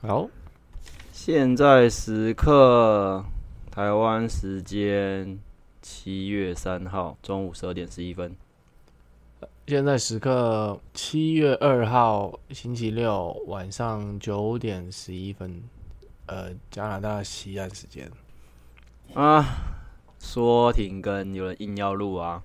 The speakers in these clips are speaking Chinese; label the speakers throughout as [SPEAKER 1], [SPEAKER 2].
[SPEAKER 1] 好，
[SPEAKER 2] 现在时刻，台湾时间七月三号中午十二点十一分。
[SPEAKER 1] 现在时刻七月二号星期六晚上九点十一分，呃，加拿大西岸时间。
[SPEAKER 2] 啊，说停更，有人硬要录啊。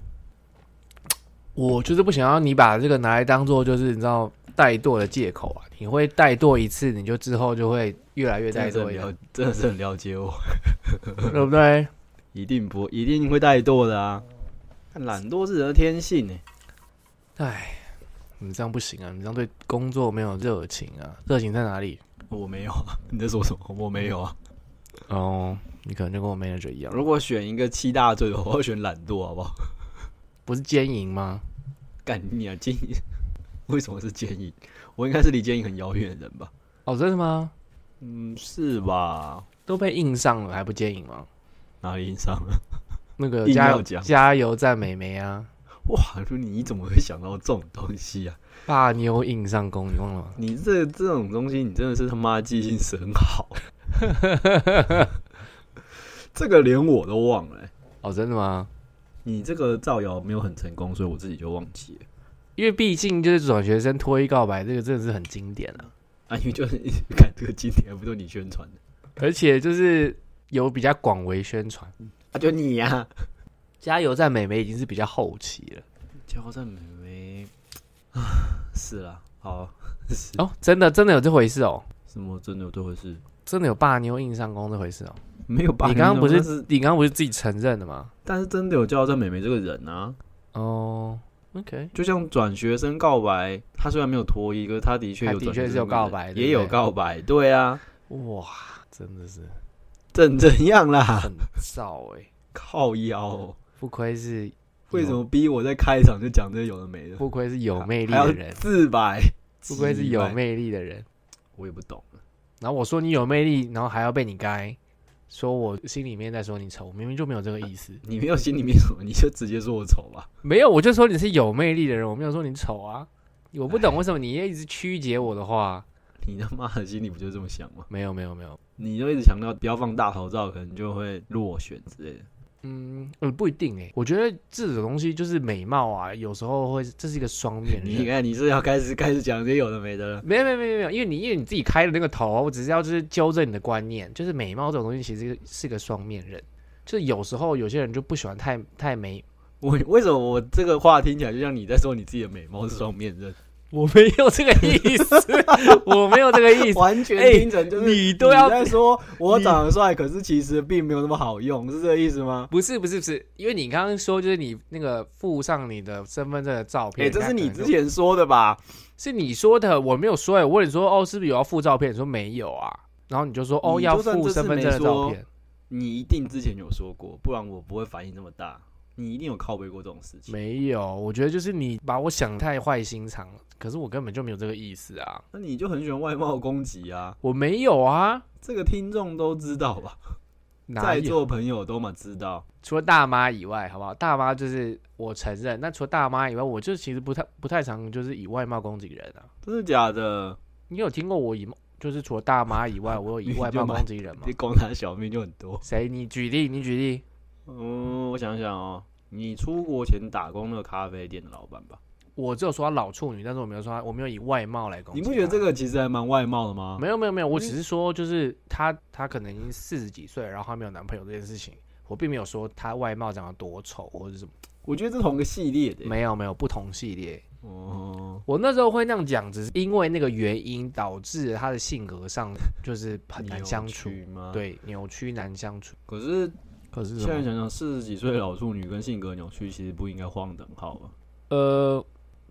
[SPEAKER 1] 我就是不想要你把这个拿来当做就是你知道怠惰的借口啊！你会怠惰一次，你就之后就会越来越
[SPEAKER 2] 真的
[SPEAKER 1] 怠
[SPEAKER 2] 是
[SPEAKER 1] 惰
[SPEAKER 2] 很
[SPEAKER 1] 一样，
[SPEAKER 2] 了，真的是很了解我，
[SPEAKER 1] 对不对？
[SPEAKER 2] 一定不一定会怠惰的啊。懒惰是人的天性呢、欸
[SPEAKER 1] 哎，你这样不行啊！你这样对工作没有热情啊！热情在哪里？
[SPEAKER 2] 我没有啊，你在说什么？我没有啊。
[SPEAKER 1] 哦，你可能就跟我 manager 一样，
[SPEAKER 2] 如果选一个七大罪的话，我会选懒惰，好不好？
[SPEAKER 1] 不是奸淫吗？
[SPEAKER 2] 干你啊，建议！为什么是建议？我应该是离建议很遥远的人吧？
[SPEAKER 1] 哦，真的吗？
[SPEAKER 2] 嗯，是吧？
[SPEAKER 1] 都被硬上了还不奸淫吗？
[SPEAKER 2] 哪里硬伤了？
[SPEAKER 1] 那个
[SPEAKER 2] 硬
[SPEAKER 1] 加
[SPEAKER 2] 要
[SPEAKER 1] 油
[SPEAKER 2] 讲
[SPEAKER 1] 加油赞美眉啊！
[SPEAKER 2] 哇，你怎么会想到这种东西啊？
[SPEAKER 1] 爸妞硬上弓，你忘 了吗？
[SPEAKER 2] 你这这种东西，你真的是他妈记性是很好。 这个连我都忘了欸、
[SPEAKER 1] 哦，真的吗？
[SPEAKER 2] 你这个造谣没有很成功，所以我自己就忘记了。
[SPEAKER 1] 因为毕竟就是转学生脱衣告白，这个真的是很经典啊！
[SPEAKER 2] 啊，因为就是 看这个今天不都你宣传的？
[SPEAKER 1] 而且就是有比较广为宣传，
[SPEAKER 2] 啊，就你呀、
[SPEAKER 1] 加油赞美眉已经是比较后期了。
[SPEAKER 2] 交战美眉啊，是啦，好，是
[SPEAKER 1] 哦，真的真的有这回事哦，
[SPEAKER 2] 什么真的有这回事？
[SPEAKER 1] 真的有爸妞硬上弓这回事哦。
[SPEAKER 2] 没有吧？
[SPEAKER 1] 你刚刚不
[SPEAKER 2] 那
[SPEAKER 1] 是
[SPEAKER 2] 是，
[SPEAKER 1] 你刚刚不是自己承认的吗？
[SPEAKER 2] 但是真的有交战美眉这个人啊，
[SPEAKER 1] 哦、o k
[SPEAKER 2] 就像转学生告白，他虽然没有脱衣，可是他的确
[SPEAKER 1] 他
[SPEAKER 2] 有
[SPEAKER 1] 的
[SPEAKER 2] 转
[SPEAKER 1] 确
[SPEAKER 2] 学
[SPEAKER 1] 是
[SPEAKER 2] 生
[SPEAKER 1] 有告白对不
[SPEAKER 2] 也有
[SPEAKER 1] 对
[SPEAKER 2] 告白，对啊，
[SPEAKER 1] 哇，真的是
[SPEAKER 2] 怎怎样啦？
[SPEAKER 1] 很燥哎、
[SPEAKER 2] 靠腰哦、
[SPEAKER 1] 不愧是
[SPEAKER 2] 为什么逼我在开场就讲这些有的没的？
[SPEAKER 1] 不愧是有魅力
[SPEAKER 2] 还要
[SPEAKER 1] 的人，
[SPEAKER 2] 自白，
[SPEAKER 1] 不愧是有
[SPEAKER 2] 自白，
[SPEAKER 1] 魅力的人。
[SPEAKER 2] 我也不懂。
[SPEAKER 1] 然后我说你有魅力，然后还要被你该说我心里面在说你丑，我明明就没有这个意思。
[SPEAKER 2] 你没有心里面什么，你就直接说我丑吧。
[SPEAKER 1] 没有，我就说你是有魅力的人，我没有说你丑啊。我不懂为什么你也一直曲解我的话。
[SPEAKER 2] 你他妈的心里不就这么想吗？
[SPEAKER 1] 没有，没有，没有。
[SPEAKER 2] 你就一直强调不要放大头照，可能就会落选之类的。
[SPEAKER 1] 嗯，呃，不一定诶、我觉得这种东西就是美貌啊，有时候会这是一个双面
[SPEAKER 2] 你
[SPEAKER 1] 刃。
[SPEAKER 2] 看，你是要开始开始讲这些有的没的了。
[SPEAKER 1] 没有没有没有没有，因为你因为你自己开了那个头，啊我只是要就是纠正你的观念，就是美貌这种东西其实是个双面人，就是有时候有些人就不喜欢太太美，
[SPEAKER 2] 我为什么我这个话听起来就像你在说你自己的美貌是双面刃，
[SPEAKER 1] 我没有这个意思，我没有这个意思，
[SPEAKER 2] 完全听成就是
[SPEAKER 1] 哎你都要
[SPEAKER 2] 你在说我长得帅，可是其实并没有那么好 用，是这个意思吗？
[SPEAKER 1] 不是不是不是，因为你刚刚说就是你那个附上你的身份证的照
[SPEAKER 2] 哎、
[SPEAKER 1] 片，
[SPEAKER 2] 这是
[SPEAKER 1] 人家
[SPEAKER 2] 你
[SPEAKER 1] 可能
[SPEAKER 2] 之
[SPEAKER 1] 就是
[SPEAKER 2] 前说的吧？
[SPEAKER 1] 是你说的，我没有说、欸，我问你说哦是不是有要附照片，你说没有啊，然后你就说哦
[SPEAKER 2] 你
[SPEAKER 1] 要
[SPEAKER 2] 就算
[SPEAKER 1] 附
[SPEAKER 2] 这次
[SPEAKER 1] 身份证的
[SPEAKER 2] 没
[SPEAKER 1] 照
[SPEAKER 2] 说
[SPEAKER 1] 片，
[SPEAKER 2] 你一定之前有说过，不然我不会反应这么大。你一定有靠背过这种事情。
[SPEAKER 1] 没有，我觉得就是你把我想太坏心肠了，可是我根本就没有这个意思啊。
[SPEAKER 2] 那你就很喜欢外貌攻击啊？
[SPEAKER 1] 我没有啊，
[SPEAKER 2] 这个听众都知道吧？
[SPEAKER 1] 哪
[SPEAKER 2] 在
[SPEAKER 1] 有？
[SPEAKER 2] 座朋友都嘛知道。
[SPEAKER 1] 除了大妈以外，好不好？大妈就是我承认，那除了大妈以外，我就其实不太不太常就是以外貌攻击人啊。
[SPEAKER 2] 真的假的？
[SPEAKER 1] 你有听过我以就是除了大妈以外，我有
[SPEAKER 2] 你
[SPEAKER 1] 以
[SPEAKER 2] 就
[SPEAKER 1] 外貌
[SPEAKER 2] 买
[SPEAKER 1] 攻击人吗
[SPEAKER 2] 你？光他小命就很多。
[SPEAKER 1] 谁？你举例，你举例。
[SPEAKER 2] 嗯，我想想哦，你出国前打工那个咖啡店的老板吧？
[SPEAKER 1] 我只有说她老处女，但是我没有说她，我没有以外貌来攻击
[SPEAKER 2] 你
[SPEAKER 1] 她。
[SPEAKER 2] 不觉得这个其实还蛮外貌的吗？
[SPEAKER 1] 没有没有没有，我只是说就是她她可能已经四十几岁了，然后她没有男朋友这件事情，我并没有说她外貌长得多丑或者什么。
[SPEAKER 2] 我觉得这同个系列的、
[SPEAKER 1] 没有没有，不同系列。
[SPEAKER 2] 哦，
[SPEAKER 1] 我那时候会那样讲，只是因为那个原因导致她的性格上就是很难相处，
[SPEAKER 2] 扭曲吗？。
[SPEAKER 1] 对，扭曲难相处。
[SPEAKER 2] 可是
[SPEAKER 1] 可是
[SPEAKER 2] 现在想想，四十几岁的老处女跟性格扭曲，其实不应该晃等号啊吧？
[SPEAKER 1] 呃，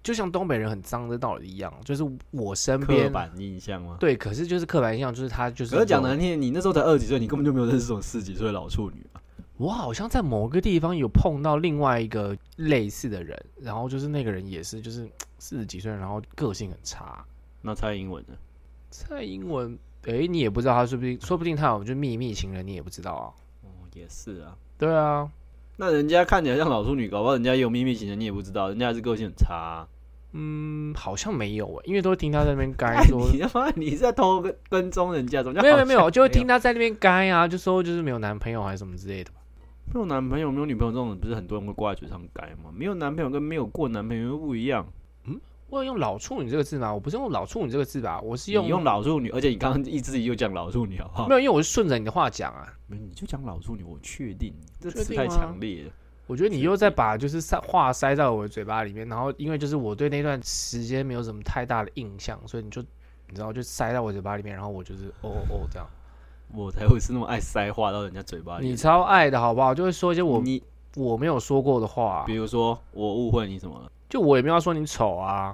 [SPEAKER 1] 就像东北人很脏的道理一样，就是我身
[SPEAKER 2] 刻
[SPEAKER 1] 边
[SPEAKER 2] 板印象吗？
[SPEAKER 1] 对，可是就是刻板印象，就是她就是
[SPEAKER 2] 可是讲
[SPEAKER 1] 有
[SPEAKER 2] 难听，你那时候才二十几岁，你根本就没有认识这种四十几岁的老处女啊！
[SPEAKER 1] 我好像在某个地方有碰到另外一个类似的人，然后就是那个人也是，就是四十几岁，然后个性很差。
[SPEAKER 2] 那蔡英文呢？
[SPEAKER 1] 蔡英文，诶、你也不知道他说不定，说不定他有就秘密情人，你也不知道啊。
[SPEAKER 2] 哦，也是啊。
[SPEAKER 1] 对啊，
[SPEAKER 2] 那人家看起来像老处女，搞不好人家也有秘密情人，你也不知道，人家还是个性很差啊、
[SPEAKER 1] 嗯，好像没有诶、因为都会听他在那 边该
[SPEAKER 2] 干
[SPEAKER 1] 说，
[SPEAKER 2] 哎你他妈你是在偷跟跟踪人家？怎么叫
[SPEAKER 1] 没有没
[SPEAKER 2] 好
[SPEAKER 1] 有没有，
[SPEAKER 2] 像
[SPEAKER 1] 就会听他在那边该啊，就说就是没有男朋友还是什么之类的吧。
[SPEAKER 2] 没有男朋友没有女朋友这种，不是很多人会挂在嘴上改吗？没有男朋友跟没有过男朋友又不一样。
[SPEAKER 1] 我有用“老处女”这个字吗？我不是用“老处女”这个字吧？我是
[SPEAKER 2] 你
[SPEAKER 1] 用
[SPEAKER 2] 用老处女，而且你刚刚一直又讲老处女，好不好
[SPEAKER 1] 没？有，因为我是顺着你的话讲啊。
[SPEAKER 2] 没有，你就讲老处女，我确定这
[SPEAKER 1] 确
[SPEAKER 2] 词
[SPEAKER 1] 定
[SPEAKER 2] 太
[SPEAKER 1] 吗
[SPEAKER 2] 强烈了。
[SPEAKER 1] 我觉得你
[SPEAKER 2] 是
[SPEAKER 1] 又在把就是塞话塞到我的嘴巴里面，然后因为就是我对那段时间没有什么太大的印象，所以你就你知道就塞到我嘴巴里面，然后我就是哦哦哦这样。
[SPEAKER 2] 我才会是那么爱塞话到人家嘴巴里。
[SPEAKER 1] 你超爱的好不好？就会说一些我
[SPEAKER 2] 啊你
[SPEAKER 1] 我没有说过的话啊、
[SPEAKER 2] 比如说，我误会你什么了？
[SPEAKER 1] 就我也没有要说你丑啊，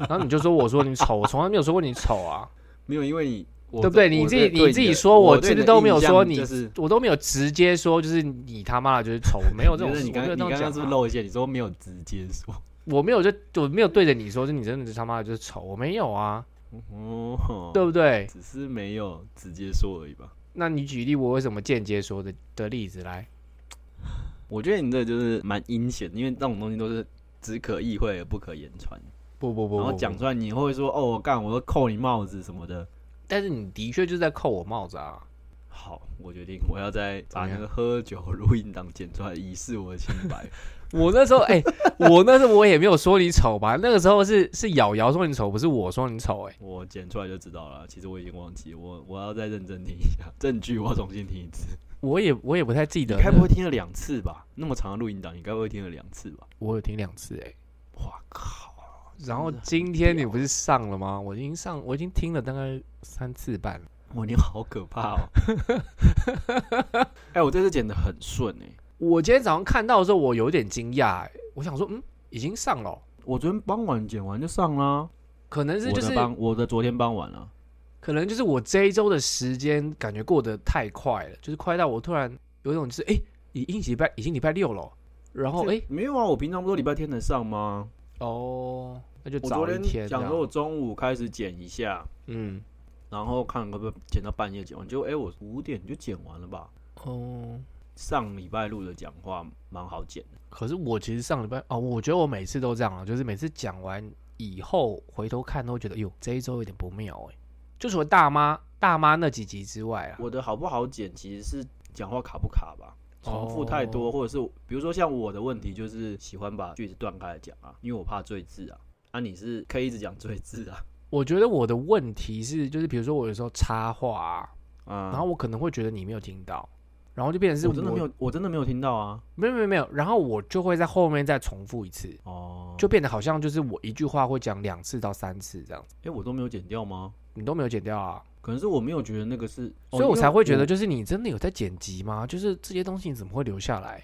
[SPEAKER 1] 然后你就说我说你丑，我从来没有说过你丑啊，
[SPEAKER 2] 没有，因为你我
[SPEAKER 1] 对不对
[SPEAKER 2] 我
[SPEAKER 1] 你自己
[SPEAKER 2] 对
[SPEAKER 1] 你
[SPEAKER 2] 对
[SPEAKER 1] 自己
[SPEAKER 2] 的
[SPEAKER 1] 说我
[SPEAKER 2] 我
[SPEAKER 1] 其实都没有说你
[SPEAKER 2] 就是。
[SPEAKER 1] 我都没有直接说就是你他妈的就是丑，没有这种
[SPEAKER 2] 就
[SPEAKER 1] 事，
[SPEAKER 2] 是你刚
[SPEAKER 1] 我没有
[SPEAKER 2] 你
[SPEAKER 1] 这
[SPEAKER 2] 刚
[SPEAKER 1] 样
[SPEAKER 2] 刚
[SPEAKER 1] 讲
[SPEAKER 2] 是不是
[SPEAKER 1] 啊、
[SPEAKER 2] 露馅？你说没有直接说
[SPEAKER 1] 我没有就我没有对着你说，就你真的是他妈的就是丑，我没有啊，
[SPEAKER 2] 哦，
[SPEAKER 1] 对不对？
[SPEAKER 2] 只是没有直接说而已吧。
[SPEAKER 1] 那你举例我为什么间接说的的例子来？
[SPEAKER 2] 我觉得你这就是蛮阴险，因为这种东西都是只可意会而不可言传。
[SPEAKER 1] 不不不
[SPEAKER 2] 然后讲，出来，你会说哦，我干，我都扣你帽子什么的。
[SPEAKER 1] 但是你的确就是在扣我帽子啊。
[SPEAKER 2] 好，我决定我要再
[SPEAKER 1] 怎
[SPEAKER 2] 把
[SPEAKER 1] 么
[SPEAKER 2] 那
[SPEAKER 1] 样
[SPEAKER 2] 个喝酒录音档剪出来，以示我的清白。
[SPEAKER 1] 我那时候， 哎、我那时候我也没有说你丑吧？那个时候是是瑶瑶说你丑，不是我说你丑、哎，
[SPEAKER 2] 我剪出来就知道了。其实我已经忘记，我我要再认真听一下 证据，我要重新听一次。
[SPEAKER 1] 我也我也不太记
[SPEAKER 2] 你
[SPEAKER 1] 得了。
[SPEAKER 2] 该不会听了两次吧？那么长的录音档，你该不会听了两次吧？
[SPEAKER 1] 我有听两次、哎，
[SPEAKER 2] 哇靠！
[SPEAKER 1] 然后今天你
[SPEAKER 2] 啊
[SPEAKER 1] 不是上了吗？我已经上，我已经听了大概三次半了。
[SPEAKER 2] 哇，你好可 怕哦！哎、我这次剪的很顺哎、
[SPEAKER 1] 我今天早上看到的时候，我有点惊讶、哎我想说，嗯，已经上了哦，
[SPEAKER 2] 我昨天傍晚剪完就上啦。
[SPEAKER 1] 可能是就
[SPEAKER 2] 我
[SPEAKER 1] 是
[SPEAKER 2] 的傍，我的昨天傍晚啊了。
[SPEAKER 1] 可能就是我这一周的时间感觉过得太快了，就是快到我突然有一种就是哎，诶已经礼拜已经礼拜六了哦，然后
[SPEAKER 2] 这
[SPEAKER 1] 哎、
[SPEAKER 2] 没有啊，我平常不都礼拜天才上吗？
[SPEAKER 1] 哦，那就
[SPEAKER 2] 我
[SPEAKER 1] 早
[SPEAKER 2] 昨
[SPEAKER 1] 一
[SPEAKER 2] 天
[SPEAKER 1] 天这
[SPEAKER 2] 讲
[SPEAKER 1] 样
[SPEAKER 2] 说，我中午开始剪一下，
[SPEAKER 1] 嗯，
[SPEAKER 2] 然后看可不可以剪到半夜剪完。结果哎、我五点就剪完了吧？
[SPEAKER 1] 哦，
[SPEAKER 2] 上礼拜录的讲话蛮好剪的，
[SPEAKER 1] 可是我其实上礼拜哦，我觉得我每次都这样啊，就是每次讲完以后回头看都会觉得，哟，哎这一周有点不妙哎、就除了大妈大妈那几集之外啊，
[SPEAKER 2] 我的好不好剪其实是讲话卡不卡吧。重复太多，
[SPEAKER 1] 哦
[SPEAKER 2] 或者是比如说像我的问题就是喜欢把句子断开来讲啊，因为我怕赘字啊。啊，你是可以一直讲赘字啊，
[SPEAKER 1] 我觉得我的问题是，就是比如说我有时候插话、啊，
[SPEAKER 2] 啊，
[SPEAKER 1] 然后我可能会觉得你没有听到，然后就变成是
[SPEAKER 2] 我真的没有，我真的没有听到啊。
[SPEAKER 1] 没有没有没有，然后我就会在后面再重复一次，
[SPEAKER 2] 哦，
[SPEAKER 1] 就变得好像就是我一句话会讲两次到三次这样子，
[SPEAKER 2] 哎、我都没有剪掉吗？
[SPEAKER 1] 你都没有剪掉啊，
[SPEAKER 2] 可能是我没有觉得那个是，哦
[SPEAKER 1] 所以我才会觉得，
[SPEAKER 2] 因为
[SPEAKER 1] 就是你真的有在剪辑吗？就是这些东西你怎么会留下来？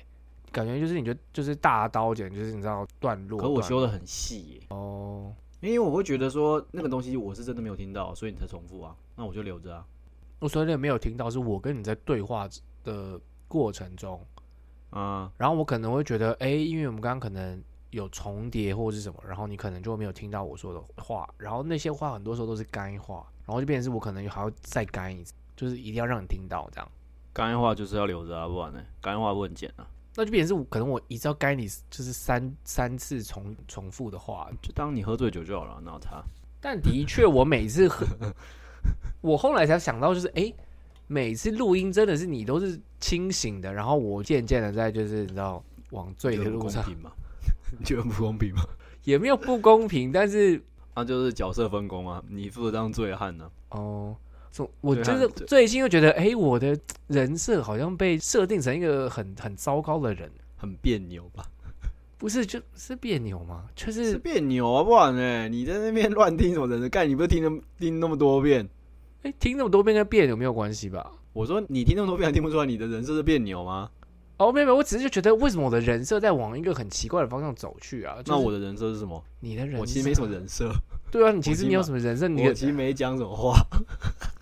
[SPEAKER 1] 感觉就是你就就是大刀剪，就是你知道段落
[SPEAKER 2] 我
[SPEAKER 1] 段。
[SPEAKER 2] 可我修的很细耶、
[SPEAKER 1] 哦，
[SPEAKER 2] 因为我会觉得说那个东西我是真的没有听到，所以你才重复啊，那我就留着啊。
[SPEAKER 1] 我所以没有听到是我跟你在对话的过程中，
[SPEAKER 2] 啊，
[SPEAKER 1] 然后我可能会觉得，哎、因为我们刚刚可能有重叠或者是什么，然后你可能就没有听到我说的话，然后那些话很多时候都是干话，然后就变成是我可能还要再干一次，就是一定要让你听到这样。
[SPEAKER 2] 干话就是要留着啊，不然呢、干话不能剪啊，
[SPEAKER 1] 那就变成是我可能我一直要该你就是三三次重重复的话，
[SPEAKER 2] 就当你喝醉酒就好了，哪有差？
[SPEAKER 1] 但的确，我每次 喝，我后来才想到，就是诶，每次录音真的是你都是清醒的，然后我渐渐的在就是你知道往醉
[SPEAKER 2] 觉
[SPEAKER 1] 的
[SPEAKER 2] 得不
[SPEAKER 1] 路
[SPEAKER 2] 公
[SPEAKER 1] 上，
[SPEAKER 2] 平嘛， 你觉得不公 平吗？
[SPEAKER 1] 也没有不公平，但是
[SPEAKER 2] 那啊就是角色分工啊，你负责当醉汉呢、
[SPEAKER 1] 哦。总我
[SPEAKER 2] 对
[SPEAKER 1] 就
[SPEAKER 2] 啊
[SPEAKER 1] 是
[SPEAKER 2] 对
[SPEAKER 1] 最近又觉得，诶，我的人设好像被设定成一个很很糟糕的人，
[SPEAKER 2] 很别扭吧？
[SPEAKER 1] 不是就是别扭吗？就是
[SPEAKER 2] 是别扭啊，不然呢、你在那边乱听什么人？干，你不是听那听那么多遍？
[SPEAKER 1] 诶，哎听那么多遍跟别扭没有关系吧？
[SPEAKER 2] 我说你听那么多遍，还听不出来你的人设是别扭吗？
[SPEAKER 1] 哦，没有没有，我只是就觉得为什么我的人设在往一个很奇怪的方向走去啊？就是
[SPEAKER 2] 那我的人设是什么？
[SPEAKER 1] 你的人设，
[SPEAKER 2] 我其实没什么人 设，
[SPEAKER 1] 对啊，你其
[SPEAKER 2] 我
[SPEAKER 1] 实
[SPEAKER 2] 已经
[SPEAKER 1] 没有
[SPEAKER 2] 把
[SPEAKER 1] 什么人设，你
[SPEAKER 2] 我
[SPEAKER 1] 的
[SPEAKER 2] 其实没讲什么话，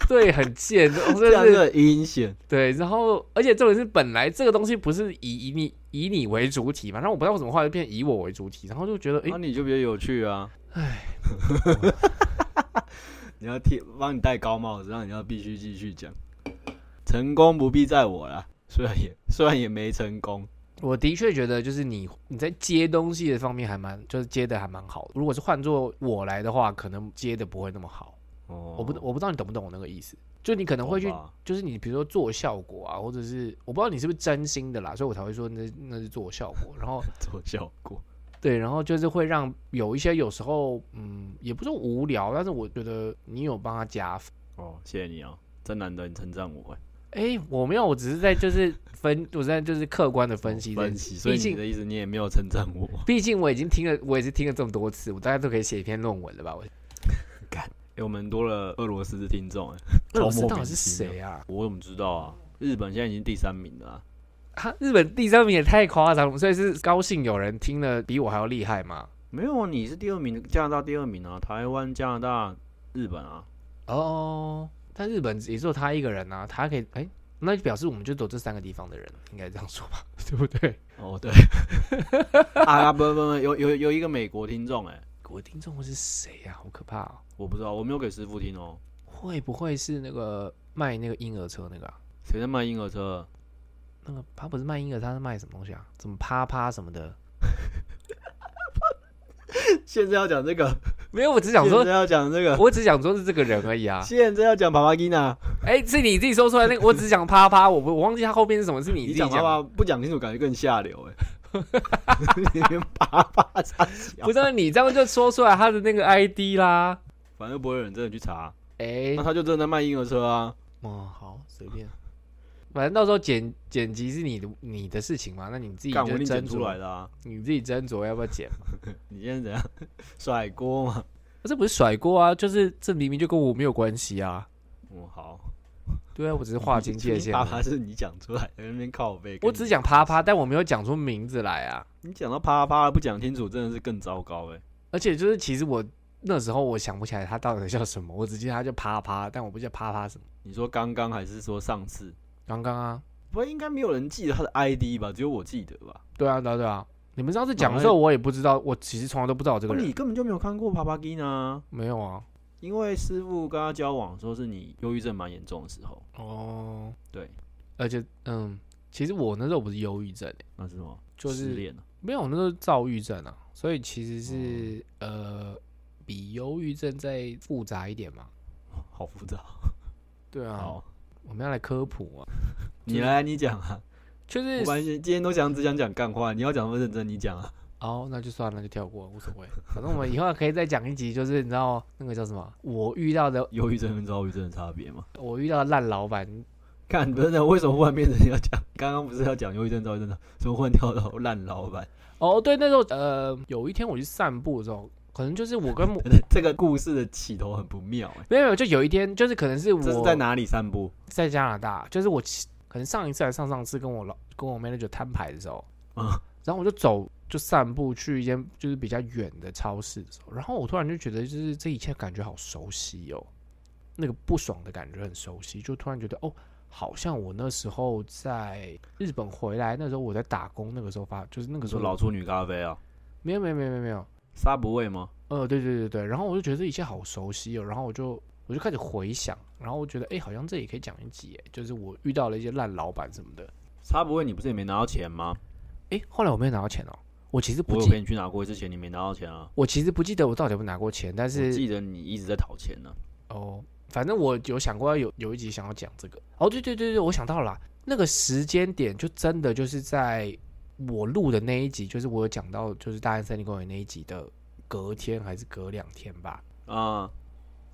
[SPEAKER 1] 对很贱，真
[SPEAKER 2] 这样
[SPEAKER 1] 的
[SPEAKER 2] 就是很阴险。
[SPEAKER 1] 对。然后，而且重点是，本来这个东西不是以以你以你为主体嘛，然后我不知道为什么后来就变以我为主体，然后就觉得哎、
[SPEAKER 2] 那、你就比较有趣啊！
[SPEAKER 1] 唉，
[SPEAKER 2] 你要替帮你戴高帽子，让你要必须继续讲。成功不必在我啦，虽然也虽然也没成功，
[SPEAKER 1] 我的确觉得，就是你你在接东西的方面还蛮，就是接的还蛮好的。如果是换做我来的话，可能接的不会那么好。
[SPEAKER 2] 哦，
[SPEAKER 1] 我不我不知道你懂不懂我那个意思，就你可能会去
[SPEAKER 2] 懂，吧
[SPEAKER 1] 就是你比如说做效果啊，或者是我不知道你是不是真心的啦，所以我才会说那那是做效果。然后
[SPEAKER 2] 做效果，
[SPEAKER 1] 对，然后就是会让有一些有时候，嗯，也不是无聊，但是我觉得你有帮他加分。
[SPEAKER 2] 哦，谢谢你啊，真难得你称赞我哎，
[SPEAKER 1] 哎、我没有，我只是在就是分，我在就是客观的分析这件
[SPEAKER 2] 哦分
[SPEAKER 1] 事。
[SPEAKER 2] 析，所以
[SPEAKER 1] 毕竟
[SPEAKER 2] 你的意思你也没有称赞我，
[SPEAKER 1] 毕竟我已经听了，我也是听了这么多次，我大概都可以写一篇论文了吧？我
[SPEAKER 2] 哎，我们多了俄罗斯的听众哎，
[SPEAKER 1] 俄罗
[SPEAKER 2] 超
[SPEAKER 1] 斯
[SPEAKER 2] 莫
[SPEAKER 1] 到底
[SPEAKER 2] 名
[SPEAKER 1] 是
[SPEAKER 2] 其妙
[SPEAKER 1] 谁啊？
[SPEAKER 2] 我怎么知道啊？日本现在已经第三名了、啊，
[SPEAKER 1] 他日本第三名也太夸张了，所以是高兴有人听了比我还要厉害吗？
[SPEAKER 2] 没有啊，你是第二名，加拿大第二名啊，台湾、加拿大、日本啊，
[SPEAKER 1] 哦，但日本也只有他一个人啊，他可以哎、那就表示我们就走这三个地方的人，应该这样说 吧，对不对？
[SPEAKER 2] 哦对， 啊不不不，有有有一个美国听众哎、
[SPEAKER 1] 国听众会是谁啊？好可怕、哦！
[SPEAKER 2] 我不知道，我没有给师傅听哦，
[SPEAKER 1] 会不会是那个卖那个婴儿车那个、啊？
[SPEAKER 2] 谁在卖婴儿车？
[SPEAKER 1] 那个他不是卖婴儿，他是卖什么东西啊？怎么啪啪什么的？
[SPEAKER 2] 现在要讲这个，
[SPEAKER 1] 没有，我只想说
[SPEAKER 2] 现，在要讲这个，
[SPEAKER 1] 我只想说是这个人而已啊。
[SPEAKER 2] 现在要讲帕帕吉娜，
[SPEAKER 1] 哎、是你自己说出来那个，我只想啪啪，我不我忘记他后面是什么，是你自
[SPEAKER 2] 你
[SPEAKER 1] 己
[SPEAKER 2] 讲
[SPEAKER 1] 讲
[SPEAKER 2] 啪
[SPEAKER 1] 的。
[SPEAKER 2] 啪不讲清楚，感觉更下流哎、 你连啪啪差小
[SPEAKER 1] 不，是啊你这样就说出来他的那个 ID 啦。
[SPEAKER 2] 反正不会有人真的去查，
[SPEAKER 1] 哎、
[SPEAKER 2] 那他就真的在卖婴儿车啊。
[SPEAKER 1] 哦，好，随便，反正到时候剪剪辑是你的你的事情嘛，那你自己就
[SPEAKER 2] 干我一定剪
[SPEAKER 1] 斟
[SPEAKER 2] 出来
[SPEAKER 1] 酌，
[SPEAKER 2] 的啊！
[SPEAKER 1] 你自己斟酌要不要剪嘛。
[SPEAKER 2] 你现在怎样 甩锅嘛？
[SPEAKER 1] 这不是甩锅啊，就是这明明就跟我没有关系啊。
[SPEAKER 2] 嗯，好，
[SPEAKER 1] 对啊，我只是划清界限
[SPEAKER 2] 啪
[SPEAKER 1] 而
[SPEAKER 2] 啪
[SPEAKER 1] 已。
[SPEAKER 2] 是 你讲出来的，在那边靠背。
[SPEAKER 1] 我只讲啪啪，但我没有讲出名字来啊。
[SPEAKER 2] 你讲到啪啪不讲清楚，真的是更糟糕哎。
[SPEAKER 1] 而且就是其实我那时候我想不起来他到底叫什么，我只记得他叫啪啪，但我不记得啪啪什么。
[SPEAKER 2] 你说刚刚还是说上次？
[SPEAKER 1] 刚刚啊，
[SPEAKER 2] 不过应该没有人记得他的 ID 吧？只有我记得吧？
[SPEAKER 1] 对啊，对啊，对啊。你们上次讲的时候，我也不知道，我其实从来都不知道我这个
[SPEAKER 2] 哦哎你
[SPEAKER 1] 人。
[SPEAKER 2] 根本就没有看过帕帕吉娜，
[SPEAKER 1] 没有啊。
[SPEAKER 2] 因为师傅跟他交往的时候是你忧郁症蛮严重的时候。
[SPEAKER 1] 哦，
[SPEAKER 2] 对，
[SPEAKER 1] 而且嗯，其实我那时候不是忧郁症、欸，
[SPEAKER 2] 那是什么？
[SPEAKER 1] 就
[SPEAKER 2] 失
[SPEAKER 1] 是
[SPEAKER 2] 恋 啊了。
[SPEAKER 1] 没有，那时候是躁郁症啊，所以其实是、
[SPEAKER 2] 哦
[SPEAKER 1] 呃比忧郁症再复杂一点嘛。
[SPEAKER 2] 好复杂。
[SPEAKER 1] 对啊，
[SPEAKER 2] 好，
[SPEAKER 1] 我们要来科普啊，
[SPEAKER 2] 你来，你讲啊。
[SPEAKER 1] 就是
[SPEAKER 2] 我关系，今天都想只想讲干话，你要讲那么认真，你讲啊。
[SPEAKER 1] 哦，那就算了，就跳过，无所谓。反正我们以后可以再讲一集，就是你知道那个叫什么，我遇到的
[SPEAKER 2] 忧郁症跟躁郁症的差别吗？
[SPEAKER 1] 我遇到的烂老板，
[SPEAKER 2] 看，不是为什么忽然变成要讲？刚刚不是要讲忧郁症、躁郁症的，怎么忽然跳到烂老板？
[SPEAKER 1] 哦，对，那时候呃，有一天我去散步的时候，可能就是我跟 我
[SPEAKER 2] 这个故事的起头很不妙哎、
[SPEAKER 1] 没有没有，就有一天就是可能是我
[SPEAKER 2] 这是在哪里散步？
[SPEAKER 1] 在加拿大，就是我其可能上一次还是上上次跟我老跟我 manager 摊牌的时候，
[SPEAKER 2] 啊、
[SPEAKER 1] 然后我就走就散步去一间就是比较远的超市的时候，然后我突然就觉得就是这一切感觉好熟悉哦，那个不爽的感觉很熟悉，就突然觉得哦，好像我那时候在日本回来那时候我在打工那个时候发，就是那个
[SPEAKER 2] 你
[SPEAKER 1] 时
[SPEAKER 2] 说
[SPEAKER 1] 候
[SPEAKER 2] 老处女咖啡啊，
[SPEAKER 1] 没有没有没有没有没有，
[SPEAKER 2] 沙不味吗？
[SPEAKER 1] 呃，对对对对，然后我就觉得这一切好熟悉哦，然后我就我就开始回想，然后我觉得哎，好像这也可以讲一集耶，就是我遇到了一些烂老板什么的，
[SPEAKER 2] 沙不味你不是也没拿到钱吗？
[SPEAKER 1] 哎，后来我没有拿到钱哦，我其实
[SPEAKER 2] 我
[SPEAKER 1] 不
[SPEAKER 2] 有
[SPEAKER 1] 记，
[SPEAKER 2] 陪你去拿过一次钱，你没拿到钱啊？
[SPEAKER 1] 我其实不记得我到底有没有拿过钱，但
[SPEAKER 2] 我
[SPEAKER 1] 是
[SPEAKER 2] 记得你一直在讨钱呢、
[SPEAKER 1] 哦，反正我有想过要有有一集想要讲这个。哦，对对对对，我想到了啦那个时间点就真的就是在我录的那一集，就是我有讲到就是大安森林公园那一集的隔天还是隔两天吧。
[SPEAKER 2] 啊。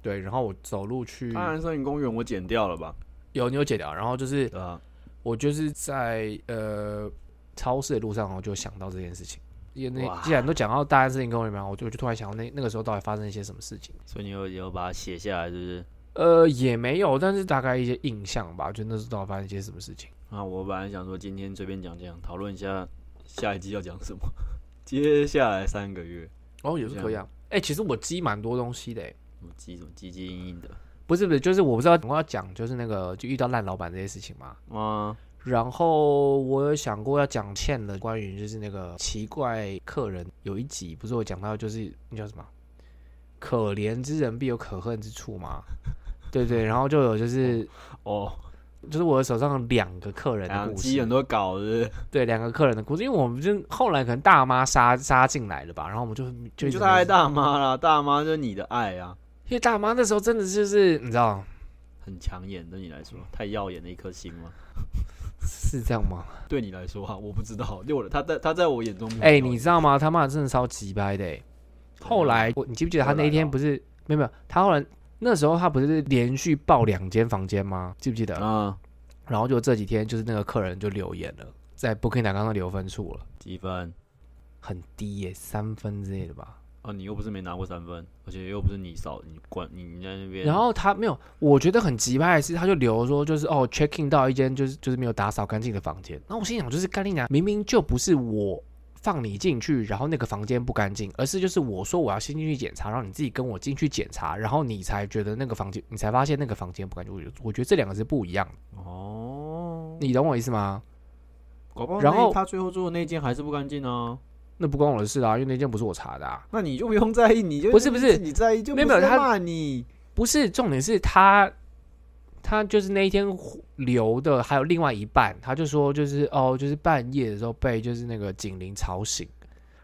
[SPEAKER 1] 对，然后我走路去，
[SPEAKER 2] 当然，森林公园我剪掉了吧？
[SPEAKER 1] 有你有解掉，然后就是
[SPEAKER 2] 对啊，
[SPEAKER 1] 我就是在呃超市的路上，我就想到这件事情。因为那
[SPEAKER 2] 哇
[SPEAKER 1] 既然都讲到大安森林公园嘛，我就我就突然想到那那个时候到底发生一些什么事情。
[SPEAKER 2] 所以你有有把它写下来，是不是？
[SPEAKER 1] 呃，也没有，但是大概一些印象吧，就那时候到底发生一些什么事情。
[SPEAKER 2] 啊，我本来想说今天随便讲讲，讨论一下下一季要讲什么。 接下来三个月，
[SPEAKER 1] 哦，也是
[SPEAKER 2] 这
[SPEAKER 1] 可以
[SPEAKER 2] 样
[SPEAKER 1] 啊。哎、其实我积蛮多东西的、欸，
[SPEAKER 2] 我记什么唧唧硬硬的
[SPEAKER 1] 不是不是，就是我不知道我要讲就是那个就遇到烂老板这些事情嘛。
[SPEAKER 2] 啊，
[SPEAKER 1] 然后我有想过要讲欠了关于就是那个奇怪客人有一集不是我讲到就是那叫什么，啊可 怜之人必有可恨之处嘛，对对，然后就有就是
[SPEAKER 2] 哦，
[SPEAKER 1] 就是我的手上有两个客人
[SPEAKER 2] 然
[SPEAKER 1] 的
[SPEAKER 2] 后
[SPEAKER 1] 哎故
[SPEAKER 2] 鸡很
[SPEAKER 1] 事，
[SPEAKER 2] 多稿子，
[SPEAKER 1] 对，两个客人的故事，因为我们就后来可能大妈杀杀进来了吧，然后我们就就
[SPEAKER 2] 你
[SPEAKER 1] 一
[SPEAKER 2] 就
[SPEAKER 1] 直
[SPEAKER 2] 太爱大妈啦，大妈就是你的爱啊，
[SPEAKER 1] 因为大妈那时候真的就是你知道
[SPEAKER 2] 很抢眼，对你来说太耀眼的一颗星吗？
[SPEAKER 1] 是这样吗？
[SPEAKER 2] 对你来说啊，我不知道，六了，他在他在我眼嗯中没有
[SPEAKER 1] 哎、
[SPEAKER 2] 耀眼，
[SPEAKER 1] 你知道吗？他妈的真的超级掰的、欸。后
[SPEAKER 2] 啊嗯
[SPEAKER 1] 来我，你记不记得他那一天不是没有没有，他后来那时候他不是连续报两间房间吗？记不记得？
[SPEAKER 2] 啊，
[SPEAKER 1] 然后就这几天就是那个客人就留言了，在 Booking 打上留分数了，
[SPEAKER 2] 几分？
[SPEAKER 1] 很低耶、三分之类的吧。
[SPEAKER 2] 啊，你又不是没拿过三分，而且又不是你少，你管你你在那边，
[SPEAKER 1] 然后他没有，我觉得很急败的是，他就留说就是哦 check in 到一间就是就是没有打扫干净的房间。那我心想就是干净啊，明明就不是我放你进去，然后那个房间不干净，而是就是我说我要先进去检查，然后你自己跟我进去检查，然后你才觉得那个房间，你才发现那个房间不干净。我觉得我觉得这两个是不一样的，
[SPEAKER 2] 哦，
[SPEAKER 1] 你懂我意思吗？
[SPEAKER 2] 搞不好
[SPEAKER 1] 然
[SPEAKER 2] 那
[SPEAKER 1] 后
[SPEAKER 2] 他最后做的那间还是不干净啊，
[SPEAKER 1] 那不关我的事啦、因为那间不是我查的、啊。
[SPEAKER 2] 那你就不用在意，你就
[SPEAKER 1] 不是不是
[SPEAKER 2] 你在意就
[SPEAKER 1] 没有
[SPEAKER 2] 不是
[SPEAKER 1] 没有
[SPEAKER 2] 在
[SPEAKER 1] 他
[SPEAKER 2] 骂你，
[SPEAKER 1] 不是重点是他，他就是那一天留的，还有另外一半，他就说就是哦，就是半夜的时候被就是那个警铃吵醒，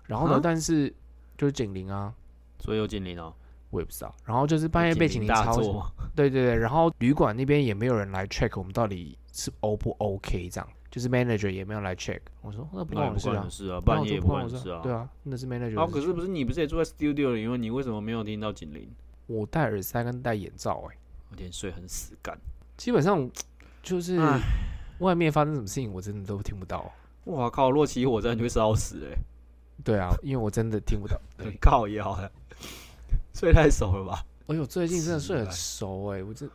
[SPEAKER 1] 然后呢，
[SPEAKER 2] 啊
[SPEAKER 1] 但是就是警铃啊，
[SPEAKER 2] 所以有警铃哦，
[SPEAKER 1] 我也不知道，然后就是半夜被警铃
[SPEAKER 2] 大
[SPEAKER 1] 吵
[SPEAKER 2] 作
[SPEAKER 1] 醒，
[SPEAKER 2] 嘛，
[SPEAKER 1] 对对对，然后旅馆那边也没有人来 check 我们到底是 O 不 OK 这样，就是 manager 也没有来 check，我说那不
[SPEAKER 2] 那
[SPEAKER 1] 关
[SPEAKER 2] 也
[SPEAKER 1] 我
[SPEAKER 2] 不
[SPEAKER 1] 的事
[SPEAKER 2] 关你
[SPEAKER 1] 啊
[SPEAKER 2] 的，事啊，
[SPEAKER 1] 那
[SPEAKER 2] 半
[SPEAKER 1] 我
[SPEAKER 2] 夜
[SPEAKER 1] 就
[SPEAKER 2] 也
[SPEAKER 1] 不关
[SPEAKER 2] 关
[SPEAKER 1] 我
[SPEAKER 2] 你
[SPEAKER 1] 的
[SPEAKER 2] 的事
[SPEAKER 1] 事
[SPEAKER 2] 啊，
[SPEAKER 1] 对啊，那是 manager
[SPEAKER 2] 啊，
[SPEAKER 1] 的
[SPEAKER 2] 可
[SPEAKER 1] 事
[SPEAKER 2] 是不是你不是也住在 studio 里吗？你为什么没有听到警铃？
[SPEAKER 1] 我戴耳塞跟戴眼罩、欸，哎，
[SPEAKER 2] 我点睡很死干。
[SPEAKER 1] 基本上就是
[SPEAKER 2] 唉
[SPEAKER 1] 外面发生什么事情我真的都听不到。
[SPEAKER 2] 哇靠！若起火灾你会烧死哎、
[SPEAKER 1] 对啊，因为我真的听 不到。
[SPEAKER 2] 欸，很靠腰啊，睡太熟了吧？
[SPEAKER 1] 哎呦，最近真的
[SPEAKER 2] 是
[SPEAKER 1] 睡很
[SPEAKER 2] 哎
[SPEAKER 1] 熟哎、我这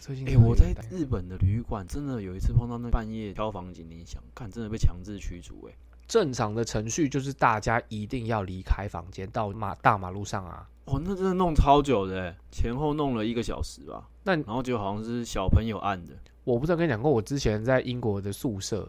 [SPEAKER 1] 最近
[SPEAKER 2] 哎、
[SPEAKER 1] 真的有
[SPEAKER 2] 我在
[SPEAKER 1] 点担
[SPEAKER 2] 日本的旅馆真的有一次碰到那半夜消防警铃响，看真的被强制驱逐哎、
[SPEAKER 1] 正常的程序就是大家一定要离开房间到马大马路上啊。
[SPEAKER 2] 哦，那真的弄超久的、欸，前后弄了一个小时吧。
[SPEAKER 1] 那
[SPEAKER 2] 然后就好像是小朋友按的，
[SPEAKER 1] 我不知道跟你讲过，我之前在英国的宿舍，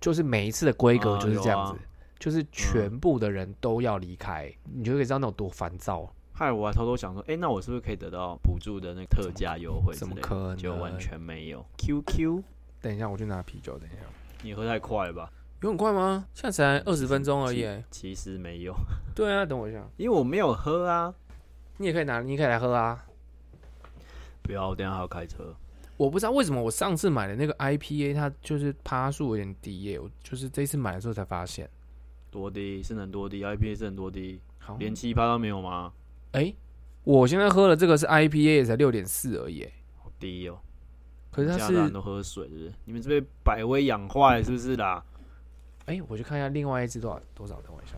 [SPEAKER 1] 就是每一次的规格
[SPEAKER 2] 啊
[SPEAKER 1] 就是这样子，
[SPEAKER 2] 有啊嗯
[SPEAKER 1] 就是全部的人都要离开，你就可以知道那有多烦躁。
[SPEAKER 2] 害我还偷偷想说，哎、那我是不是可以得到补助的那个特价优惠之
[SPEAKER 1] 怎么
[SPEAKER 2] 类的？
[SPEAKER 1] 可能？
[SPEAKER 2] 就完。全没有。QQ，
[SPEAKER 1] 等一下，我去拿啤酒。等一下，
[SPEAKER 2] 你喝太快了吧？
[SPEAKER 1] 有很快吗？现在才20
[SPEAKER 2] 其其实没有，
[SPEAKER 1] 对啊，等我一下，
[SPEAKER 2] 因为我没有喝啊。
[SPEAKER 1] 你也可以拿，你也可以来喝啊。
[SPEAKER 2] 不要，我等一下还要开车。
[SPEAKER 1] 我不知道为什么我上次买的那个 IPA 它就是趴数有点低耶、我就是这一次买的时候才发现。
[SPEAKER 2] 多低是能多低，IPA 是能多低，
[SPEAKER 1] 好，
[SPEAKER 2] 连七趴都没有吗？
[SPEAKER 1] 哎、我现在喝的这个是 IPA 也才六点四而已耶、
[SPEAKER 2] 好低哦、
[SPEAKER 1] 可是它
[SPEAKER 2] 加
[SPEAKER 1] 是
[SPEAKER 2] 拿大人都喝水是不是？你们是被百威养坏是不是啦？
[SPEAKER 1] 哎、我去看一下另外一支多少多少，等我一下。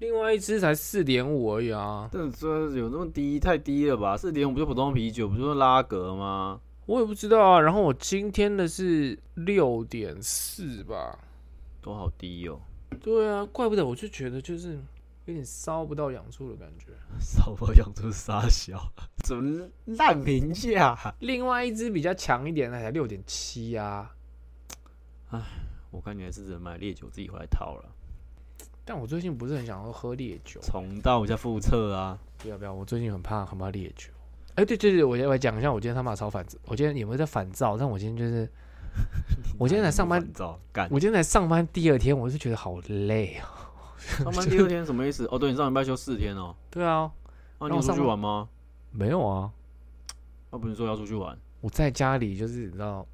[SPEAKER 1] 另外一支才四点五而已啊，
[SPEAKER 2] 这这有那么低？太低了吧？四点五不就普通啤酒，不就是拉格吗？
[SPEAKER 1] 我也不知道啊。然后我今天的是六点四吧，
[SPEAKER 2] 都好低 哦、
[SPEAKER 1] 对啊，怪不得我就觉得就是有点烧不到养处的感觉。
[SPEAKER 2] 少波养出傻小， 怎么烂评价？
[SPEAKER 1] 另外一支比较强一点的才六点七啊，
[SPEAKER 2] 我看你还是只能买烈酒自己回来套了，
[SPEAKER 1] 但我最近不是很想要喝烈酒，
[SPEAKER 2] 重蹈一下覆辙啊！
[SPEAKER 1] 不要不要，我最近很怕很怕烈酒。哎、对对对，我先我讲一下，我今天他妈超烦，我今天有没有在反躁？但我今天就是，我今天来上班
[SPEAKER 2] 烦躁，干
[SPEAKER 1] 我今天来上班第二天，我就觉得好累啊。
[SPEAKER 2] 上班第二天什么意思？哦，对你上礼拜休四天哦、
[SPEAKER 1] 对啊，
[SPEAKER 2] 啊，
[SPEAKER 1] 然
[SPEAKER 2] 你
[SPEAKER 1] 后
[SPEAKER 2] 有出
[SPEAKER 1] 上
[SPEAKER 2] 去
[SPEAKER 1] 班
[SPEAKER 2] 玩吗？
[SPEAKER 1] 没有啊，
[SPEAKER 2] 啊，不是说要出去玩？
[SPEAKER 1] 我在家里就是你知道，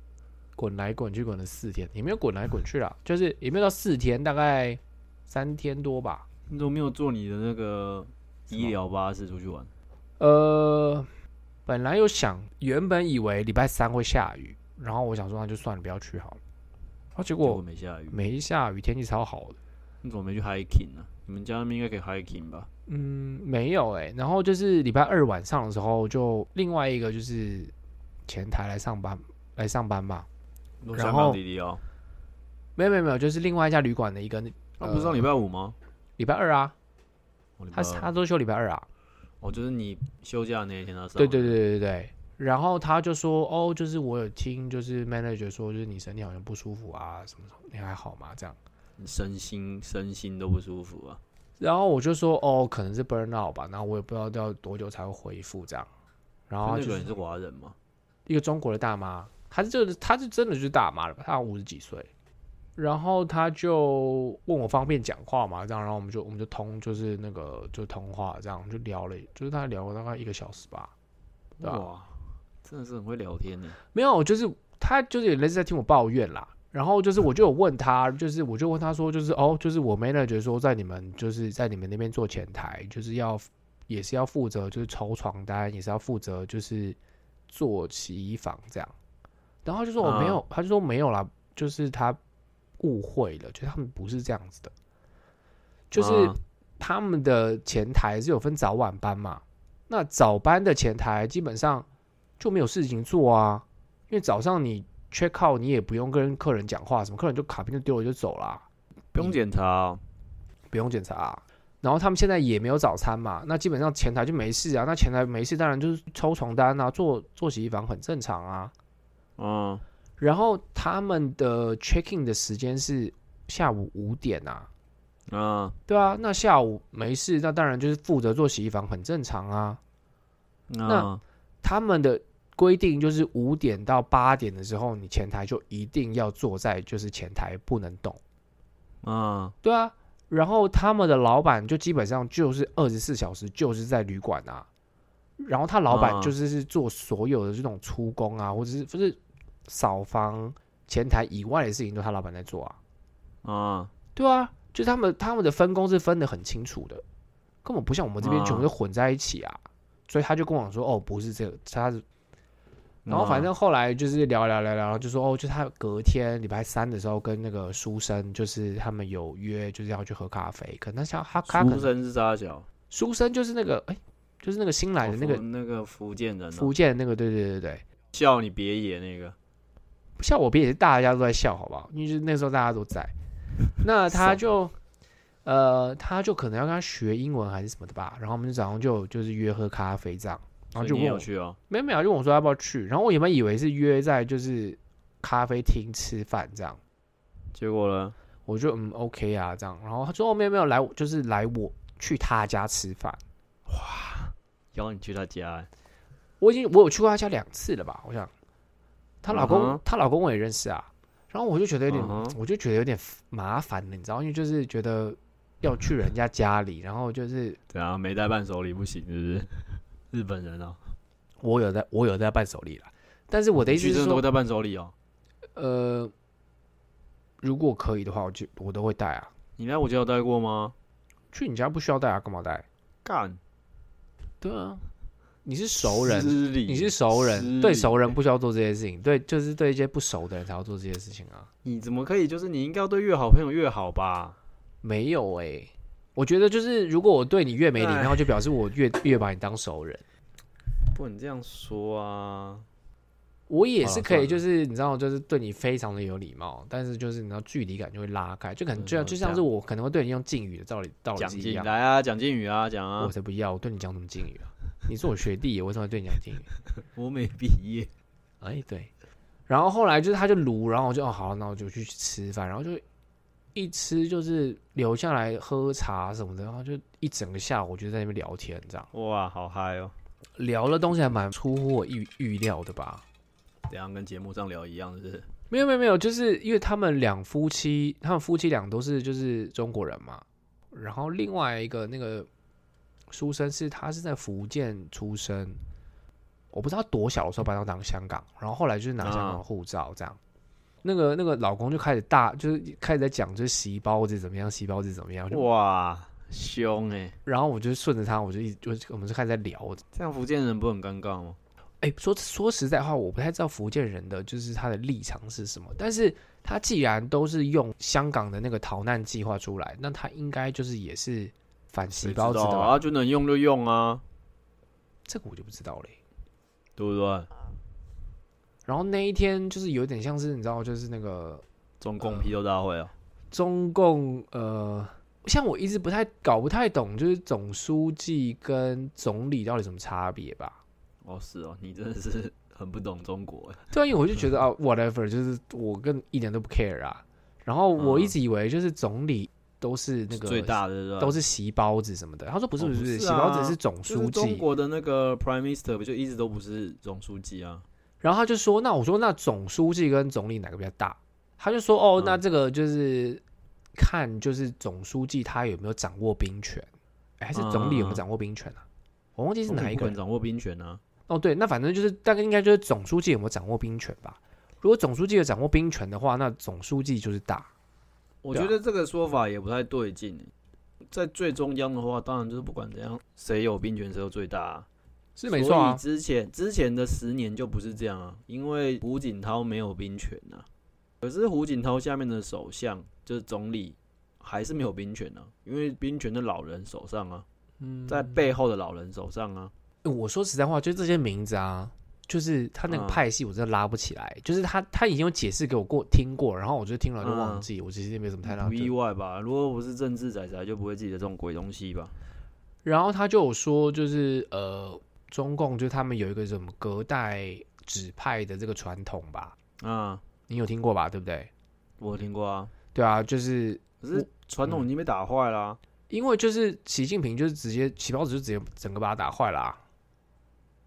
[SPEAKER 1] 滚来滚去滚了四天，也没有滚来滚去啦，就是也没有到四天，大概三天多吧。
[SPEAKER 2] 你怎么没有坐你的那个
[SPEAKER 1] 什么
[SPEAKER 2] 医疗巴士出去玩？
[SPEAKER 1] 呃，本来有想，原本以为礼拜三会下雨，然后我想说那就算了，不要去好了。然后结
[SPEAKER 2] 结果
[SPEAKER 1] 果
[SPEAKER 2] 没下雨，
[SPEAKER 1] 没下雨，天气超好的。
[SPEAKER 2] 你怎么没去 hiking 呢、你们家那边应该可以 hiking 吧？
[SPEAKER 1] 嗯，没有哎、然后就是礼拜二晚上的时候，就另外一个就是前台来上班来上班吧。
[SPEAKER 2] 都
[SPEAKER 1] 然
[SPEAKER 2] 香
[SPEAKER 1] 后
[SPEAKER 2] 港弟弟哦，
[SPEAKER 1] 没有没有没有，就是另外一家旅馆的一个
[SPEAKER 2] 那、啊不是上
[SPEAKER 1] 呃
[SPEAKER 2] 礼拜五吗？
[SPEAKER 1] 礼拜二啊，
[SPEAKER 2] 哦礼拜
[SPEAKER 1] 他
[SPEAKER 2] 二
[SPEAKER 1] 他都休礼拜二啊。
[SPEAKER 2] 哦，就是你休假那一天他上。
[SPEAKER 1] 对对对对对对。然后他就说，哦，就是我有听，就是 manager 说，就是你身体好像不舒服啊，什么什么，你还好吗？这样。
[SPEAKER 2] 你身心身心都不舒服啊。
[SPEAKER 1] 然后我就说，哦，可能是 burn out 吧，然后我也不知道要多久才会恢复这样。然后
[SPEAKER 2] 那
[SPEAKER 1] 他
[SPEAKER 2] 个
[SPEAKER 1] 就
[SPEAKER 2] 人
[SPEAKER 1] 是
[SPEAKER 2] 是华人吗？
[SPEAKER 1] 一个中国的大妈，她就是她是真的就是大妈了吧？她五十几岁，然后她就问我方便讲话嘛，这样，然后我们就我们就通就是那个就通话，这样我们就聊了，就是她聊了大概一个小时吧，对啊
[SPEAKER 2] 哇，真的是很会聊天呢。
[SPEAKER 1] 没有，就是他就是有类似在听我抱怨啦。然后就是我就有问他，就是我就问他说，就是哦，就是我 manager 说在你们就是在你们那边做前台，就是要也是要负责就是筹床单，也是要负责就是做洗衣房这样。然后他就说我哦没有，他就说没有啦，就是他误会了，就是他们不是这样子的，就是。
[SPEAKER 2] 啊
[SPEAKER 1] 他们的前台是有分早晚班嘛，那早班的前台基本上就没有事情做啊，因为早上你 check out 你也不用跟客人讲话，什么客人就卡片就丢了就走啦，
[SPEAKER 2] 不用检查哦，
[SPEAKER 1] 不用检查啊、然后他们现在也没有早餐嘛，那基本上前台就没事啊，那前台没事当然就是抽床单啊，做做洗衣房很正常啊。
[SPEAKER 2] 嗯，
[SPEAKER 1] 然后他们的 check in 的时间是下午五点啊，
[SPEAKER 2] 嗯，
[SPEAKER 1] 对啊，那下午没事，那当然就是负责做洗衣房很正常啊。
[SPEAKER 2] 那
[SPEAKER 1] 他们的规定就是五点到八点的时候，你前台就一定要坐在就是前台不能动。
[SPEAKER 2] 嗯，
[SPEAKER 1] 对啊，然后他们的老板就基本上就是二十四小时就是在旅馆啊，然后他老板
[SPEAKER 2] 啊
[SPEAKER 1] 就是是做所有的这种出工啊，或者是就是扫房前台以外的事情都他老板在做啊。
[SPEAKER 2] 嗯，
[SPEAKER 1] 对啊，就是他们他们的分工是分的很清楚的，根本不像我们这边
[SPEAKER 2] 啊
[SPEAKER 1] 全部都混在一起啊。所以他就跟我讲说，哦，不是这个，他是然后
[SPEAKER 2] 嗯
[SPEAKER 1] 反正后来就是聊聊聊聊，就说哦，就是他隔天礼拜三的时候跟那个书生，就是他们有约，就是要去喝咖啡。可能像他他可
[SPEAKER 2] 出
[SPEAKER 1] 能
[SPEAKER 2] 生是沙小，
[SPEAKER 1] 书生就是那个哎，就是那个新来的哎那
[SPEAKER 2] 哦
[SPEAKER 1] 个
[SPEAKER 2] 福那个福建人哦，
[SPEAKER 1] 福建的那个，对对对对，
[SPEAKER 2] 笑你别野那个，
[SPEAKER 1] 笑我别也是大家都在笑，好不好？因为就是那时候大家都在，那 他就呃，他就可能要跟他学英文还是什么的吧。然后我们就早上就就是约喝咖啡这样，然
[SPEAKER 2] 所
[SPEAKER 1] 后
[SPEAKER 2] 以
[SPEAKER 1] 就
[SPEAKER 2] 你
[SPEAKER 1] 问
[SPEAKER 2] 也
[SPEAKER 1] 我
[SPEAKER 2] 有去哦，
[SPEAKER 1] 没有没有，就问我说要不要去，然后我原本以为是约在就是咖啡厅吃饭这样，
[SPEAKER 2] 结果呢？
[SPEAKER 1] 我就嗯 OK 啊这样，然后他说哦没有没有来我，就是来我去他家吃饭，
[SPEAKER 2] 邀你去他家欸，
[SPEAKER 1] 我已经我有去过他家两次了吧，我想，她老公
[SPEAKER 2] 嗯哼
[SPEAKER 1] 她、老公我也认识啊，然后我就觉得有点
[SPEAKER 2] 嗯哼
[SPEAKER 1] 我就觉得有点麻烦了，你知道，因为就是觉得要去人家家里，然后就是
[SPEAKER 2] 怎样？啊没带伴手礼不行是不是？日本人哦，
[SPEAKER 1] 我有在我有在伴手礼啦，但是我的意
[SPEAKER 2] 你
[SPEAKER 1] 思
[SPEAKER 2] 去
[SPEAKER 1] 是
[SPEAKER 2] 真的
[SPEAKER 1] 说
[SPEAKER 2] 会，带伴手礼哦。
[SPEAKER 1] 呃，如果可以的话，我就我都会带啊。
[SPEAKER 2] 你来我家有带过吗？
[SPEAKER 1] 去你家不需要带啊，干嘛带？
[SPEAKER 2] 干，
[SPEAKER 1] 对啊，你是熟人，
[SPEAKER 2] 失礼
[SPEAKER 1] 你是熟人，
[SPEAKER 2] 失
[SPEAKER 1] 对
[SPEAKER 2] 礼
[SPEAKER 1] 熟人不需要做这些事情，对，就是对一些不熟的人才要做这些事情啊。
[SPEAKER 2] 你怎么可以？就是你应该要对越好朋友越好吧？
[SPEAKER 1] 没有哎、我觉得就是如果我对你越没礼
[SPEAKER 2] 哎
[SPEAKER 1] 貌，就表示我 越越把你当熟人。
[SPEAKER 2] 不能这样说啊！
[SPEAKER 1] 我也
[SPEAKER 2] 好
[SPEAKER 1] 是
[SPEAKER 2] 啦
[SPEAKER 1] 可
[SPEAKER 2] 算
[SPEAKER 1] 以，
[SPEAKER 2] 了
[SPEAKER 1] 就是你知道，就是对你非常的有礼貌，但是就是你知道距离感就会拉开，就可能
[SPEAKER 2] 嗯
[SPEAKER 1] 就像
[SPEAKER 2] 我
[SPEAKER 1] 就像
[SPEAKER 2] 这样
[SPEAKER 1] 是我可能会对你用敬语的道理道理
[SPEAKER 2] 讲
[SPEAKER 1] 是一
[SPEAKER 2] 敬
[SPEAKER 1] 样，
[SPEAKER 2] 来啊，讲敬语啊，讲啊
[SPEAKER 1] 我！才不要，我对你讲什么敬语啊？你是我学弟耶，我为什么要对你讲敬语？啊
[SPEAKER 2] 我没毕业，
[SPEAKER 1] 哎，对。然后后来就是他就卤，然后我就哦好，那我就去吃饭，然后就一吃就是留下来喝茶什么的，然后就一整个下午我就在那边聊天，这样
[SPEAKER 2] 哇，好嗨哦！
[SPEAKER 1] 聊的东西还蛮出乎我预预料的吧？
[SPEAKER 2] 怎样跟节目上聊一样，是不是？
[SPEAKER 1] 没有没有没有，就是因为他们两夫妻，他们夫妻俩都是就是中国人嘛，然后另外一个那个书生是他是在福建出生，我不知道他多小的时候搬到当香港，然后后来就是拿香港的护照这样。那个那个老公就开始大，就是开始在讲，就是洗包子怎么样，洗包子怎么样。就
[SPEAKER 2] 哇，凶哎、
[SPEAKER 1] 然后我就顺着他，我就一就我们就开始在聊。
[SPEAKER 2] 这样福建人不很尴尬吗？
[SPEAKER 1] 哎，说说实在话，我不太知道福建人的就是他的立场是什么，但是他既然都是用香港的那个逃难计划出来，那他应该就是也是反洗包子
[SPEAKER 2] 谁
[SPEAKER 1] 的
[SPEAKER 2] 知道
[SPEAKER 1] 吧？
[SPEAKER 2] 啊，就能用就用啊，
[SPEAKER 1] 这个我就不知道嘞。
[SPEAKER 2] 对不对？
[SPEAKER 1] 然后那一天就是有点像是你知道，就是那个
[SPEAKER 2] 中共批斗大会哦，
[SPEAKER 1] 中共呃，像我一直不太搞不太懂，就是总书记跟总理到底什么差别吧？
[SPEAKER 2] 哦是哦，你真的是 很不懂中国哎。
[SPEAKER 1] 对啊，因为我就觉 得啊，whatever，就是我跟一点都不 care 啊。然后我一直以为就是总理都是那个
[SPEAKER 2] 嗯最大的对吧
[SPEAKER 1] 都是席包子什么的。他说不是
[SPEAKER 2] 嗯哦
[SPEAKER 1] 不
[SPEAKER 2] 不
[SPEAKER 1] 是，
[SPEAKER 2] 是
[SPEAKER 1] 席包子
[SPEAKER 2] 啊
[SPEAKER 1] 是总
[SPEAKER 2] 就是
[SPEAKER 1] 书
[SPEAKER 2] 中
[SPEAKER 1] 记。
[SPEAKER 2] 国的那个 Prime Minister 不就一直都不是总书记啊？
[SPEAKER 1] 然后他就说，那我说那总书记跟总理哪个比较大？他就说
[SPEAKER 2] 嗯
[SPEAKER 1] 哦，那这个就是看就是总书记他有没有掌握兵权，哎还是总理有没有掌握兵权啊？我忘记是哪一
[SPEAKER 2] 嗯不可
[SPEAKER 1] 个
[SPEAKER 2] 能掌握兵权啊？
[SPEAKER 1] 哦，对，那反正就是大概应该就是总书记有没有掌握兵权吧。如果总书记有掌握兵权的话，那总书记就是大。
[SPEAKER 2] 我
[SPEAKER 1] 对啊
[SPEAKER 2] 觉得这个说法也不太对劲欸。在最中央的话，当然就是不管怎样，谁有兵权谁就最大啊、
[SPEAKER 1] 是没错啊
[SPEAKER 2] 所以之前之前的十年就不是这样啊，因为胡锦涛没有兵权啊。可是胡锦涛下面的首相就是总理，还是没有兵权啊，因为兵权在老人手上啊，
[SPEAKER 1] 嗯
[SPEAKER 2] 在背后的老人手上啊。
[SPEAKER 1] 呃我说实在话，就这些名字啊，就是他那个
[SPEAKER 2] 嗯
[SPEAKER 1] 派系，我真的拉不起来。就是他他已经有解释给我过听过，然后我就听了就忘
[SPEAKER 2] 嗯
[SPEAKER 1] 记，我其实也没什么太大
[SPEAKER 2] 不
[SPEAKER 1] 的
[SPEAKER 2] 意外吧？如果不是政治仔仔，就不会记得这种鬼东西吧？
[SPEAKER 1] 然后他就有说，就是呃，中共就是他们有一个什么隔代指派的这个传统吧，
[SPEAKER 2] 啊，
[SPEAKER 1] 你有听过吧？对不对？
[SPEAKER 2] 我有听过啊。
[SPEAKER 1] 对啊，就是
[SPEAKER 2] 可是传统已经被打坏啦、
[SPEAKER 1] 因为就是习近平就是直接起包子就直接整个把他打坏了、啊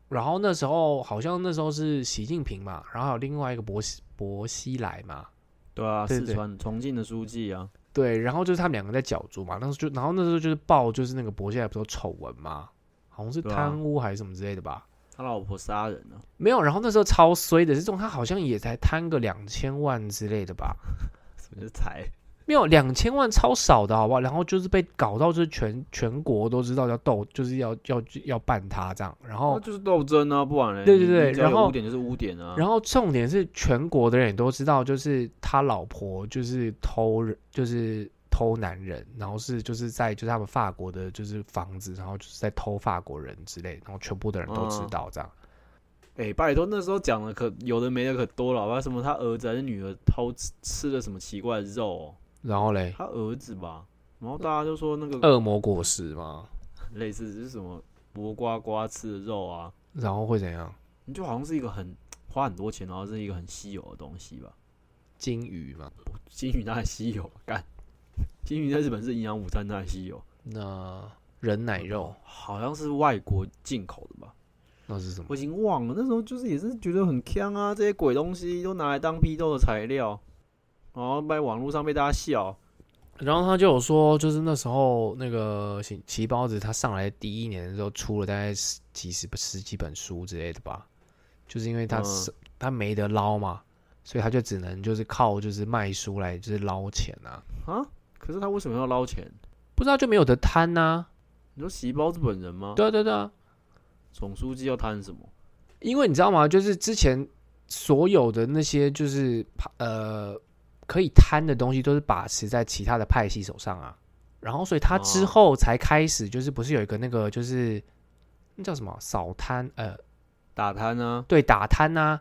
[SPEAKER 1] 然后那时候好像那时候是习近平嘛，然后还有另外一个薄熙薄熙来嘛，
[SPEAKER 2] 对啊，
[SPEAKER 1] 对
[SPEAKER 2] 四
[SPEAKER 1] 对
[SPEAKER 2] 川重庆的书记啊，
[SPEAKER 1] 对，然后就是他们两个在角逐嘛，那时候就然后那时候就是报就是那个薄熙来不是有丑闻嘛，好像是
[SPEAKER 2] 对啊
[SPEAKER 1] 贪污还是什么之类的吧。
[SPEAKER 2] 他老婆杀人啊，
[SPEAKER 1] 没有，然后那时候超衰的，这种他好像也才贪个两千万之类的吧，
[SPEAKER 2] 什么是财？
[SPEAKER 1] 没有两千万超少的好不好？然后就是被搞到就是全全国都知道要斗，就是要要要办他这样，然后
[SPEAKER 2] 那就是斗争啊，不然嘞，
[SPEAKER 1] 对对对
[SPEAKER 2] 你只要有
[SPEAKER 1] 然后
[SPEAKER 2] 污点就是污点啊，
[SPEAKER 1] 然
[SPEAKER 2] 后
[SPEAKER 1] 后重点是，全国的人也都知道，就是他老婆就是偷人，就是偷男人，然后是就是在就是他们法国的就是房子，然后就是在偷法国人之类，然后全部的人都知
[SPEAKER 2] 嗯
[SPEAKER 1] 道这样。
[SPEAKER 2] 哎、拜托那时候讲的可有的没的可多了，好吧？什么他儿子还是女儿偷吃吃了什么奇怪的肉、哦，
[SPEAKER 1] 然后嘞，
[SPEAKER 2] 他儿子吧，然后大家就说那个
[SPEAKER 1] 恶魔果实嘛，
[SPEAKER 2] 类似是什么薄瓜瓜吃的肉啊，
[SPEAKER 1] 然后会怎样？
[SPEAKER 2] 你就好像是一个很花很多钱，然后是一个很稀有的东西吧？
[SPEAKER 1] 金鱼嘛，
[SPEAKER 2] 金鱼它还稀有，干，金鱼在日本是营养午餐，它还稀有，
[SPEAKER 1] 那人奶肉
[SPEAKER 2] 好像是外国进口的吧？
[SPEAKER 1] 那是什么？
[SPEAKER 2] 我已经忘了，那时候就是也是觉得很坑啊，这些鬼东西都拿来当批斗的材料，然后在网络上被大家笑。
[SPEAKER 1] 然后他就有说，就是那时候那个奇奇包子他上来第一年的时候，出了大概十几十十几本书之类的吧，就是因为他、
[SPEAKER 2] 嗯
[SPEAKER 1] 是他没得捞嘛，所以他就只能就是靠就是卖书来就是捞钱啊，
[SPEAKER 2] 可是他为什么要捞钱？
[SPEAKER 1] 不知道就没有得贪呐、
[SPEAKER 2] 你说席包子本人吗？
[SPEAKER 1] 对啊对啊对啊，
[SPEAKER 2] 总书记要贪什么？
[SPEAKER 1] 因为你知道吗？就是之前所有的那些就是呃可以贪的东西，都是把持在其他的派系手上啊。然后，所以他之
[SPEAKER 2] 哦
[SPEAKER 1] 后才开始，就是不是有一个那个就是那叫什么扫贪呃
[SPEAKER 2] 打贪啊，
[SPEAKER 1] 对打贪呐、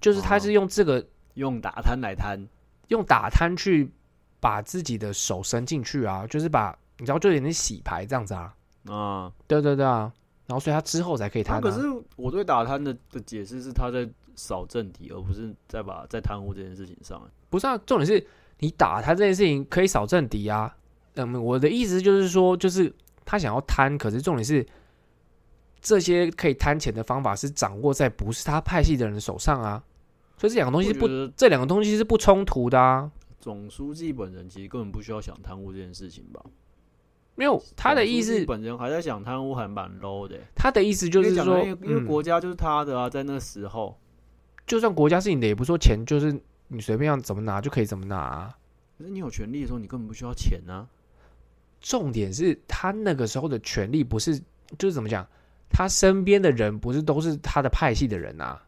[SPEAKER 1] 就是他
[SPEAKER 2] 哦
[SPEAKER 1] 是用这个、
[SPEAKER 2] 用打贪来贪。
[SPEAKER 1] 用打贪去把自己的手伸进去啊，就是把你知道就有点洗牌这样子啊。
[SPEAKER 2] 啊，
[SPEAKER 1] 对对对啊，然后所以他之后才可以贪、
[SPEAKER 2] 他
[SPEAKER 1] 啊。
[SPEAKER 2] 可是我对打贪的的解释是他在扫政敌，而不是在把在贪污这件事情上。
[SPEAKER 1] 不是啊，重点是你打他这件事情可以扫政敌啊。嗯，我的意思就是说，就是他想要贪，可是重点是这些可以贪钱的方法是掌握在不是他派系的人手上啊。所以这两个东西是
[SPEAKER 2] 我
[SPEAKER 1] 不
[SPEAKER 2] 觉，得
[SPEAKER 1] 这两个东西是不冲突的啊。
[SPEAKER 2] 总书记本人其实根本不需要想贪污这件事情吧？
[SPEAKER 1] 没有他的意
[SPEAKER 2] 总书
[SPEAKER 1] 思
[SPEAKER 2] 记，本人还在想贪污，还蛮 low 的欸、
[SPEAKER 1] 他的意思就是
[SPEAKER 2] 因为讲
[SPEAKER 1] 说，
[SPEAKER 2] 的因为因为
[SPEAKER 1] 嗯
[SPEAKER 2] 国家就是他的啊，在那个时候，
[SPEAKER 1] 就算国家是你的，也不是说钱就是你随便要怎么拿就可以怎么拿啊、
[SPEAKER 2] 可是你有权利的时候，你根本不需要钱啊。
[SPEAKER 1] 重点是他那个时候的权利不是，就是怎么讲，他身边的人不是都是他的派系的人啊。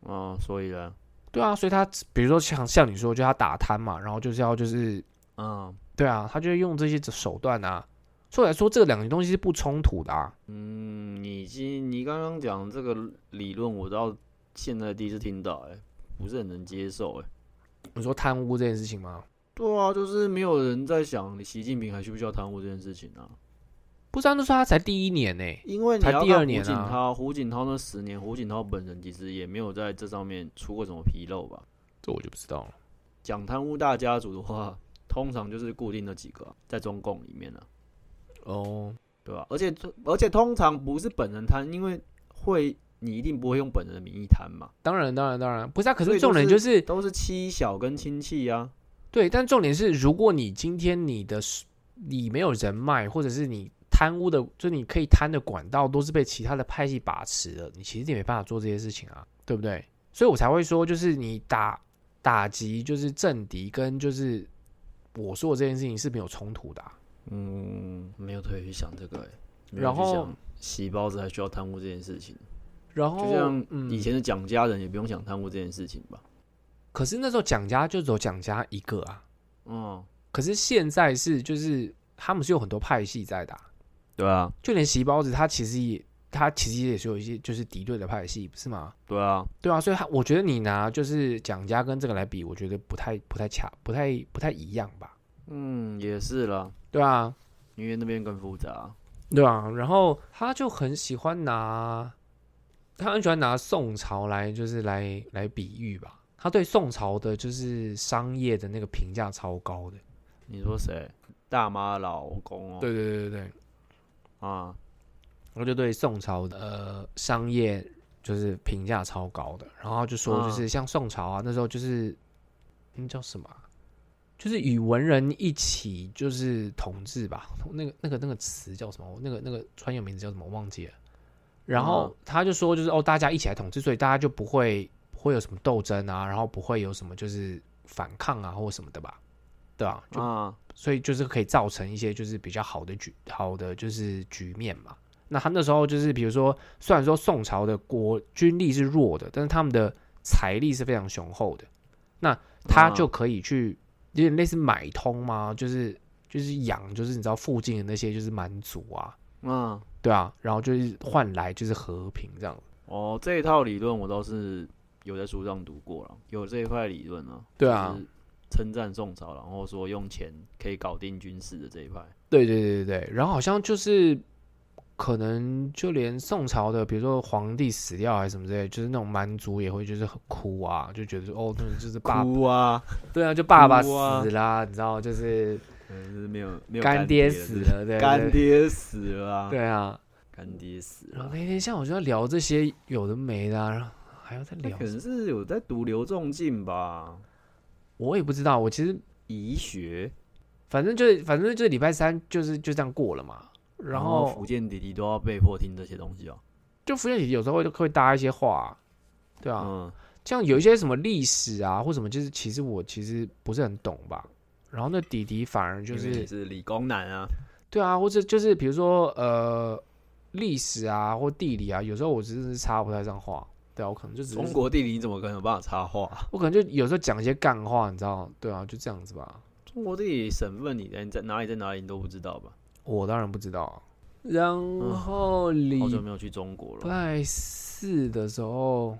[SPEAKER 2] 哦，所以呢，
[SPEAKER 1] 对啊，所以他比如说像像你说，就他打贪嘛，然后就是要就是
[SPEAKER 2] 嗯
[SPEAKER 1] 对啊，他就用这些手段啊。所以来说，这两个东西是不冲突的啊。
[SPEAKER 2] 嗯，你今你刚刚讲这个理论，我到现在第一次听到、哎，不是很能接受、哎。
[SPEAKER 1] 你说贪污这件事情吗？
[SPEAKER 2] 对啊，就是没有人在想习近平还需不需要贪污这件事情啊？
[SPEAKER 1] 不是、啊，那是他才第一年呢、
[SPEAKER 2] 因为你
[SPEAKER 1] 才
[SPEAKER 2] 要
[SPEAKER 1] 第二
[SPEAKER 2] 看胡
[SPEAKER 1] 年
[SPEAKER 2] 锦
[SPEAKER 1] 啊
[SPEAKER 2] 涛，胡锦涛那十年，胡锦涛本人其实也没有在这上面出过什么纰漏吧？
[SPEAKER 1] 这我就不知道了。
[SPEAKER 2] 讲贪污大家族的话，通常就是固定的几个啊、在中共里面啊。
[SPEAKER 1] 哦，
[SPEAKER 2] 对吧、而且而且通常不是本人贪，因为会你一定不会用本人的名义摊嘛，
[SPEAKER 1] 当然，当然，当然，不是啊。可
[SPEAKER 2] 所
[SPEAKER 1] 是
[SPEAKER 2] 以
[SPEAKER 1] 重点
[SPEAKER 2] 就
[SPEAKER 1] 就是
[SPEAKER 2] 都是妻小跟亲戚啊。
[SPEAKER 1] 对，但重点是，如果你今天你的 s- 你没有人脉，或者是你贪污的，就你可以贪的管道都是被其他的派系把持的，你其实也没办法做这些事情啊，对不对？所以我才会说，就是你打打击就是政敌跟就是我说的这件事情是没有冲突的啊、
[SPEAKER 2] 嗯，没有特别去想这个、欸，没有
[SPEAKER 1] 然
[SPEAKER 2] 去
[SPEAKER 1] 后
[SPEAKER 2] 想洗包子还需要贪污这件事情，
[SPEAKER 1] 然后
[SPEAKER 2] 就像
[SPEAKER 1] 嗯
[SPEAKER 2] 以前的蒋家人也不用想贪污这件事情吧。
[SPEAKER 1] 可是那时候蒋家就只有蒋家一个啊，
[SPEAKER 2] 嗯，
[SPEAKER 1] 可是现在是就是他们是有很多派系在的啊、
[SPEAKER 2] 对啊，
[SPEAKER 1] 就连席包子他其实也他其实也是有一些就是敌对的派系，不是吗？
[SPEAKER 2] 对啊，
[SPEAKER 1] 对啊，所以他我觉得你拿就是蒋家跟这个来比，我觉得不太不太恰不太不太一样吧？
[SPEAKER 2] 嗯，也是啦，
[SPEAKER 1] 对啊，
[SPEAKER 2] 因为那边更复杂。
[SPEAKER 1] 对啊，然后他就很喜欢拿，他很喜欢拿宋朝来就是来来比喻吧。他对宋朝的就是商业的那个评价超高的。
[SPEAKER 2] 你说谁？大妈老公哦、
[SPEAKER 1] 对对对对对，
[SPEAKER 2] 啊，
[SPEAKER 1] 然后就对宋朝的呃商业就是评价超高的，然后就说就
[SPEAKER 2] 嗯
[SPEAKER 1] 是像宋朝啊，那时候就是那叫什么啊、就是与文人一起就是统治吧，那个那个那个词叫什么？我那个那个专有名字叫什么？我忘记了。然后
[SPEAKER 2] 嗯
[SPEAKER 1] 他就说就是哦，大家一起来统治，所以大家就不会不会有什么斗争啊，然后不会有什么就是反抗啊或什么的吧，对吧、就
[SPEAKER 2] 啊，
[SPEAKER 1] 所以就是可以造成一些就是比较好的局好的就是局面嘛。那他那时候就是比如说，虽然说宋朝的国军力是弱的，但是他们的财力是非常雄厚的，那他
[SPEAKER 2] 嗯
[SPEAKER 1] 就可以去有点类似买通嘛，就是就是养就是你知道附近的那些就是蛮族啊，
[SPEAKER 2] 嗯，
[SPEAKER 1] 对啊，然后就是换来就是和平这样。
[SPEAKER 2] 哦，这一套理论我倒是有在书上读过了，有这一块理论啊。
[SPEAKER 1] 对啊，
[SPEAKER 2] 称赞宋朝，然后说用钱可以搞定军事的这一块。
[SPEAKER 1] 对对对对对，然后好像就是可能就连宋朝的，比如说皇帝死掉还是什么之类，就是那种蛮族也会就是很哭啊，就觉得说哦，那就是爸，
[SPEAKER 2] 哭啊，
[SPEAKER 1] 对啊，就爸爸
[SPEAKER 2] 哭啊
[SPEAKER 1] 死啦，你知道，就是
[SPEAKER 2] 嗯就是没有没有
[SPEAKER 1] 干
[SPEAKER 2] 爹
[SPEAKER 1] 爹死了，对
[SPEAKER 2] 了是不是，
[SPEAKER 1] 对
[SPEAKER 2] 干爹死了啊，
[SPEAKER 1] 对啊。
[SPEAKER 2] 干爹死
[SPEAKER 1] 然后
[SPEAKER 2] 了。啊
[SPEAKER 1] 那天下午就要聊这些有的没的、啊，然后还要再
[SPEAKER 2] 那
[SPEAKER 1] 聊
[SPEAKER 2] 可，能是有在读刘仲敬吧，
[SPEAKER 1] 我也不知道，我其实
[SPEAKER 2] 医学，
[SPEAKER 1] 反正就是反正就是礼拜三就是就这样过了嘛，然
[SPEAKER 2] 然
[SPEAKER 1] 后
[SPEAKER 2] 福建弟弟都要被迫听这些东西哦。
[SPEAKER 1] 就福建姐姐有时候会会搭一些话啊，对啊，
[SPEAKER 2] 嗯，
[SPEAKER 1] 像有一些什么历史啊，或什么，就是其实我其实不是很懂吧。然后那弟弟反而就
[SPEAKER 2] 因为你
[SPEAKER 1] 是
[SPEAKER 2] 是理工男啊，
[SPEAKER 1] 对啊，或者就是比如说呃历史啊或地理啊，有时候我真的是插不太上话。对啊，我可能就只是
[SPEAKER 2] 中，国地理你怎么可能有办法插话？
[SPEAKER 1] 我可能就有时候讲一些干话，你知道？对啊，就这样子吧。
[SPEAKER 2] 中国地理省份你在你在哪里在哪里你都不知道吧？
[SPEAKER 1] 我当然不知道啊。然后礼
[SPEAKER 2] 好久没有去中国了。
[SPEAKER 1] 拜四的时候，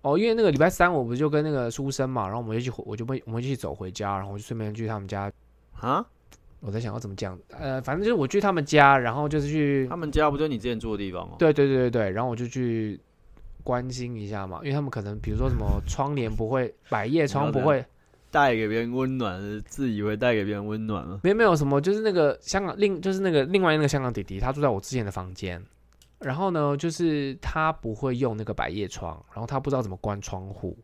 [SPEAKER 1] 哦，因为那个礼拜三我不是就跟那个书生嘛，然后我们就去回，我就会我们一起走回家，然后我就顺便去他们家
[SPEAKER 2] 啊，
[SPEAKER 1] 我在想要怎么讲，呃，反正就是我去他们家，然后就是去
[SPEAKER 2] 他，们家不就是你之前住的地方哦？
[SPEAKER 1] 对啊对对对对，然后我就去关心一下嘛，因为他们可能比如说什 么窗帘不会，百叶窗不会，
[SPEAKER 2] 带给别人温暖，自以为带给别人温暖了。
[SPEAKER 1] 没有没有什么，就是那个香港另就是那个另外那个香港弟弟，他住在我之前的房间，然后呢，就是他不会用那个百叶窗，然后他不知道怎么关窗户，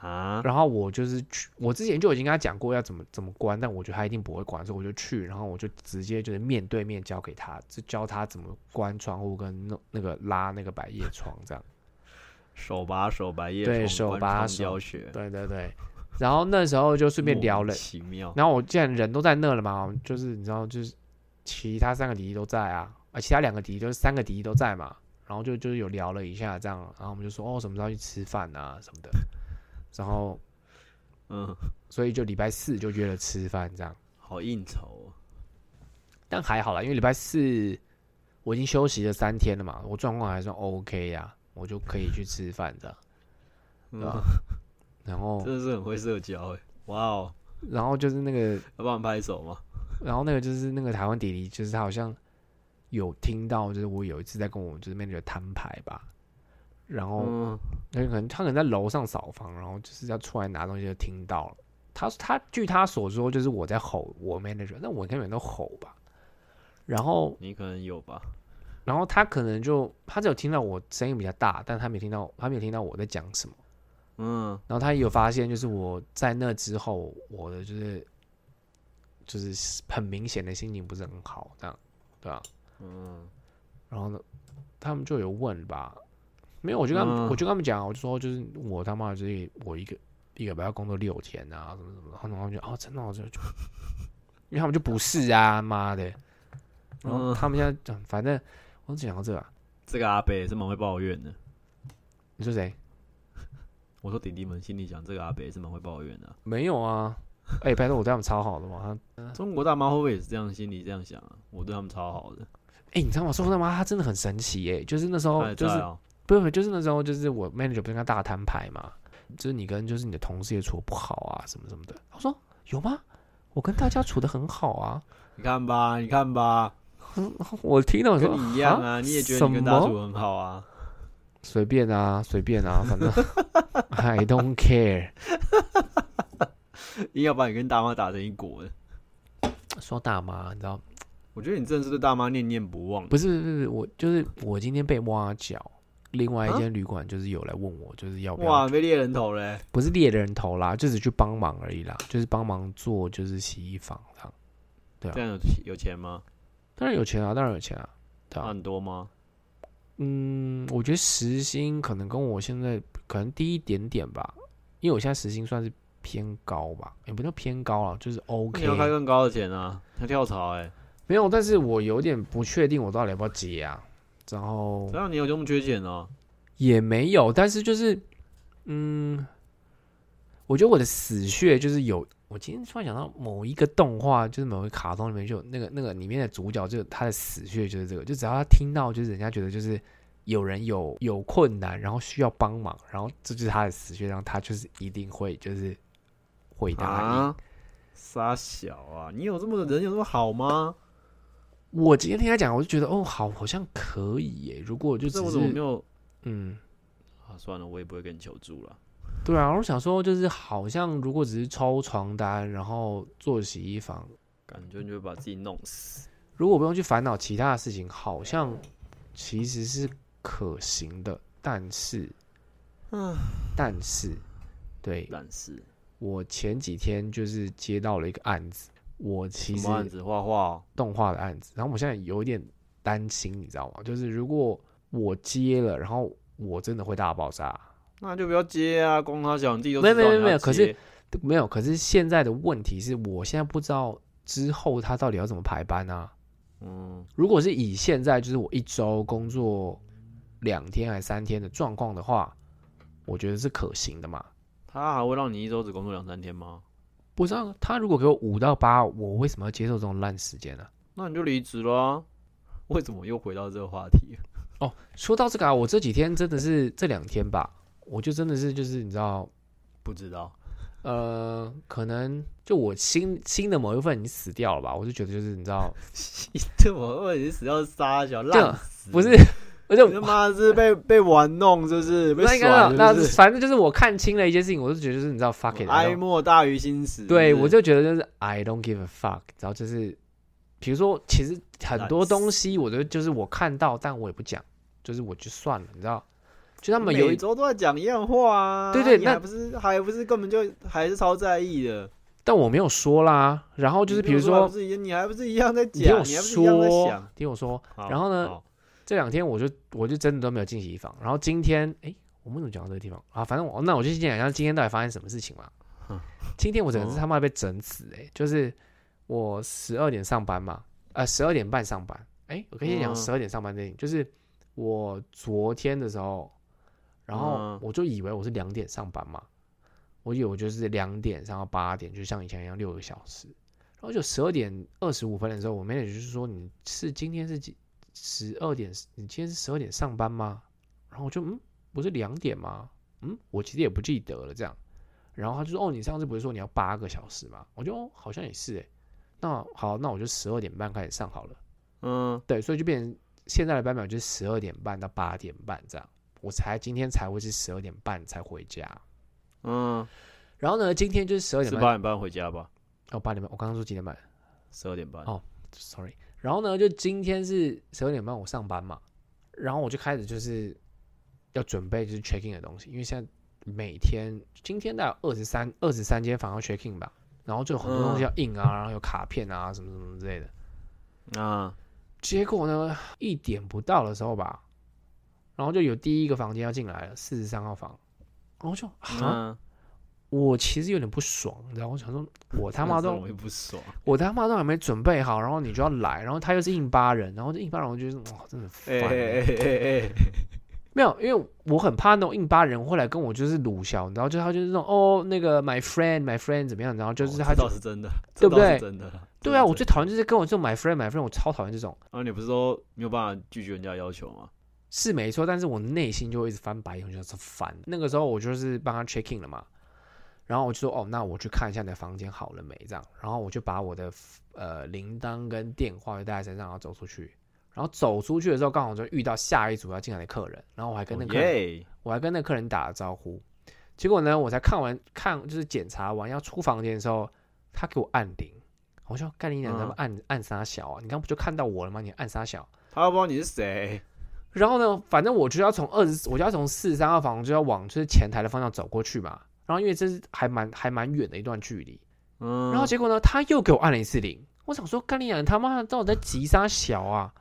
[SPEAKER 2] 啊，
[SPEAKER 1] 然后我就是去，我之前就已经跟他讲过要怎么怎么关，但我觉得他一定不会关，所以我就去，然后我就直接就是面对面教给他，就教他怎么关窗户跟弄那个拉那个百叶窗这样。
[SPEAKER 2] 手把手白夜
[SPEAKER 1] 对
[SPEAKER 2] 虫
[SPEAKER 1] 手
[SPEAKER 2] 关
[SPEAKER 1] 把
[SPEAKER 2] 窗
[SPEAKER 1] 手
[SPEAKER 2] 教学，
[SPEAKER 1] 对对对，然后那时候就顺便
[SPEAKER 2] 莫
[SPEAKER 1] 聊
[SPEAKER 2] 名
[SPEAKER 1] 了，
[SPEAKER 2] 奇妙。
[SPEAKER 1] 然后我既然人都在那了嘛，就是你知道，就是其他三个敌都在啊，啊，其他两个敌就是三个敌都在嘛，然后就就是有聊了一下这样，然后我们就说哦什么时候要去吃饭啊什么的，然后
[SPEAKER 2] 嗯，
[SPEAKER 1] 所以就礼拜四就约了吃饭这样。
[SPEAKER 2] 好应酬、哦。
[SPEAKER 1] 但还好啦，因为礼拜四我已经休息了三天了嘛，我状况还算 OK 呀、我就可以去吃饭这样。
[SPEAKER 2] 嗯，
[SPEAKER 1] 啊然后，
[SPEAKER 2] 真的是很会社交哎。哇哦，
[SPEAKER 1] 然后就是那个，
[SPEAKER 2] 要帮我拍手吗？
[SPEAKER 1] 然后那个就是那个台湾弟弟，就是他好像有听到，就是我有一次在跟我就是 manager 摊牌吧，然后
[SPEAKER 2] 嗯，
[SPEAKER 1] 他可能他可能在楼上扫房，然后就是要出来拿东西就听到了。他他据他所说，就是我在吼我 manager，那我根本都吼吧。然后
[SPEAKER 2] 你可能有吧。
[SPEAKER 1] 然后他可能就他只有听到我声音比较大，但他没听到他没有听到我在讲什么。
[SPEAKER 2] 嗯，
[SPEAKER 1] 然后他也有发现，就是我在那之后，我的就是就是很明显的心情不是很好，这样对啊，嗯，然后呢，他们就有问吧，没有，我就跟他们，
[SPEAKER 2] 嗯
[SPEAKER 1] 我就跟他们讲，我就说就是我他妈就是我一个一个礼拜要工作六天啊，什么什么的，然后他们就哦真的哦，我就就，因为他们就不是啊，妈的，然后
[SPEAKER 2] 嗯
[SPEAKER 1] 他们现在讲反正我只讲到这啊，
[SPEAKER 2] 这个阿北是蛮会抱怨的。
[SPEAKER 1] 你说谁？
[SPEAKER 2] 我说弟弟们心里想，这个阿北是蛮会抱怨的啊、
[SPEAKER 1] 没有啊，哎、拜托我对他们超好的嘛，他
[SPEAKER 2] 中国大妈会不会也是这样心里这样想啊？我对他们超好的，
[SPEAKER 1] 哎、你知道吗？说他妈，他真的很神奇耶、就是那时
[SPEAKER 2] 他
[SPEAKER 1] 候，
[SPEAKER 2] 也
[SPEAKER 1] 哦就
[SPEAKER 2] 在
[SPEAKER 1] 是
[SPEAKER 2] 啊
[SPEAKER 1] 不不，就是那时候，就是我 manager 不是跟他大摊牌嘛，就是你跟就是你的同事也处得不好啊，什么什么的。我说有吗？我跟大家处得很好啊。
[SPEAKER 2] 你看吧，你看吧，
[SPEAKER 1] 我听到我
[SPEAKER 2] 跟
[SPEAKER 1] 说
[SPEAKER 2] 你一样
[SPEAKER 1] 哈
[SPEAKER 2] 啊，你也觉得
[SPEAKER 1] 什
[SPEAKER 2] 你跟大
[SPEAKER 1] 么
[SPEAKER 2] 厨很好啊？
[SPEAKER 1] 随便啊，随便啊，反正 I don't care。
[SPEAKER 2] 硬要把你跟大妈打成一国的。
[SPEAKER 1] 说大妈，你知道
[SPEAKER 2] 我觉得你真的是对大妈念念不忘。
[SPEAKER 1] 不是不是不是，我就是我今天被挖角，另外一间旅馆就是有来问我，就是要不要
[SPEAKER 2] 啊哇，被猎人头欸嘞！
[SPEAKER 1] 不是猎人头啦，就只去帮忙而已啦，就是帮忙做就是洗衣房这样。对啊
[SPEAKER 2] 这样有有钱吗？
[SPEAKER 1] 当然有钱啊，当然有钱啊，对
[SPEAKER 2] 那
[SPEAKER 1] 啊。
[SPEAKER 2] 很多吗？
[SPEAKER 1] 嗯，我觉得时薪可能跟我现在可能低一点点吧，因为我现在时薪算是偏高吧，也不叫偏高啊，就是
[SPEAKER 2] 那
[SPEAKER 1] OK
[SPEAKER 2] 你。要开更高的钱啊！他跳槽哎、欸，
[SPEAKER 1] 没有，但是我有点不确定我到底要不要接啊。然后
[SPEAKER 2] 这样你有这么缺钱哦、
[SPEAKER 1] 也没有，但是就是，嗯，我觉得我的死穴就是有。我今天突然想到某一个动画，就是某一个卡通里面就有那个那个里面的主角，就是他的死穴就是这个，就只要他听到就是人家觉得就是有人有有困难，然后需要帮忙，然后这就是他的死穴，然后他就是一定会就是回答你。
[SPEAKER 2] 啊，傻小啊！你有这么人有这么好吗？
[SPEAKER 1] 我今天听他讲，我就觉得哦，好，好像可以耶。如果我就
[SPEAKER 2] 不
[SPEAKER 1] 只
[SPEAKER 2] 是我怎么没
[SPEAKER 1] 是
[SPEAKER 2] 有
[SPEAKER 1] 嗯，
[SPEAKER 2] 啊？算了，我也不会跟你求助了。
[SPEAKER 1] 对啊，我想说，就是好像如果只是抽床单，然后做洗衣房，
[SPEAKER 2] 感觉你就会把自己弄死。
[SPEAKER 1] 如果不用去烦恼其他的事情，好像其实是可行的。但是，但是，对
[SPEAKER 2] 但是
[SPEAKER 1] 我前几天就是接到了一个案子，我
[SPEAKER 2] 什
[SPEAKER 1] 其实
[SPEAKER 2] 么案子画画、哦，
[SPEAKER 1] 动画的案子，然后我现在有一点担心，你知道吗？就是如果我接了，然后我真的会大爆炸，
[SPEAKER 2] 那就不要接啊！光他小你自己都
[SPEAKER 1] 没有
[SPEAKER 2] 知道
[SPEAKER 1] 没有
[SPEAKER 2] 你
[SPEAKER 1] 没有
[SPEAKER 2] 要
[SPEAKER 1] 可是
[SPEAKER 2] 接
[SPEAKER 1] 没有，可是现在的问题是我现在不知道之后他到底要怎么排班啊。
[SPEAKER 2] 嗯
[SPEAKER 1] 如果是以现在就是我一周工作两天还三天的状况的话，我觉得是可行的嘛。
[SPEAKER 2] 他还会让你一周只工作两三天吗？
[SPEAKER 1] 不知道他如果给我五到八，我为什么要接受这种烂时间呢、
[SPEAKER 2] 那你就离职了啊、为什么又回到这个话题？
[SPEAKER 1] 哦，说到这个啊，我这几天真的是这两天吧，我就真的是就是你知道，
[SPEAKER 2] 不知道，
[SPEAKER 1] 呃，可能就我心心的某一份已经死掉了吧，我就觉得就是你知道，
[SPEAKER 2] 嗯这我问你死要杀小烂死，
[SPEAKER 1] 不是，我 就
[SPEAKER 2] 你他妈是被被玩弄，是不是？被
[SPEAKER 1] 那应该那
[SPEAKER 2] 耍啊是
[SPEAKER 1] 那
[SPEAKER 2] 不是？
[SPEAKER 1] 反正就是我看清了一件事情，我就觉得就是你知道 fuck it，然后
[SPEAKER 2] 哀莫大于心死。
[SPEAKER 1] 对
[SPEAKER 2] 是不
[SPEAKER 1] 我
[SPEAKER 2] 是
[SPEAKER 1] 就觉得就是 I don't give a fuck，然后就是比如说，其实很多东西，我都就是我看到，但我也不讲，就是我就算了，你知道？就他们有
[SPEAKER 2] 每
[SPEAKER 1] 一
[SPEAKER 2] 周都在讲一样话啊，
[SPEAKER 1] 对对
[SPEAKER 2] 你
[SPEAKER 1] 那
[SPEAKER 2] 还不是还不是根本就还是超在意的，
[SPEAKER 1] 但我没有说啦。然后就是
[SPEAKER 2] 你
[SPEAKER 1] 比如
[SPEAKER 2] 还
[SPEAKER 1] 说
[SPEAKER 2] 不，是一你还不是一样在
[SPEAKER 1] 你听
[SPEAKER 2] 讲，
[SPEAKER 1] 我
[SPEAKER 2] 你还不是一样在
[SPEAKER 1] 说
[SPEAKER 2] 想，，
[SPEAKER 1] 听我说，
[SPEAKER 2] 好
[SPEAKER 1] 然后呢？
[SPEAKER 2] 好
[SPEAKER 1] 这两天我就我就真的都没有进洗衣房。然后今天，哎，我们怎么讲到这个地方啊？反正我那我就先讲一下今天到底发生什么事情嘛
[SPEAKER 2] 嗯。
[SPEAKER 1] 今天我整个是他妈被整死哎、诶就是我十二点上班嘛，呃，十二点半上班。哎，我跟你讲
[SPEAKER 2] 嗯
[SPEAKER 1] 十二点上班这件事情，就是我昨天的时候，然后
[SPEAKER 2] 嗯
[SPEAKER 1] 我就以为我是两点上班嘛，我以为我就是两点上到八点，就像以前一样六个小时。然后就十二点二十五分的时候，我 manager 就是说你是今天是几十二点，你今天是十二点上班吗？然后我就嗯，不是两点吗？嗯，我其实也不记得了这样。然后他就说哦，你上次不是说你要八个小时吗？我就、哦、好像也是诶、那好，那我就十二点半开始上好了。
[SPEAKER 2] 嗯，
[SPEAKER 1] 对，所以就变成现在的班表就是十二点半到八点半这样，我才今天才会是十二点半才回家。
[SPEAKER 2] 嗯，
[SPEAKER 1] 然后呢，今天就是十二点
[SPEAKER 2] 是
[SPEAKER 1] 半
[SPEAKER 2] 八点半回家吧？
[SPEAKER 1] 哦，八点半，我刚刚说几点半
[SPEAKER 2] 十二点半。
[SPEAKER 1] 哦，sorry，然后呢，就今天是十二点半我上班嘛，然后我就开始就是要准备就是 check in 的东西，因为现在每天今天大概二十三二十三间房要 check in 吧，然后就有很多东西要印啊，然后有卡片啊什么什么之类的。
[SPEAKER 2] 啊，
[SPEAKER 1] 结果呢，一点不到的时候吧，然后就有第一个房间要进来了，四十三号房，然后就啊，
[SPEAKER 2] 那
[SPEAKER 1] 我其实有点不爽，你知道，我想说，我他妈
[SPEAKER 2] 那这
[SPEAKER 1] 都
[SPEAKER 2] 种我也 不爽。
[SPEAKER 1] 我他妈都还没准备好，然后你就要来，然后他又是印巴人，然后这印巴人我就觉得哇，真的很烦。欸
[SPEAKER 2] 哎哎哎哎哎，
[SPEAKER 1] 没有，因为我很怕那种印巴人会来跟我就是鲁小，然后就他就是那种哦那个 my friend my friend 怎么样，然后就是
[SPEAKER 2] 哦
[SPEAKER 1] 他
[SPEAKER 2] 这
[SPEAKER 1] 就、
[SPEAKER 2] 倒是真的，
[SPEAKER 1] 对不
[SPEAKER 2] 这倒
[SPEAKER 1] 对
[SPEAKER 2] 是真的啦。
[SPEAKER 1] 对
[SPEAKER 2] 这
[SPEAKER 1] 啊，
[SPEAKER 2] 倒
[SPEAKER 1] 我
[SPEAKER 2] 是
[SPEAKER 1] 最
[SPEAKER 2] 真的
[SPEAKER 1] 讨厌就是跟我这种 my friend my friend，我超讨厌这种
[SPEAKER 2] 啊，你不是说没有办法拒绝人家的要求吗？
[SPEAKER 1] 是没错，但是我内心就会一直翻白眼，我觉得是烦。那个时候我就是帮他 check in 了嘛，然后我就说哦那我去看一下你的房间好了没这样，然后我就把我的呃铃铛跟电话就带在身上，然后走出去。然后走出去的时候，刚好就遇到下一组要进来的客人，然后我还跟那
[SPEAKER 2] 哦
[SPEAKER 1] 个客人
[SPEAKER 2] 耶，
[SPEAKER 1] 我还跟那客人打了招呼，结果呢，我才看完看就是检查完要出房间的时候，他给我按铃，我说干你娘，
[SPEAKER 2] 嗯
[SPEAKER 1] 咱们按按啥小啊？你刚不就看到我了吗？你按啥小？
[SPEAKER 2] 他又不知道你是谁。
[SPEAKER 1] 然后呢，反正我就要从二十，我就要从四十三号房就要往就是前台的方向走过去嘛。然后因为这是还蛮还蛮远的一段距离，
[SPEAKER 2] 嗯，
[SPEAKER 1] 然后结果呢，他又给我按了一次铃，我想说干你娘，他妈的到底在急啥小啊？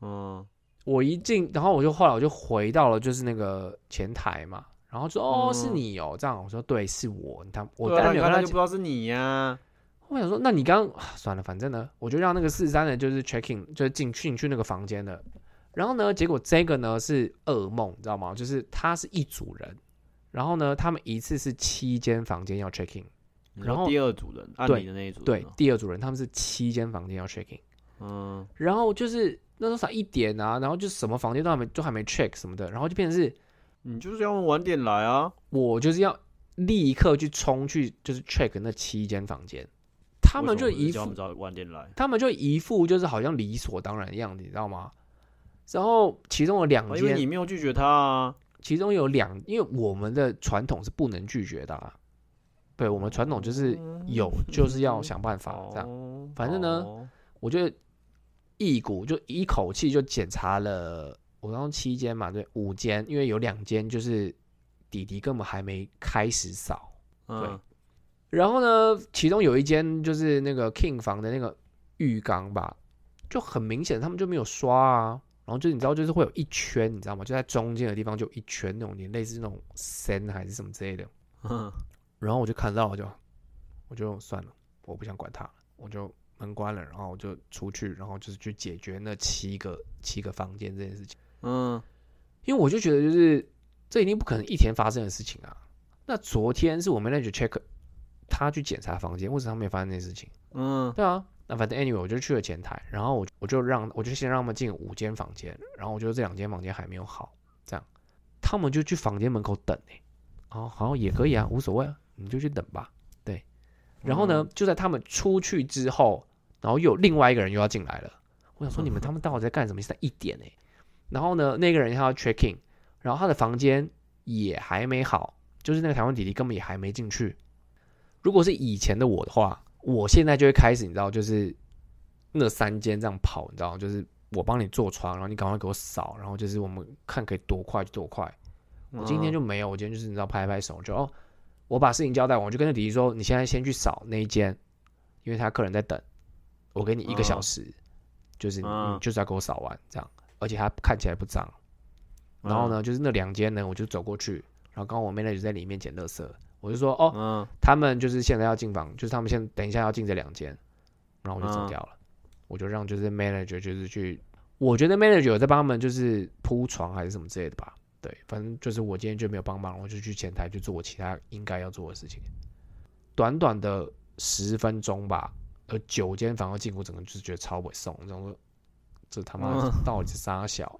[SPEAKER 2] 嗯，
[SPEAKER 1] 我一进，然后我就后来我就回到了就是那个前台嘛，然后说哦
[SPEAKER 2] 嗯
[SPEAKER 1] 是你哦这样，我说对是我，你他我
[SPEAKER 2] 对啊
[SPEAKER 1] 当然
[SPEAKER 2] 他
[SPEAKER 1] 没有跟
[SPEAKER 2] 看他
[SPEAKER 1] 他
[SPEAKER 2] 就不
[SPEAKER 1] 讲，
[SPEAKER 2] 知道是你呀。
[SPEAKER 1] 我想说那你刚啊算了，反正呢我就让那个四三的就是 check in 就是进去进去那个房间的，然后呢结果这个呢是噩梦，你知道吗？就是他是一组人，然后呢他们一次是七间房间要 check in，
[SPEAKER 2] 你说
[SPEAKER 1] 然后
[SPEAKER 2] 第二组人按
[SPEAKER 1] 对
[SPEAKER 2] 你的那一组人
[SPEAKER 1] 对
[SPEAKER 2] 哦，
[SPEAKER 1] 第二组人他们是七间房间要 check in。
[SPEAKER 2] 嗯，
[SPEAKER 1] 然后就是那时候才一点啊，然后就什么房间都还没都还没 check 什么的，然后就变成是
[SPEAKER 2] 你就是要晚点来啊。
[SPEAKER 1] 我就是要立刻去冲去，就是 check 那七间房间，他们就
[SPEAKER 2] 为什么
[SPEAKER 1] 一
[SPEAKER 2] 不是叫我
[SPEAKER 1] 副
[SPEAKER 2] 们早晚点来。
[SPEAKER 1] 他们就一副就是好像理所当然的样子，你知道吗？然后其中有两
[SPEAKER 2] 啊因为
[SPEAKER 1] 间，
[SPEAKER 2] 你没有拒绝他啊。
[SPEAKER 1] 其中有两，因为我们的传统是不能拒绝的、啊，对我们传统就是
[SPEAKER 2] 哦嗯
[SPEAKER 1] 有就是要想办法这样。
[SPEAKER 2] 样
[SPEAKER 1] 反正呢
[SPEAKER 2] 哦
[SPEAKER 1] 我就一股就一口气就检查了，我刚刚七间嘛，对，五间，因为有两间就是弟弟根本还没开始扫。
[SPEAKER 2] 嗯，
[SPEAKER 1] 然后呢，其中有一间就是那个 King 房的那个浴缸吧，就很明显他们就没有刷啊。然后就你知道，就是会有一圈，你知道吗？就在中间的地方就有一圈那种，你类似那种绳还是什么之类的。
[SPEAKER 2] 嗯
[SPEAKER 1] 然后我就看到，我就我就算了，我不想管他了，我就门关了，然后我就出去，然后就是去解决那七个七个房间这件事情，
[SPEAKER 2] 嗯，
[SPEAKER 1] 因为我就觉得就是这一定不可能一天发生的事情啊。那昨天是我们那去 check，他去检查房间，为什么他没有发生这件事情？
[SPEAKER 2] 嗯，
[SPEAKER 1] 对啊，那反正 anyway 我就去了前台，然后我我就让我就先让他们进五间房间，然后我觉得这两间房间还没有好，这样他们就去房间门口等哎、哦好也可以啊，无所谓啊，你就去等吧，对。然后呢，就在他们出去之后，然后又有另外一个人又要进来了，我想说你们他们到底在干什么？现在一点哎、然后呢，那个人他要 check in，然后他的房间也还没好，就是那个台湾弟弟根本也还没进去。如果是以前的我的话，我现在就会开始，你知道，就是那三间这样跑，你知道，就是我帮你做床，然后你赶快给我扫，然后就是我们看可以多快就多快。
[SPEAKER 2] 嗯
[SPEAKER 1] 我今天就没有，我今天就是你知道拍拍手就哦，我把事情交代完，我就跟那弟弟说，你现在先去扫那一间，因为他客人在等，我给你一个小时，就是你,、
[SPEAKER 2] 嗯
[SPEAKER 1] 你就是要给我扫完这样，而且他看起来不脏。然后呢，就是那两间呢，我就走过去，然后刚好我妹那就在里面捡垃圾，我就说哦，
[SPEAKER 2] 嗯，
[SPEAKER 1] 他们就是现在要进房，就是他们现等一下要进这两间，然后我就走
[SPEAKER 2] 嗯
[SPEAKER 1] 掉了，我就让就是 manager 就是去，我觉得 manager 有在帮他们就是铺床还是什么之类的吧，对，反正就是我今天就没有帮忙，我就去前台去做我其他应该要做的事情。短短的十分钟吧，呃，九间房要进，我整个就是觉得超不送，然后这他妈的
[SPEAKER 2] 嗯
[SPEAKER 1] 到底是啥小？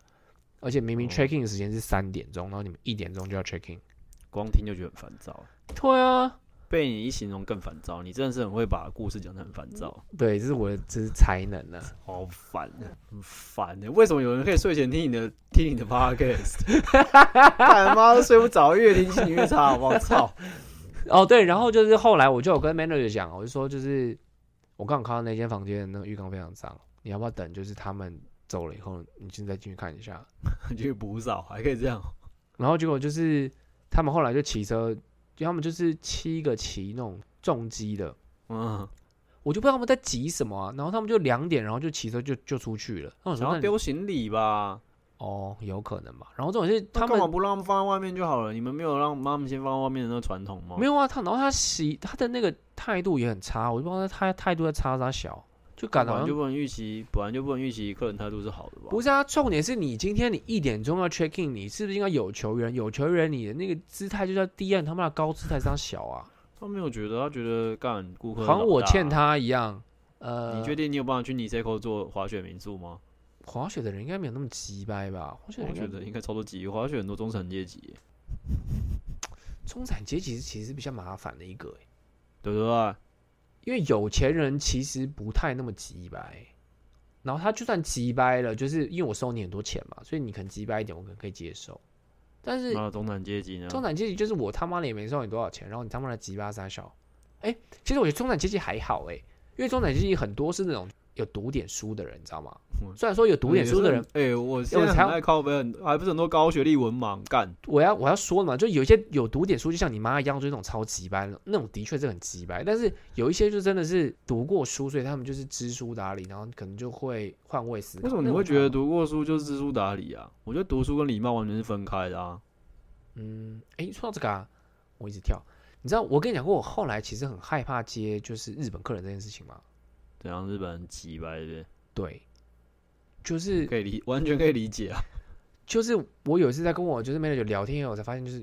[SPEAKER 1] 而且明明
[SPEAKER 2] 哦
[SPEAKER 1] check in 的时间是三点钟，然后你们一点钟就要 check in。
[SPEAKER 2] 光听就觉得很烦躁，
[SPEAKER 1] 对啊，
[SPEAKER 2] 被你一形容更烦躁。你真的是很会把故事讲得很烦躁，
[SPEAKER 1] 对，这是我的这是才能呢、
[SPEAKER 2] 好烦啊，很烦的。为什么有人可以睡前听你的听你的 podcast？干他妈都睡不着，越听心情越差，好不好？操！
[SPEAKER 1] 哦，对，然后就是后来我就有跟 manager 讲，我就说就是我刚好看到那间房间的那个浴缸非常脏，你要不要等？就是他们走了以后，你现在进去看一下。
[SPEAKER 2] 去补扫，还可以这样。
[SPEAKER 1] 然后结果就是他们后来就骑车，就他们就是七个骑那种重机的，
[SPEAKER 2] 嗯，
[SPEAKER 1] 我就不知道他们在急什么啊、然后他们就两点，然后就骑车就就出去了。那我说
[SPEAKER 2] 想要
[SPEAKER 1] 那
[SPEAKER 2] 丢行李吧？
[SPEAKER 1] 哦，有可能吧。然后这种是
[SPEAKER 2] 他
[SPEAKER 1] 他
[SPEAKER 2] 干
[SPEAKER 1] 们
[SPEAKER 2] 嘛不让他们放在外面就好了？你们没有让他们先放在外面的那个传统吗？
[SPEAKER 1] 没有啊，他然后他洗他的那个态度也很差，我就不知道他态度在差啥小，就感
[SPEAKER 2] 本
[SPEAKER 1] 觉好
[SPEAKER 2] 来
[SPEAKER 1] 像
[SPEAKER 2] 就不能预期，本来就不能预期客人态度是好的吧？
[SPEAKER 1] 啊不是啊，重点是你今天你一点钟要 check in，你是不是应该有球员？有球员你的那个姿态就叫低啊，你他妈的高姿态上小啊，
[SPEAKER 2] 他没有觉得，他觉得干顾客、
[SPEAKER 1] 好像我欠。他一样。呃，
[SPEAKER 2] 啊你确定你有办法去尼塞扣做滑雪民宿吗？
[SPEAKER 1] 滑雪的人应该没有那么鸡掰吧？滑雪的人
[SPEAKER 2] 我觉
[SPEAKER 1] 应该
[SPEAKER 2] 得应该超多级，滑雪很多中产阶级耶，
[SPEAKER 1] 中产阶级其实比较麻烦的一个欸、
[SPEAKER 2] 对不对？
[SPEAKER 1] 因为有钱人其实不太那么急掰，然后他就算急掰了，就是因为我收你很多钱嘛，所以你肯急掰一点，我可能可以接受。但是
[SPEAKER 2] 那中产阶级呢？
[SPEAKER 1] 中产阶级就是我他妈的也没收你多少钱，然后你他妈的急巴三小。哎、其实我觉得中产阶级还好哎、因为中产阶级很多是那种有读点书的人，你知道吗
[SPEAKER 2] 嗯？
[SPEAKER 1] 虽然说有读点书的人，，
[SPEAKER 2] 哎、我现在
[SPEAKER 1] 我才
[SPEAKER 2] 很爱靠背，很还不是很多高学历文盲干。
[SPEAKER 1] 我要我要说的嘛，就有一些有读点书，就像你妈一样，就是那种超级白的，那种的确是很急白。但是有一些就真的是读过书，所以他们就是知书达理，然后可能就会换位思考。
[SPEAKER 2] 为什么你
[SPEAKER 1] 那种
[SPEAKER 2] 会觉得
[SPEAKER 1] 才好？
[SPEAKER 2] 读过书就是知书达理啊？我觉得读书跟礼貌完全是分开的啊。
[SPEAKER 1] 嗯，哎、说到这个啊，我一直跳。你知道我跟你讲过，我后来其实很害怕接就是日本客人这件事情吗？
[SPEAKER 2] 怎样？日本人急白对不对？
[SPEAKER 1] 对，就是
[SPEAKER 2] 可以理，完全可以理解啊。
[SPEAKER 1] 就是我有一次在跟我就是 manager 聊天以后，我才发现就是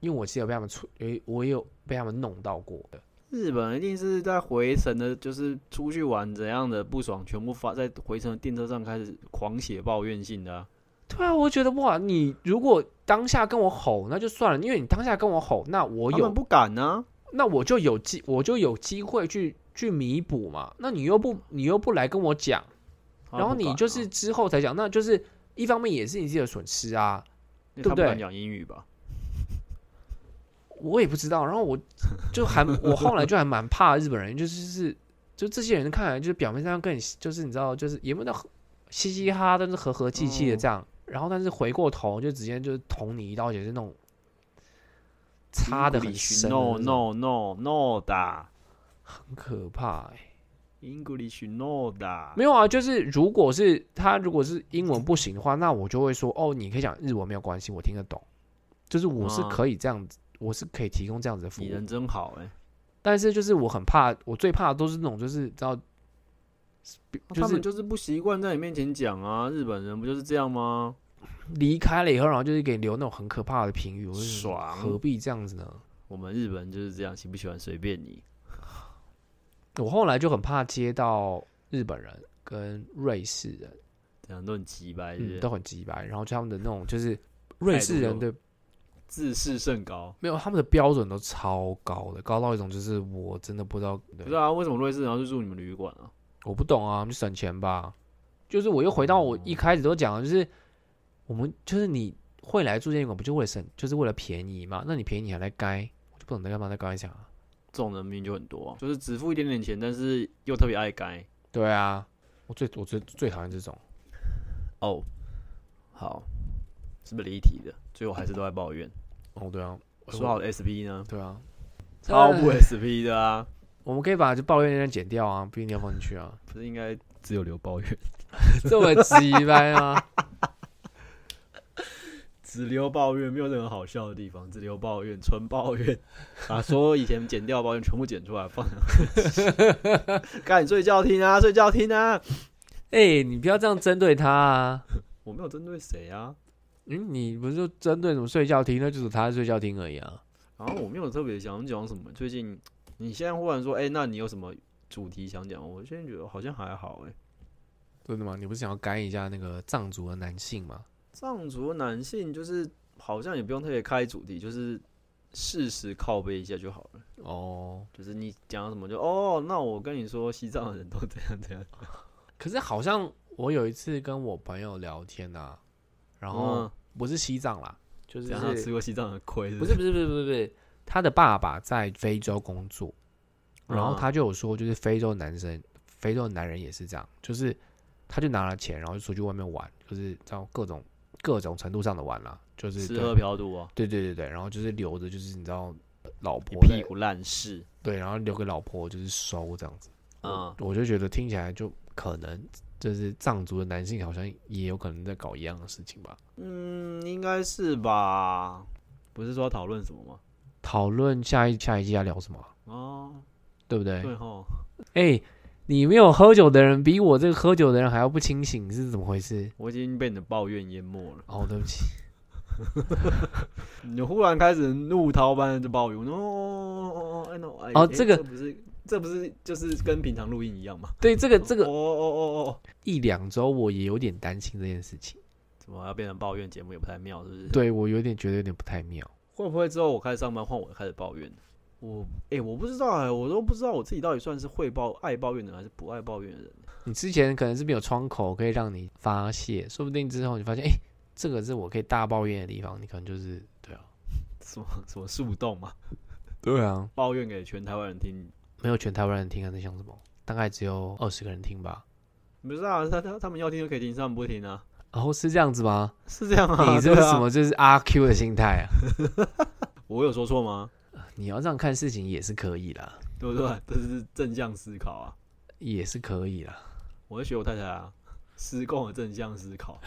[SPEAKER 1] 因为我其实有被他们出，有一我也有被他们弄到过的。
[SPEAKER 2] 日本人一定是在回程的，就是出去玩怎样的不爽，全部发在回程的电车上开始狂写抱怨信的啊、
[SPEAKER 1] 对啊，我觉得哇，你如果当下跟我吼，那就算了，因为你当下跟我吼，那我
[SPEAKER 2] 他们
[SPEAKER 1] 有，
[SPEAKER 2] 不敢呢、
[SPEAKER 1] 那我就有机，我就有机会去去弥补嘛。那你又不，你又不来跟我讲，
[SPEAKER 2] 他们不敢啊，
[SPEAKER 1] 然后你就是之后才讲，那就是一方面也是你自己的损失啊。
[SPEAKER 2] 因为
[SPEAKER 1] 对
[SPEAKER 2] 他
[SPEAKER 1] 不
[SPEAKER 2] 不
[SPEAKER 1] 对
[SPEAKER 2] 敢讲英语吧？
[SPEAKER 1] 我也不知道，然后 我就还我后来就还蛮怕日本人，就是是就这些人看来就是表面上跟你就是你知道就是也没有到很嘻嘻哈哈，但是和和气气的这
[SPEAKER 2] 哦
[SPEAKER 1] 样，然后但是回过头就直接就是捅你一刀，也是那种插的很深的
[SPEAKER 2] ，no
[SPEAKER 1] 那种
[SPEAKER 2] no no no 的
[SPEAKER 1] 很可怕、欸。
[SPEAKER 2] ，English no 的，
[SPEAKER 1] 没有啊，就是如果是他如果是英文不行的话，那我就会说哦，你可以讲日文没有关系，我听得懂，就是我是
[SPEAKER 2] 啊
[SPEAKER 1] 可以这样子，我是可以提供这样子的服务
[SPEAKER 2] 你
[SPEAKER 1] 的。
[SPEAKER 2] 人真好哎、
[SPEAKER 1] 但是就是我很怕，我最怕的都是那种就是知道，就
[SPEAKER 2] 哦他
[SPEAKER 1] 是
[SPEAKER 2] 们就是不习惯在你面前讲啊，日本人不就是这样吗？
[SPEAKER 1] 离开了以后，然后就是给你留那种很可怕的评语，我就觉得
[SPEAKER 2] 爽
[SPEAKER 1] 何必这样子呢？
[SPEAKER 2] 我们日本人就是这样，喜不喜欢随便你。
[SPEAKER 1] 我后来就很怕接到日本人跟瑞士人，
[SPEAKER 2] 这样都很急白，对
[SPEAKER 1] 嗯，
[SPEAKER 2] 不对
[SPEAKER 1] 都很鸡白，然后就他们的那种就是瑞士人的
[SPEAKER 2] 自视甚高。
[SPEAKER 1] 没有他们的标准都超高的，高到一种就是我真的不知道，
[SPEAKER 2] 不
[SPEAKER 1] 对
[SPEAKER 2] 知道、啊、为什么瑞士人要去住你们旅馆啊？
[SPEAKER 1] 我不懂啊，就省钱吧。就是我又回到
[SPEAKER 2] 哦
[SPEAKER 1] 我一开始都讲的，就是我们就是你会来住建馆，不就为了省，就是为了便宜嘛？那你便宜你还来该，我就不懂在干嘛在搞一下、啊。
[SPEAKER 2] 这种人命就很多、啊，就是只付一点点钱，但是又特别爱该
[SPEAKER 1] 对啊，我最我最最讨厌这种。
[SPEAKER 2] 哦。好，是不是离题的？最后还是都在抱怨。
[SPEAKER 1] 哦，对啊，我
[SPEAKER 2] 说呃好的 SP 呢？
[SPEAKER 1] 对啊，
[SPEAKER 2] 超不 SP 的啊，
[SPEAKER 1] 我们可以把这抱怨那段剪掉啊，不一定要放进去啊，
[SPEAKER 2] 不是应该只有留抱怨，
[SPEAKER 1] 这么鸡掰吗？
[SPEAKER 2] 只留抱怨，没有任何好笑的地方，只留抱怨，纯抱怨， 把所有以前剪掉的抱怨全部剪出来放上 去。赶紧睡觉听啊，睡觉听啊！
[SPEAKER 1] 哎、你不要这样针对他啊！
[SPEAKER 2] 我没有针对谁啊，
[SPEAKER 1] 嗯，你不是就针对什么睡觉厅，那就是他的睡觉厅而已啊。
[SPEAKER 2] 然后我没有特别想讲什么。最近你现在忽然说，哎、那你有什么主题想讲？我现在觉得好像还好、哎，
[SPEAKER 1] 真的吗？你不是想要干一下那个藏族的男性吗？
[SPEAKER 2] 藏族的男性就是好像也不用特别开主题，就是事实靠背一下就好了。
[SPEAKER 1] 哦、
[SPEAKER 2] 就是你讲什么就哦，那我跟你说，西藏的人都这样这样。
[SPEAKER 1] 可是好像我有一次跟我朋友聊天啊，然后
[SPEAKER 2] 嗯
[SPEAKER 1] 不是西藏啦，就是
[SPEAKER 2] 怎样他吃过西藏的亏是
[SPEAKER 1] 不
[SPEAKER 2] 不
[SPEAKER 1] 是
[SPEAKER 2] 是？
[SPEAKER 1] 不是不是不是不是，他的爸爸在非洲工作，然后
[SPEAKER 2] 嗯
[SPEAKER 1] 他就有说，就是非洲男生、非洲男人也是这样，就是他就拿了钱，然后就出去外面玩，就是这样各种各种程度上的玩啦，就是
[SPEAKER 2] 吃
[SPEAKER 1] 对
[SPEAKER 2] 喝嫖赌啊，
[SPEAKER 1] 对对对对，然后就是留着，就是你知道老
[SPEAKER 2] 一
[SPEAKER 1] 婆
[SPEAKER 2] 屁
[SPEAKER 1] 在
[SPEAKER 2] 股烂事
[SPEAKER 1] 对，然后留给老婆就是收这样子。
[SPEAKER 2] 啊、
[SPEAKER 1] 我就觉得听起来就可能就是藏族的男性好像也有可能在搞一样的事情吧。
[SPEAKER 2] 嗯，应该是吧？不是说要讨论什么吗？
[SPEAKER 1] 讨论下一下一季要聊什么，啊
[SPEAKER 2] 哦，
[SPEAKER 1] 对不对？
[SPEAKER 2] 对吼，
[SPEAKER 1] 哎、你没有喝酒的人比我这个喝酒的人还要不清醒，是怎么回事？
[SPEAKER 2] 我已经被你的抱怨淹没了。
[SPEAKER 1] 哦，对不起，
[SPEAKER 2] 你忽然开始怒涛般的就抱怨，哦哦哦哦，哎那我哎
[SPEAKER 1] 哦
[SPEAKER 2] 哎
[SPEAKER 1] 这个
[SPEAKER 2] 不是这不是就是跟平常录音一样吗？
[SPEAKER 1] 对这个这
[SPEAKER 2] 哦
[SPEAKER 1] 个
[SPEAKER 2] 哦哦哦，
[SPEAKER 1] 一两周我也有点担心这件事情，
[SPEAKER 2] 怎么要变成抱怨节目也不太妙，是不是？，
[SPEAKER 1] 对我有点觉得有点不太妙。
[SPEAKER 2] 会不会之后我开始上班换我开始抱怨？我哎、我不知道哎、我都不知道我自己到底算是会抱爱抱怨的人还是不爱抱怨的人。
[SPEAKER 1] 你之前可能是没有窗口可以让你发泄，说不定之后你发现，哎、这个是我可以大抱怨的地方，你可能就是对啊，
[SPEAKER 2] 什么 什么树洞嘛，
[SPEAKER 1] 对啊，
[SPEAKER 2] 抱怨给全台湾人听。
[SPEAKER 1] 没有全台湾人听啊，在想什么？大概只有二十个人听吧。
[SPEAKER 2] 不是啊，他他他们要听就可以听，他们不听啊，
[SPEAKER 1] 哦，是这样子 吗？
[SPEAKER 2] 是这样啊？
[SPEAKER 1] 你这是
[SPEAKER 2] 对啊
[SPEAKER 1] 什么？就是阿 Q 的心态啊？
[SPEAKER 2] 我有说错吗？
[SPEAKER 1] 你要这样看事情也是可以啦，
[SPEAKER 2] 对不对？这是正向思考啊。
[SPEAKER 1] 也是可以啦，
[SPEAKER 2] 我在学我太太啊，失控的正向思考。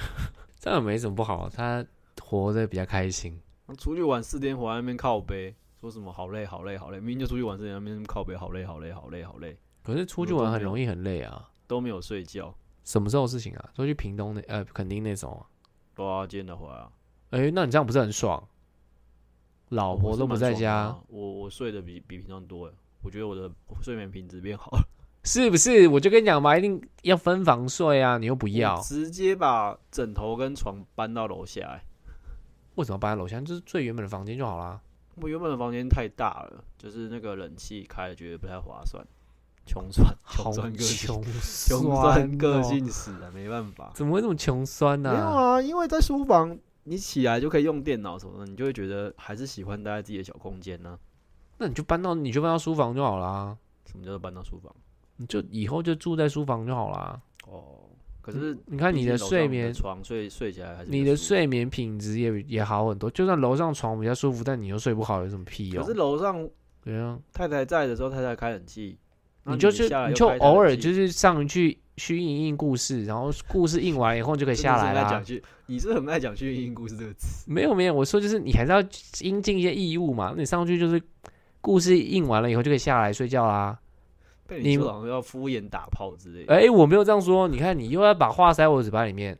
[SPEAKER 1] 这样也没什么不好。他活得比较开心，
[SPEAKER 2] 出去玩四天，回来那边靠背，说什么好累好累好累，明明就出去玩四天，那边靠背好累好累好累好累，
[SPEAKER 1] 可是出去玩很容易很累啊。
[SPEAKER 2] 都没有睡觉，
[SPEAKER 1] 什么时候的事情啊？说去屏东那呃垦丁那种啊？
[SPEAKER 2] 都要今天的回来啊。
[SPEAKER 1] 哎、那你这样不是很爽？老
[SPEAKER 2] 我
[SPEAKER 1] 婆
[SPEAKER 2] 是
[SPEAKER 1] 都不
[SPEAKER 2] 蛮
[SPEAKER 1] 在
[SPEAKER 2] 爽的
[SPEAKER 1] 家，
[SPEAKER 2] 啊，我我睡得比比平常多哎，我觉得我的睡眠品质变好了。
[SPEAKER 1] 是不是？我就跟你讲嘛，一定要分房睡啊！你又不
[SPEAKER 2] 不
[SPEAKER 1] 要，
[SPEAKER 2] 直接把枕头跟床搬到楼下哎，
[SPEAKER 1] 为什么搬在楼下？就是最原本的房间就好啦。
[SPEAKER 2] 我原本的房间太大了，就是那个冷气开了觉得不太划算，穷酸
[SPEAKER 1] 好
[SPEAKER 2] 穷酸个性，
[SPEAKER 1] 穷
[SPEAKER 2] 穷酸
[SPEAKER 1] 酸
[SPEAKER 2] 个
[SPEAKER 1] 哦，
[SPEAKER 2] 性使然，没办法。
[SPEAKER 1] 怎么会这么穷酸呢、
[SPEAKER 2] 没有啊，因为在书房你起来就可以用电脑什么的，你就会觉得还是喜欢待在自己的小空间呢、
[SPEAKER 1] 那你就搬到你就搬到书房就好啦，
[SPEAKER 2] 什么叫做搬到书房？
[SPEAKER 1] 你就以后就住在书房就好啦。
[SPEAKER 2] 哦，可是
[SPEAKER 1] 你看嗯
[SPEAKER 2] 毕
[SPEAKER 1] 你
[SPEAKER 2] 竟
[SPEAKER 1] 的
[SPEAKER 2] 楼上
[SPEAKER 1] 睡
[SPEAKER 2] 的
[SPEAKER 1] 眠，
[SPEAKER 2] 床睡睡起来还是比
[SPEAKER 1] 你
[SPEAKER 2] 较
[SPEAKER 1] 的
[SPEAKER 2] 舒服。
[SPEAKER 1] 睡眠品质也也好很多。就算楼上床比较舒服，但你又睡不好，有什么屁用
[SPEAKER 2] 可是？楼上
[SPEAKER 1] 对啊，
[SPEAKER 2] 太太在的时候，太太开冷气，那
[SPEAKER 1] 你就是
[SPEAKER 2] 下来
[SPEAKER 1] 你
[SPEAKER 2] 又
[SPEAKER 1] 就
[SPEAKER 2] 开
[SPEAKER 1] 偶
[SPEAKER 2] 冷
[SPEAKER 1] 尔
[SPEAKER 2] 气
[SPEAKER 1] 就是上去去印一印故事，然后故事印完以后就可以
[SPEAKER 2] 真的
[SPEAKER 1] 下
[SPEAKER 2] 是
[SPEAKER 1] 来
[SPEAKER 2] 很爱
[SPEAKER 1] 啦
[SPEAKER 2] 讲。去，你是很爱讲去英故事这个词。
[SPEAKER 1] 没有没有，我说就是你还是要应尽一些义务嘛。那你上去就是故事印完了以后就可以下来睡觉啦。
[SPEAKER 2] 被
[SPEAKER 1] 你
[SPEAKER 2] 你说好像要敷衍打炮之类的。
[SPEAKER 1] 哎、我没有这样说，你看你又要把话塞我嘴巴里面。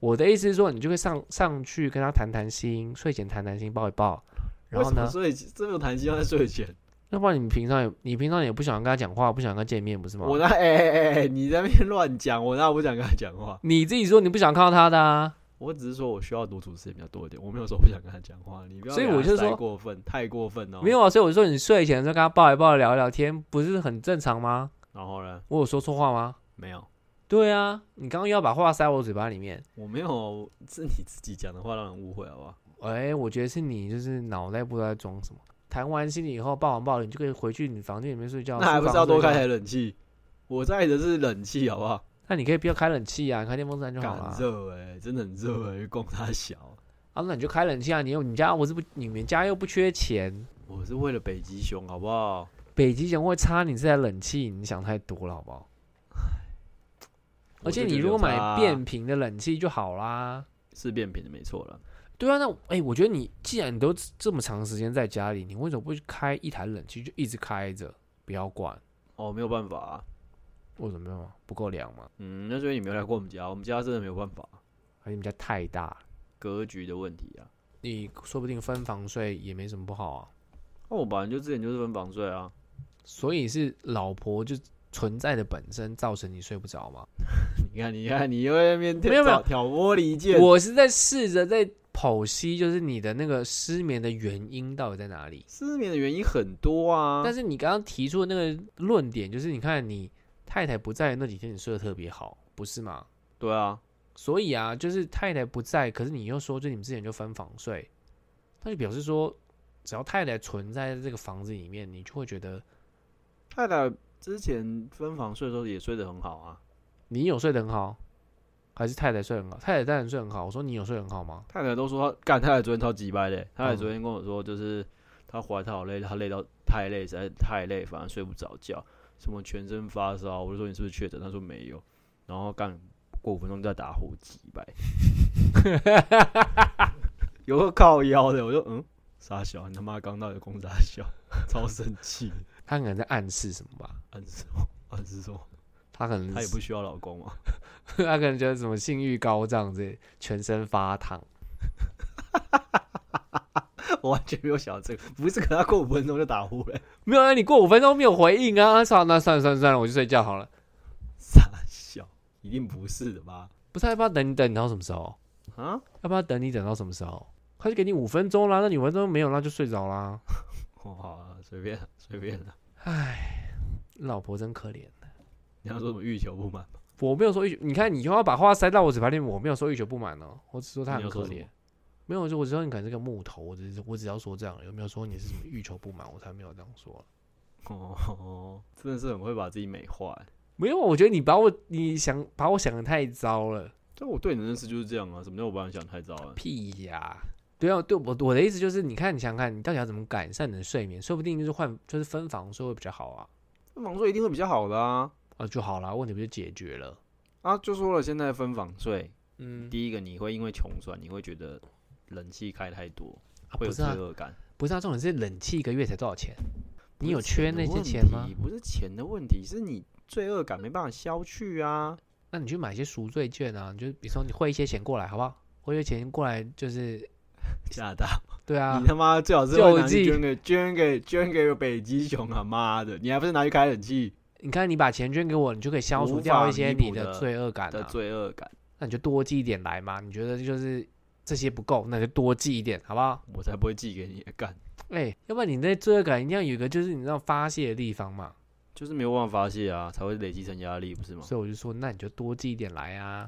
[SPEAKER 1] 我的意思是说，你就可以上上去跟他谈谈心，睡前谈谈心，抱一抱。然
[SPEAKER 2] 为
[SPEAKER 1] 后
[SPEAKER 2] 什么
[SPEAKER 1] 呢，
[SPEAKER 2] 睡这么谈心要在睡前？
[SPEAKER 1] 要不然你平常也你平常也不想跟他讲话，不想跟他见面，不是吗？
[SPEAKER 2] 我那哎哎哎哎，你在那边乱讲，我那不想跟他讲话。
[SPEAKER 1] 你自己说你不想看到他的啊，
[SPEAKER 2] 我只是说我需要独处时间比较多一点，我没有说不想跟他讲 话，你不要
[SPEAKER 1] 所以
[SPEAKER 2] 给他
[SPEAKER 1] 我就
[SPEAKER 2] 塞
[SPEAKER 1] 说
[SPEAKER 2] 过分，太过分哦了、
[SPEAKER 1] 没有，啊。所以我说你睡前的时候跟他抱一抱，聊一聊天，不是很正常吗？
[SPEAKER 2] 然后呢？
[SPEAKER 1] 我有说错话吗？
[SPEAKER 2] 没有，
[SPEAKER 1] 对啊，你刚刚又要把话塞我嘴巴里面。
[SPEAKER 2] 我没有，是你自己讲的话让人误会好不好？
[SPEAKER 1] 哎、我觉得是你就是脑袋不知道在装什么。谈完心理以后，抱完抱了，你就可以回去你房间里面睡觉。
[SPEAKER 2] 那还
[SPEAKER 1] 书
[SPEAKER 2] 不是
[SPEAKER 1] 房
[SPEAKER 2] 要多
[SPEAKER 1] 睡
[SPEAKER 2] 开
[SPEAKER 1] 觉？
[SPEAKER 2] 台冷气？我在意的是冷气好不好？
[SPEAKER 1] 那你可以不要开冷气啊，开电风扇就好
[SPEAKER 2] 干
[SPEAKER 1] 了。
[SPEAKER 2] 热哎，真的很热哎、欸，供他小。
[SPEAKER 1] 啊，那你就开冷气啊！你又你家我是不，你们家又不缺钱，
[SPEAKER 2] 我是为了北极熊好不好？
[SPEAKER 1] 北极熊会插你这台冷气，你想太多了，好不好？而且你如果买
[SPEAKER 2] 变
[SPEAKER 1] 变频的冷气就好啦。
[SPEAKER 2] 是变频的没错了，
[SPEAKER 1] 对啊，那哎、我觉得你既然你都这么长时间在家里，你为什么不去开一台冷气就一直开着，不要管？
[SPEAKER 2] 哦，没有办法、啊，
[SPEAKER 1] 为什么没有啊？不够凉吗？
[SPEAKER 2] 嗯，那所以你没有来过我们家，我们家真的没有办法，
[SPEAKER 1] 还是你们家太大了？
[SPEAKER 2] 格局的问题啊。
[SPEAKER 1] 你说不定分房睡也没什么不好啊。
[SPEAKER 2] 那、我本来就之前就是分房睡啊，
[SPEAKER 1] 所以是老婆就存在的本身造成你睡不着吗？
[SPEAKER 2] 你看，你看，你又在那边挑
[SPEAKER 1] 没有没有
[SPEAKER 2] 挑拨离间，
[SPEAKER 1] 我是在试着在剖析，就是你的那个失眠的原因到底在哪里。
[SPEAKER 2] 失眠的原因很多啊。
[SPEAKER 1] 但是你刚刚提出的那个论点，就是你看你太太不在的那几天，你睡得特别好，不是吗？
[SPEAKER 2] 对啊，
[SPEAKER 1] 所以啊，就是太太不在，可是你又说，就你们之前就分房睡，那就表示说，只要太太存在这个房子里面，你就会觉得
[SPEAKER 2] 太太之前分房睡的时候也睡得很好啊，
[SPEAKER 1] 你有睡得很好，还是太太睡很好？太太当然睡很好。我说你有睡很好吗？
[SPEAKER 2] 太太都说她干，太太昨天超级掰的欸。太太
[SPEAKER 1] 嗯
[SPEAKER 2] 昨天跟我说，就是她怀她好累，她累到太累，实在太累，反正睡不着觉，什么全身发烧。我就说你是不是确诊？她说没有。然后干过五分钟再打呼，几掰， 有个靠腰的，我就嗯，傻小，你他妈刚到底公傻小， 超生气，
[SPEAKER 1] 她可能在暗示什么吧？
[SPEAKER 2] 暗示我，暗示说
[SPEAKER 1] 她可能
[SPEAKER 2] 她也不需要老公嘛。
[SPEAKER 1] 他可能觉得什么性欲高涨之类，全身发烫。
[SPEAKER 2] 我完全没有想到这个，不是可他过五分钟就打呼了，
[SPEAKER 1] 没有啊，你过五分钟没有回应啊，算了那算了算了算了，我去睡觉好了。
[SPEAKER 2] 傻小，一定不是的吧？
[SPEAKER 1] 不是，要不要等你等你到什么时候？
[SPEAKER 2] 啊，
[SPEAKER 1] 要不要等你等到什么时候？他就给你五分钟啦，那你五分钟没有，那就睡着啦。
[SPEAKER 2] 哦，好啊，随便啊随便了。
[SPEAKER 1] 老婆真可怜，
[SPEAKER 2] 你要说什么欲求不满吗？
[SPEAKER 1] 我没有说欲，你看你又要把话塞到我嘴巴里面，我没有说欲求不满哦，我只说他很
[SPEAKER 2] 你要
[SPEAKER 1] 可
[SPEAKER 2] 说什
[SPEAKER 1] 怜
[SPEAKER 2] 么。
[SPEAKER 1] 没有，我就我知道你可能是个木头，我只是我只要说这样，有没有说你是什么欲求不满，我才没有这样说。
[SPEAKER 2] 哦， 真的是很会把自己美化欸。
[SPEAKER 1] 没有，我觉得你把我你想把我想的太糟了。
[SPEAKER 2] 但我对你的认识就是这样啊，什么叫我把你想得太糟啊了？
[SPEAKER 1] 屁呀、对啊，对我我的意思就是，你看，你想想看，你到底要怎么改善你的睡眠？说不定就是换，就是分房睡会比较好啊，
[SPEAKER 2] 房睡一定会比较好的啊！
[SPEAKER 1] 啊就好啦，问题不就解决了？
[SPEAKER 2] 啊，就说了，现在分房睡，
[SPEAKER 1] 嗯，
[SPEAKER 2] 第一个你会因为穷酸，你会觉得冷气开太多，
[SPEAKER 1] 啊
[SPEAKER 2] 会
[SPEAKER 1] 不
[SPEAKER 2] 有
[SPEAKER 1] 是
[SPEAKER 2] 罪
[SPEAKER 1] 啊，
[SPEAKER 2] 恶感。
[SPEAKER 1] 不是啊，重点是冷气一个月才多少钱？你有
[SPEAKER 2] 不是
[SPEAKER 1] 缺
[SPEAKER 2] 的
[SPEAKER 1] 那些
[SPEAKER 2] 问
[SPEAKER 1] 钱吗
[SPEAKER 2] 题？不是钱的问题，是你罪恶感没办法消去啊。
[SPEAKER 1] 那你去买一些赎罪券啊，你就比如说你汇一些钱过来，好不好？汇一些钱过来就是，
[SPEAKER 2] 吓到！
[SPEAKER 1] 对啊
[SPEAKER 2] 你，他妈最好是会拿去
[SPEAKER 1] 救济
[SPEAKER 2] 捐给捐给捐给北极熊啊！妈的，你还不是拿去开冷气
[SPEAKER 1] 你看你把钱捐给我，你就可以消除
[SPEAKER 2] 无
[SPEAKER 1] 掉
[SPEAKER 2] 法
[SPEAKER 1] 一些
[SPEAKER 2] 弥
[SPEAKER 1] 你
[SPEAKER 2] 补
[SPEAKER 1] 的
[SPEAKER 2] 的
[SPEAKER 1] 罪恶感
[SPEAKER 2] 的
[SPEAKER 1] 啊。
[SPEAKER 2] 罪恶感？
[SPEAKER 1] 那你就多寄一点来嘛，你觉得就是这些不够，那你就多寄一点，好不好？
[SPEAKER 2] 我才不会寄给你干，
[SPEAKER 1] 哎、要不然你那罪恶感一定要有一个就是你知道发泄的地方嘛，
[SPEAKER 2] 就是没有办法发泄啊，才会累积成压力，不是吗？
[SPEAKER 1] 所以我就说，那你就多寄一点来啊，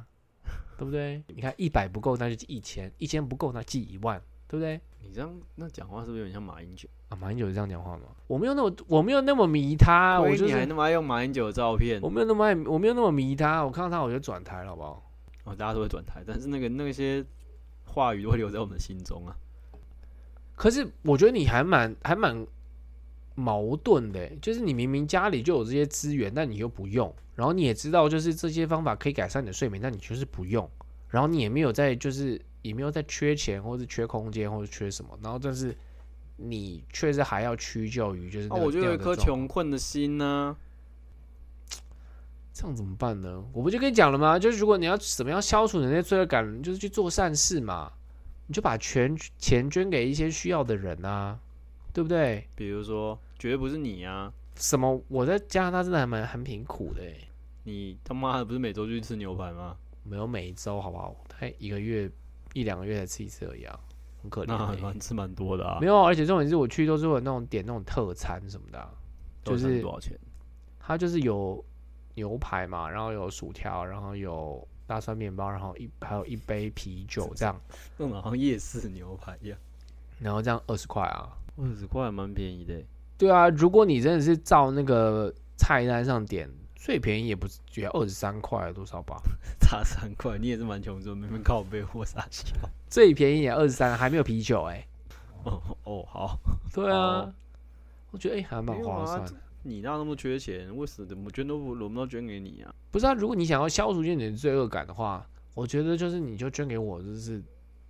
[SPEAKER 1] 对不对？你看一百不够，那就寄一千；一千不够，那寄一万，对不对？
[SPEAKER 2] 你这样那讲话是不是有点像马英九？
[SPEAKER 1] 啊，马英九是这样讲话吗？我没有那么我没有那么迷他，我
[SPEAKER 2] 亏
[SPEAKER 1] 就
[SPEAKER 2] 你还
[SPEAKER 1] 是
[SPEAKER 2] 那么爱用马英九的照片
[SPEAKER 1] 我，没有那么爱，我没有那么迷他，我看到他我就转台了，好不好？
[SPEAKER 2] 哦，大家都会转台，但是那个那些话语都会留在我们的心中啊。
[SPEAKER 1] 可是我觉得你还蛮还蛮矛盾的，欸就是你明明家里就有这些资源，但你又不用，然后你也知道就是这些方法可以改善你的睡眠，但你就是不用，然后你也没有在就是也没有在缺钱或是缺空间或者缺什么，然后但是你确实还要屈就于就是那
[SPEAKER 2] 哦，
[SPEAKER 1] 个
[SPEAKER 2] 我就
[SPEAKER 1] 那
[SPEAKER 2] 有一
[SPEAKER 1] 样的
[SPEAKER 2] 颗
[SPEAKER 1] 状
[SPEAKER 2] 穷困的心啊呢、
[SPEAKER 1] 这样怎么办呢？我不就跟你讲了吗？就是如果你要怎么样消除你那罪恶感，你就是去做善事嘛，你就把全钱捐给一些需要的人啊，对不对？
[SPEAKER 2] 比如说，绝对不是你啊，
[SPEAKER 1] 什么？我在加拿大真的还蛮很贫苦的欸，
[SPEAKER 2] 你他妈的不是每周就去吃牛排吗？
[SPEAKER 1] 没有每一周好不好？大概一个月一两个月才吃一次而已啊，很可
[SPEAKER 2] 那
[SPEAKER 1] 怜
[SPEAKER 2] 还
[SPEAKER 1] 欸、
[SPEAKER 2] 蛮吃蛮多的啊，
[SPEAKER 1] 没有啊，而且重点是我去都是有那种点那种特餐什么的啊、就
[SPEAKER 2] 到底
[SPEAKER 1] 是
[SPEAKER 2] 多少钱？
[SPEAKER 1] 它就是有牛排嘛，然后有薯条，然后有大蒜面包，然后一还有一杯啤酒这样，
[SPEAKER 2] 那种好像夜市牛排一样，
[SPEAKER 1] 然后这样二十块啊。
[SPEAKER 2] 二十块还蛮便宜的欸。
[SPEAKER 1] 对啊，如果你真的是照那个菜单上点，最便宜也不是也要二十三块啊多少 吧？
[SPEAKER 2] 差三块，你也是蛮穷酸，明明靠背或傻笑。
[SPEAKER 1] 最便宜也二十三，还没有啤酒哎、
[SPEAKER 2] 哦哦，好，
[SPEAKER 1] 对啊，
[SPEAKER 2] 哦
[SPEAKER 1] 我觉得哎、还蛮
[SPEAKER 2] 没有
[SPEAKER 1] 划
[SPEAKER 2] 啊
[SPEAKER 1] 算
[SPEAKER 2] 这
[SPEAKER 1] 的。
[SPEAKER 2] 你那那么缺钱，为什么捐都不轮不到捐给你啊？
[SPEAKER 1] 不是啊，如果你想要消除一点你的罪恶感的话，我觉得就是你就捐给我，就是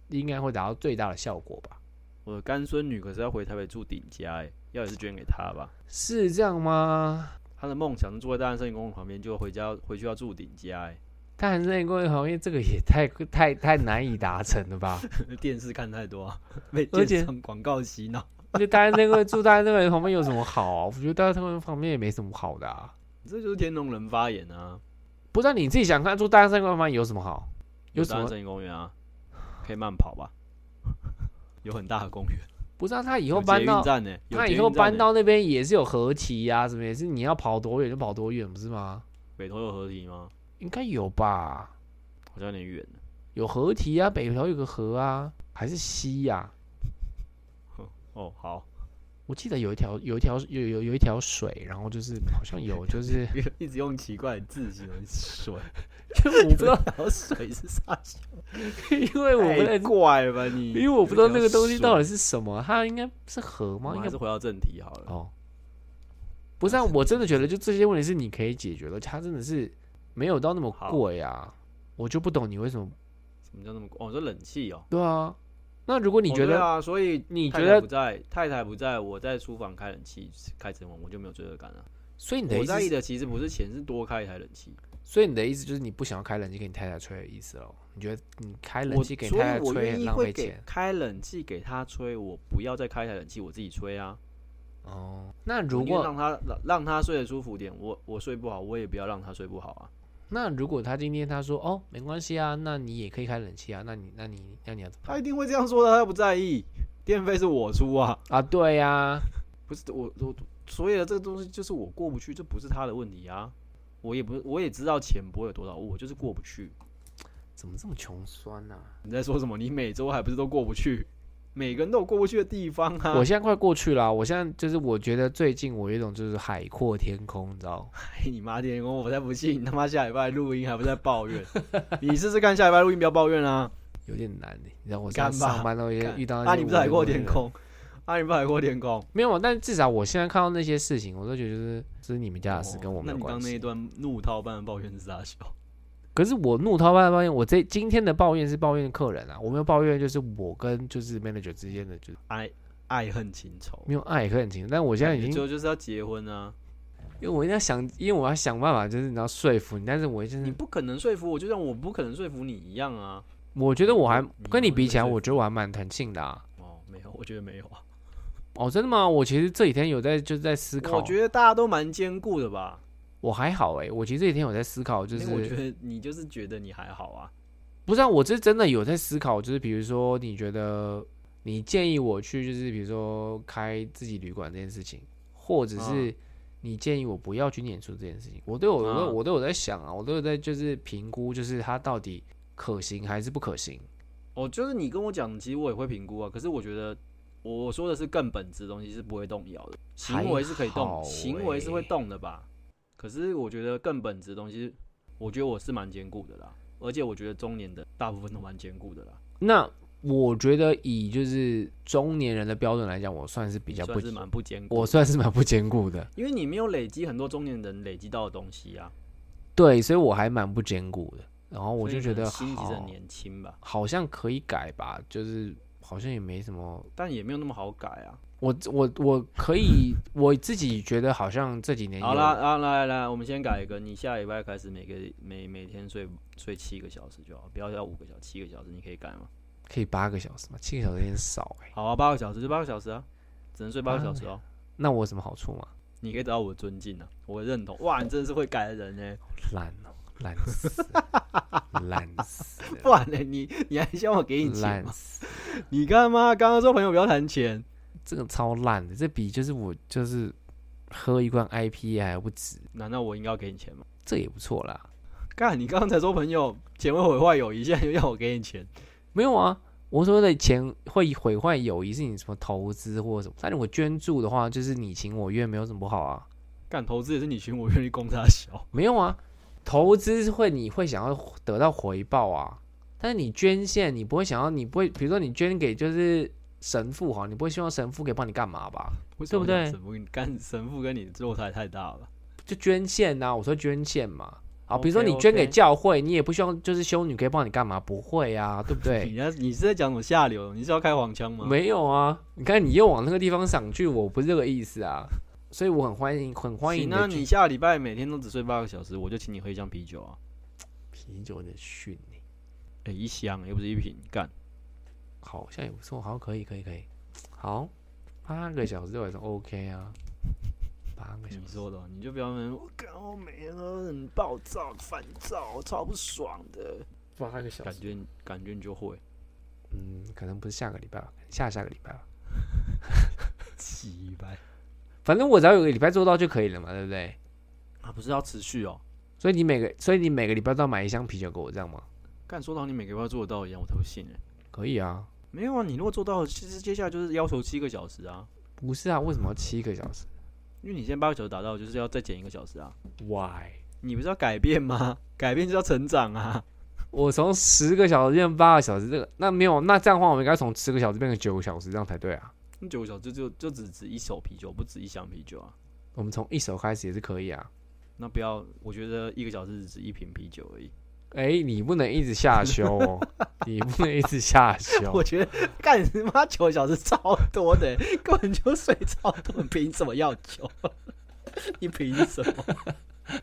[SPEAKER 1] 应该会达到最大的效果吧？
[SPEAKER 2] 我的干孙女可是要回台北住顶家哎、要也是捐给她吧。
[SPEAKER 1] 是这样吗？
[SPEAKER 2] 她的梦想是住在大安森林公园旁边，就回家回去要住顶家哎、
[SPEAKER 1] 但是那个行业这个也太 太太难以达成了吧？
[SPEAKER 2] 电视看太多啊， 被
[SPEAKER 1] 而
[SPEAKER 2] 电
[SPEAKER 1] 且
[SPEAKER 2] 商广告洗脑。
[SPEAKER 1] 就大家那个住大家那个人旁边有什么好啊、我觉得大家他们旁边也没什么好的啊。
[SPEAKER 2] 这就是天龙人发言啊，
[SPEAKER 1] 不知道你自己想看住大家那个旁边有什么好？有什
[SPEAKER 2] 大安
[SPEAKER 1] 么？
[SPEAKER 2] 森林公园啊，可以慢跑吧，有很大的公园，
[SPEAKER 1] 不是啊，他以
[SPEAKER 2] 以
[SPEAKER 1] 后搬到
[SPEAKER 2] 站呢、欸，有
[SPEAKER 1] 他
[SPEAKER 2] 捷
[SPEAKER 1] 以后
[SPEAKER 2] 运站
[SPEAKER 1] 搬
[SPEAKER 2] 欸
[SPEAKER 1] 到那边也是有合骑呀、啊，什么也是你要跑多远就跑多远，不是吗？
[SPEAKER 2] 北投有合体吗？
[SPEAKER 1] 应该有吧？
[SPEAKER 2] 好像有点远了。
[SPEAKER 1] 有河堤啊，北条有个河啊，还是溪呀、
[SPEAKER 2] 哦，好，
[SPEAKER 1] 啊我记得有一条有一条有有有一条水，然后就是好像 有就是
[SPEAKER 2] 一直用奇怪的字形容 水，
[SPEAKER 1] 我不知道，
[SPEAKER 2] 然后水是啥？
[SPEAKER 1] 因为我不
[SPEAKER 2] 太
[SPEAKER 1] 太
[SPEAKER 2] 怪了吧你？
[SPEAKER 1] 因为我不知道那个东西到底
[SPEAKER 2] 是……
[SPEAKER 1] 是什么，它应该是河
[SPEAKER 2] 我
[SPEAKER 1] 吗？
[SPEAKER 2] 们
[SPEAKER 1] 应
[SPEAKER 2] 还
[SPEAKER 1] 该
[SPEAKER 2] 是回到正题好了。
[SPEAKER 1] 哦，不是啊，我真的觉得就这些问题是你可以解决的，它真的是没有到那么
[SPEAKER 2] 好
[SPEAKER 1] 贵啊，我就不懂你为什么
[SPEAKER 2] 什么叫那么？哦，这冷气哦。
[SPEAKER 1] 对啊。那如果你
[SPEAKER 2] 哦
[SPEAKER 1] 觉
[SPEAKER 2] 对
[SPEAKER 1] 得、
[SPEAKER 2] 啊？所以
[SPEAKER 1] 你觉
[SPEAKER 2] 太太
[SPEAKER 1] 得
[SPEAKER 2] 不，在，太太不在，我在书房开冷气、开晨风，我就没有罪恶感了。
[SPEAKER 1] 所以你的
[SPEAKER 2] 我
[SPEAKER 1] 意
[SPEAKER 2] 在
[SPEAKER 1] 思
[SPEAKER 2] 意
[SPEAKER 1] 是，
[SPEAKER 2] 的其实不是钱，是多开一台冷气。
[SPEAKER 1] 所以你的意思就是你不想要开冷气给你太太吹的意思咯？你觉得你开冷
[SPEAKER 2] 我
[SPEAKER 1] 气
[SPEAKER 2] 所
[SPEAKER 1] 给太
[SPEAKER 2] 以
[SPEAKER 1] 太
[SPEAKER 2] 我
[SPEAKER 1] 吹
[SPEAKER 2] 愿
[SPEAKER 1] 很
[SPEAKER 2] 意
[SPEAKER 1] 浪费
[SPEAKER 2] 会给
[SPEAKER 1] 钱
[SPEAKER 2] 开冷气给他吹，我不要再开一台冷气，我自己吹啊。
[SPEAKER 1] 哦？那
[SPEAKER 2] 我
[SPEAKER 1] 如
[SPEAKER 2] 宁愿
[SPEAKER 1] 果
[SPEAKER 2] 让他让让他睡得舒服点，我我睡不好，我也不要让他睡不好啊。
[SPEAKER 1] 那如果他今天他说哦没关系啊，那你也可以开冷气啊，那你那你那你要怎么
[SPEAKER 2] 他
[SPEAKER 1] 办
[SPEAKER 2] 一定会这样说的，他又不在意，电费是我出啊，
[SPEAKER 1] 啊？对呀、啊，
[SPEAKER 2] 不是我我所以这个东西就是我过不去，这不是他的问题啊。我也不我也知道钱不会有多少，我就是过不去。
[SPEAKER 1] 怎么这么穷酸呢、啊
[SPEAKER 2] 你在说什么？你每周还不是都过不去？每个人都有过不去的地方啊。
[SPEAKER 1] 我现在快过去了啊、我现在就是我觉得最近我有一种就是海阔天空，你知道？
[SPEAKER 2] 嘿哎你妈天公，我才不信！你他妈下礼拜录音还不是在抱怨？ 你试试看，下礼拜录音不要抱怨啊！
[SPEAKER 1] 有点难你知道我现
[SPEAKER 2] 干
[SPEAKER 1] 在
[SPEAKER 2] 吧
[SPEAKER 1] 上班都
[SPEAKER 2] 干
[SPEAKER 1] 遇到那
[SPEAKER 2] 啊，
[SPEAKER 1] 些
[SPEAKER 2] 你不是海阔
[SPEAKER 1] 无微
[SPEAKER 2] 天
[SPEAKER 1] 不微的
[SPEAKER 2] 空？啊，你不是海阔天空？
[SPEAKER 1] 没有，但至少我现在看到那些事情，我都觉得就是这是你们家的事，
[SPEAKER 2] 哦
[SPEAKER 1] 跟我没
[SPEAKER 2] 那
[SPEAKER 1] 有
[SPEAKER 2] 你刚
[SPEAKER 1] 关
[SPEAKER 2] 刚那一
[SPEAKER 1] 系。
[SPEAKER 2] 段怒涛般的抱怨是啥小？
[SPEAKER 1] 可是我怒涛般的抱怨，我这今天的抱怨是抱怨客人啊，我没有抱怨就是我跟就是 manager 之间的就是
[SPEAKER 2] 爱爱恨情仇。
[SPEAKER 1] 没有爱和很情，但我现在已经
[SPEAKER 2] 就就是要结婚啊！
[SPEAKER 1] 因为我一定要想，因为我要想办法就是你要说服你，但是我真
[SPEAKER 2] 你
[SPEAKER 1] 的
[SPEAKER 2] 不可能说服我，就像我不可能说服你一样啊！
[SPEAKER 1] 我觉得我还
[SPEAKER 2] 你不
[SPEAKER 1] 跟你
[SPEAKER 2] 会
[SPEAKER 1] 比起来，
[SPEAKER 2] 说服
[SPEAKER 1] 我觉得我还蛮弹性的啊。
[SPEAKER 2] 哦，没有，我觉得没有啊。
[SPEAKER 1] 哦，真的吗？我其实这几天有在就是在思考，
[SPEAKER 2] 我觉得大家都蛮坚固的吧？
[SPEAKER 1] 我还好哎、我其实这几天有在思考，就
[SPEAKER 2] 因为我觉
[SPEAKER 1] 是
[SPEAKER 2] 得你就是觉得你还好啊。
[SPEAKER 1] 不是啊，我是真的有在思考，就是比如说你觉得你建议我去，就是比如说开自己旅馆这件事情，或
[SPEAKER 2] 啊
[SPEAKER 1] 者是你建议我不要去念书这件事情，我都有我都有
[SPEAKER 2] 啊
[SPEAKER 1] 我都有在想啊，我都有在就是评估，就是它到底可行还是不可行。
[SPEAKER 2] 哦，就是你跟我讲，其实我也会评估啊。可是我觉得我说的是更本质的东西是不会动摇的，行为是可以
[SPEAKER 1] 还
[SPEAKER 2] 动，
[SPEAKER 1] 好
[SPEAKER 2] 行为是会
[SPEAKER 1] 欸
[SPEAKER 2] 动的吧？可是我觉得更本质的东西，我觉得我是蛮坚固的啦。而且我觉得中年的大部分都蛮坚固的啦，
[SPEAKER 1] 那我觉得以就是中年人的标准来讲，我算是比
[SPEAKER 2] 你
[SPEAKER 1] 较不
[SPEAKER 2] 算，是蛮不坚固
[SPEAKER 1] 我
[SPEAKER 2] 的，
[SPEAKER 1] 算是蛮不坚固的。
[SPEAKER 2] 因为你没有累积很多中年人累积到的东西啊。
[SPEAKER 1] 对，所以我还蛮不坚固的。然后我
[SPEAKER 2] 所
[SPEAKER 1] 就
[SPEAKER 2] 以
[SPEAKER 1] 觉
[SPEAKER 2] 可能
[SPEAKER 1] 得
[SPEAKER 2] 心急着
[SPEAKER 1] 好，
[SPEAKER 2] 年轻吧，
[SPEAKER 1] 好像可以改吧，就是好像也没什么。
[SPEAKER 2] 但也没有那么好改啊。
[SPEAKER 1] 我我我可以我自己觉得好像这几年
[SPEAKER 2] 好
[SPEAKER 1] 哎有
[SPEAKER 2] 啦，啊来来，我们先改一个，你下礼拜开始每个每每天睡睡七个小时就好，不要要五个小时，七个小时你可以改吗？
[SPEAKER 1] 可以八个小时嘛，七个小时有点少哎、
[SPEAKER 2] 好啊，八个小时就八个小时啊，只能睡八个小时哦。
[SPEAKER 1] 那我有什么好处吗？
[SPEAKER 2] 你可以得到我的尊敬啊，我的认同。哇，你真的是会改的人呢、欸
[SPEAKER 1] 懒哦，懒死了，懒死了，
[SPEAKER 2] 不然呢，你你还希望我给你钱
[SPEAKER 1] 懒
[SPEAKER 2] 吗？
[SPEAKER 1] 死，
[SPEAKER 2] 你干嘛？刚刚说朋友不要谈钱，
[SPEAKER 1] 这个超烂的，这比就是我就是喝一罐 IPA 还不止，
[SPEAKER 2] 难道我应该要给你钱吗？
[SPEAKER 1] 这也不错啦。
[SPEAKER 2] 干，你刚刚才说朋友钱会毁坏友谊，现在又要我给你钱，
[SPEAKER 1] 没有啊，我所谓的钱会毁坏友谊，是你什么投资或者什么。但如果捐助的话，就是你情我愿，没有什么不好啊。
[SPEAKER 2] 干投资也是你情我愿，你供他小。
[SPEAKER 1] 没有啊，投资是会你会想要得到回报啊，但是你捐献，你不会想要，你不会，比如说你捐给就是神父哈，你不会希望神父可以帮你干嘛吧？
[SPEAKER 2] 为什么
[SPEAKER 1] 对不对
[SPEAKER 2] 讲神父跟你干神父跟你落差也太大了吧。
[SPEAKER 1] 就捐献呐、我说捐献嘛。啊，
[SPEAKER 2] OK，
[SPEAKER 1] 比如说你捐给
[SPEAKER 2] OK
[SPEAKER 1] 教会你也不希望就是修女可以帮你干嘛？不会啊，对不对
[SPEAKER 2] 你？要你是在讲什么下流？你是要开黄腔吗？
[SPEAKER 1] 没有啊，你看你又往那个地方想去，我不是这个意思啊，所以我很欢迎，很欢迎
[SPEAKER 2] 行
[SPEAKER 1] 你
[SPEAKER 2] 那
[SPEAKER 1] 的
[SPEAKER 2] 你下礼拜每天都只睡八个小时，我就请你喝一箱啤酒啊！
[SPEAKER 1] 啤酒有点逊欸
[SPEAKER 2] 哎、一箱又不是一瓶，干
[SPEAKER 1] 好像也不错，好可以可以可以，好，八个小时对我来说 OK 啊，八个小
[SPEAKER 2] 你
[SPEAKER 1] 时，
[SPEAKER 2] 说的哦，你就不要问我干，我每天都很暴躁、烦躁，我超不爽的。
[SPEAKER 1] 八个小
[SPEAKER 2] 感，觉你感觉你就会
[SPEAKER 1] 嗯，可能不是下个礼拜吧，下下个礼拜吧，
[SPEAKER 2] 鸡掰
[SPEAKER 1] 反正我只要有个礼拜做到就可以了嘛，对不对？
[SPEAKER 2] 啊！不是要持续哦，
[SPEAKER 1] 所以你每个，所以你每个礼拜都要买一箱啤酒给我，这样吗？
[SPEAKER 2] 干说到你每个月要做得到一样，我才会信哎。
[SPEAKER 1] 可以啊，
[SPEAKER 2] 没有啊，你如果做到，其实接下来就是要求七个小时啊。
[SPEAKER 1] 不是啊，为什么要七个小时
[SPEAKER 2] 因为你现在八个小时打到，就是要再减一个小时啊。
[SPEAKER 1] ？Why？
[SPEAKER 2] 你不是要改变吗？改变就要成长啊。
[SPEAKER 1] 我从十个小时变八个小时，这个那没有，那这样的话，我们应该从十个小时变成九个小时，这样才对 啊。
[SPEAKER 2] 那九个小时就就就只值一手啤酒，不止一箱啤酒啊。
[SPEAKER 1] 我们从一手开始也是可以啊。
[SPEAKER 2] 那不要，我觉得一个小时只值一瓶啤酒而已。
[SPEAKER 1] 哎、你不能一直下修哦，你不能一直下修。
[SPEAKER 2] 我觉得干你妈九个小时超多的，欸根本就睡超多，你凭什么要酒？ 你凭什么？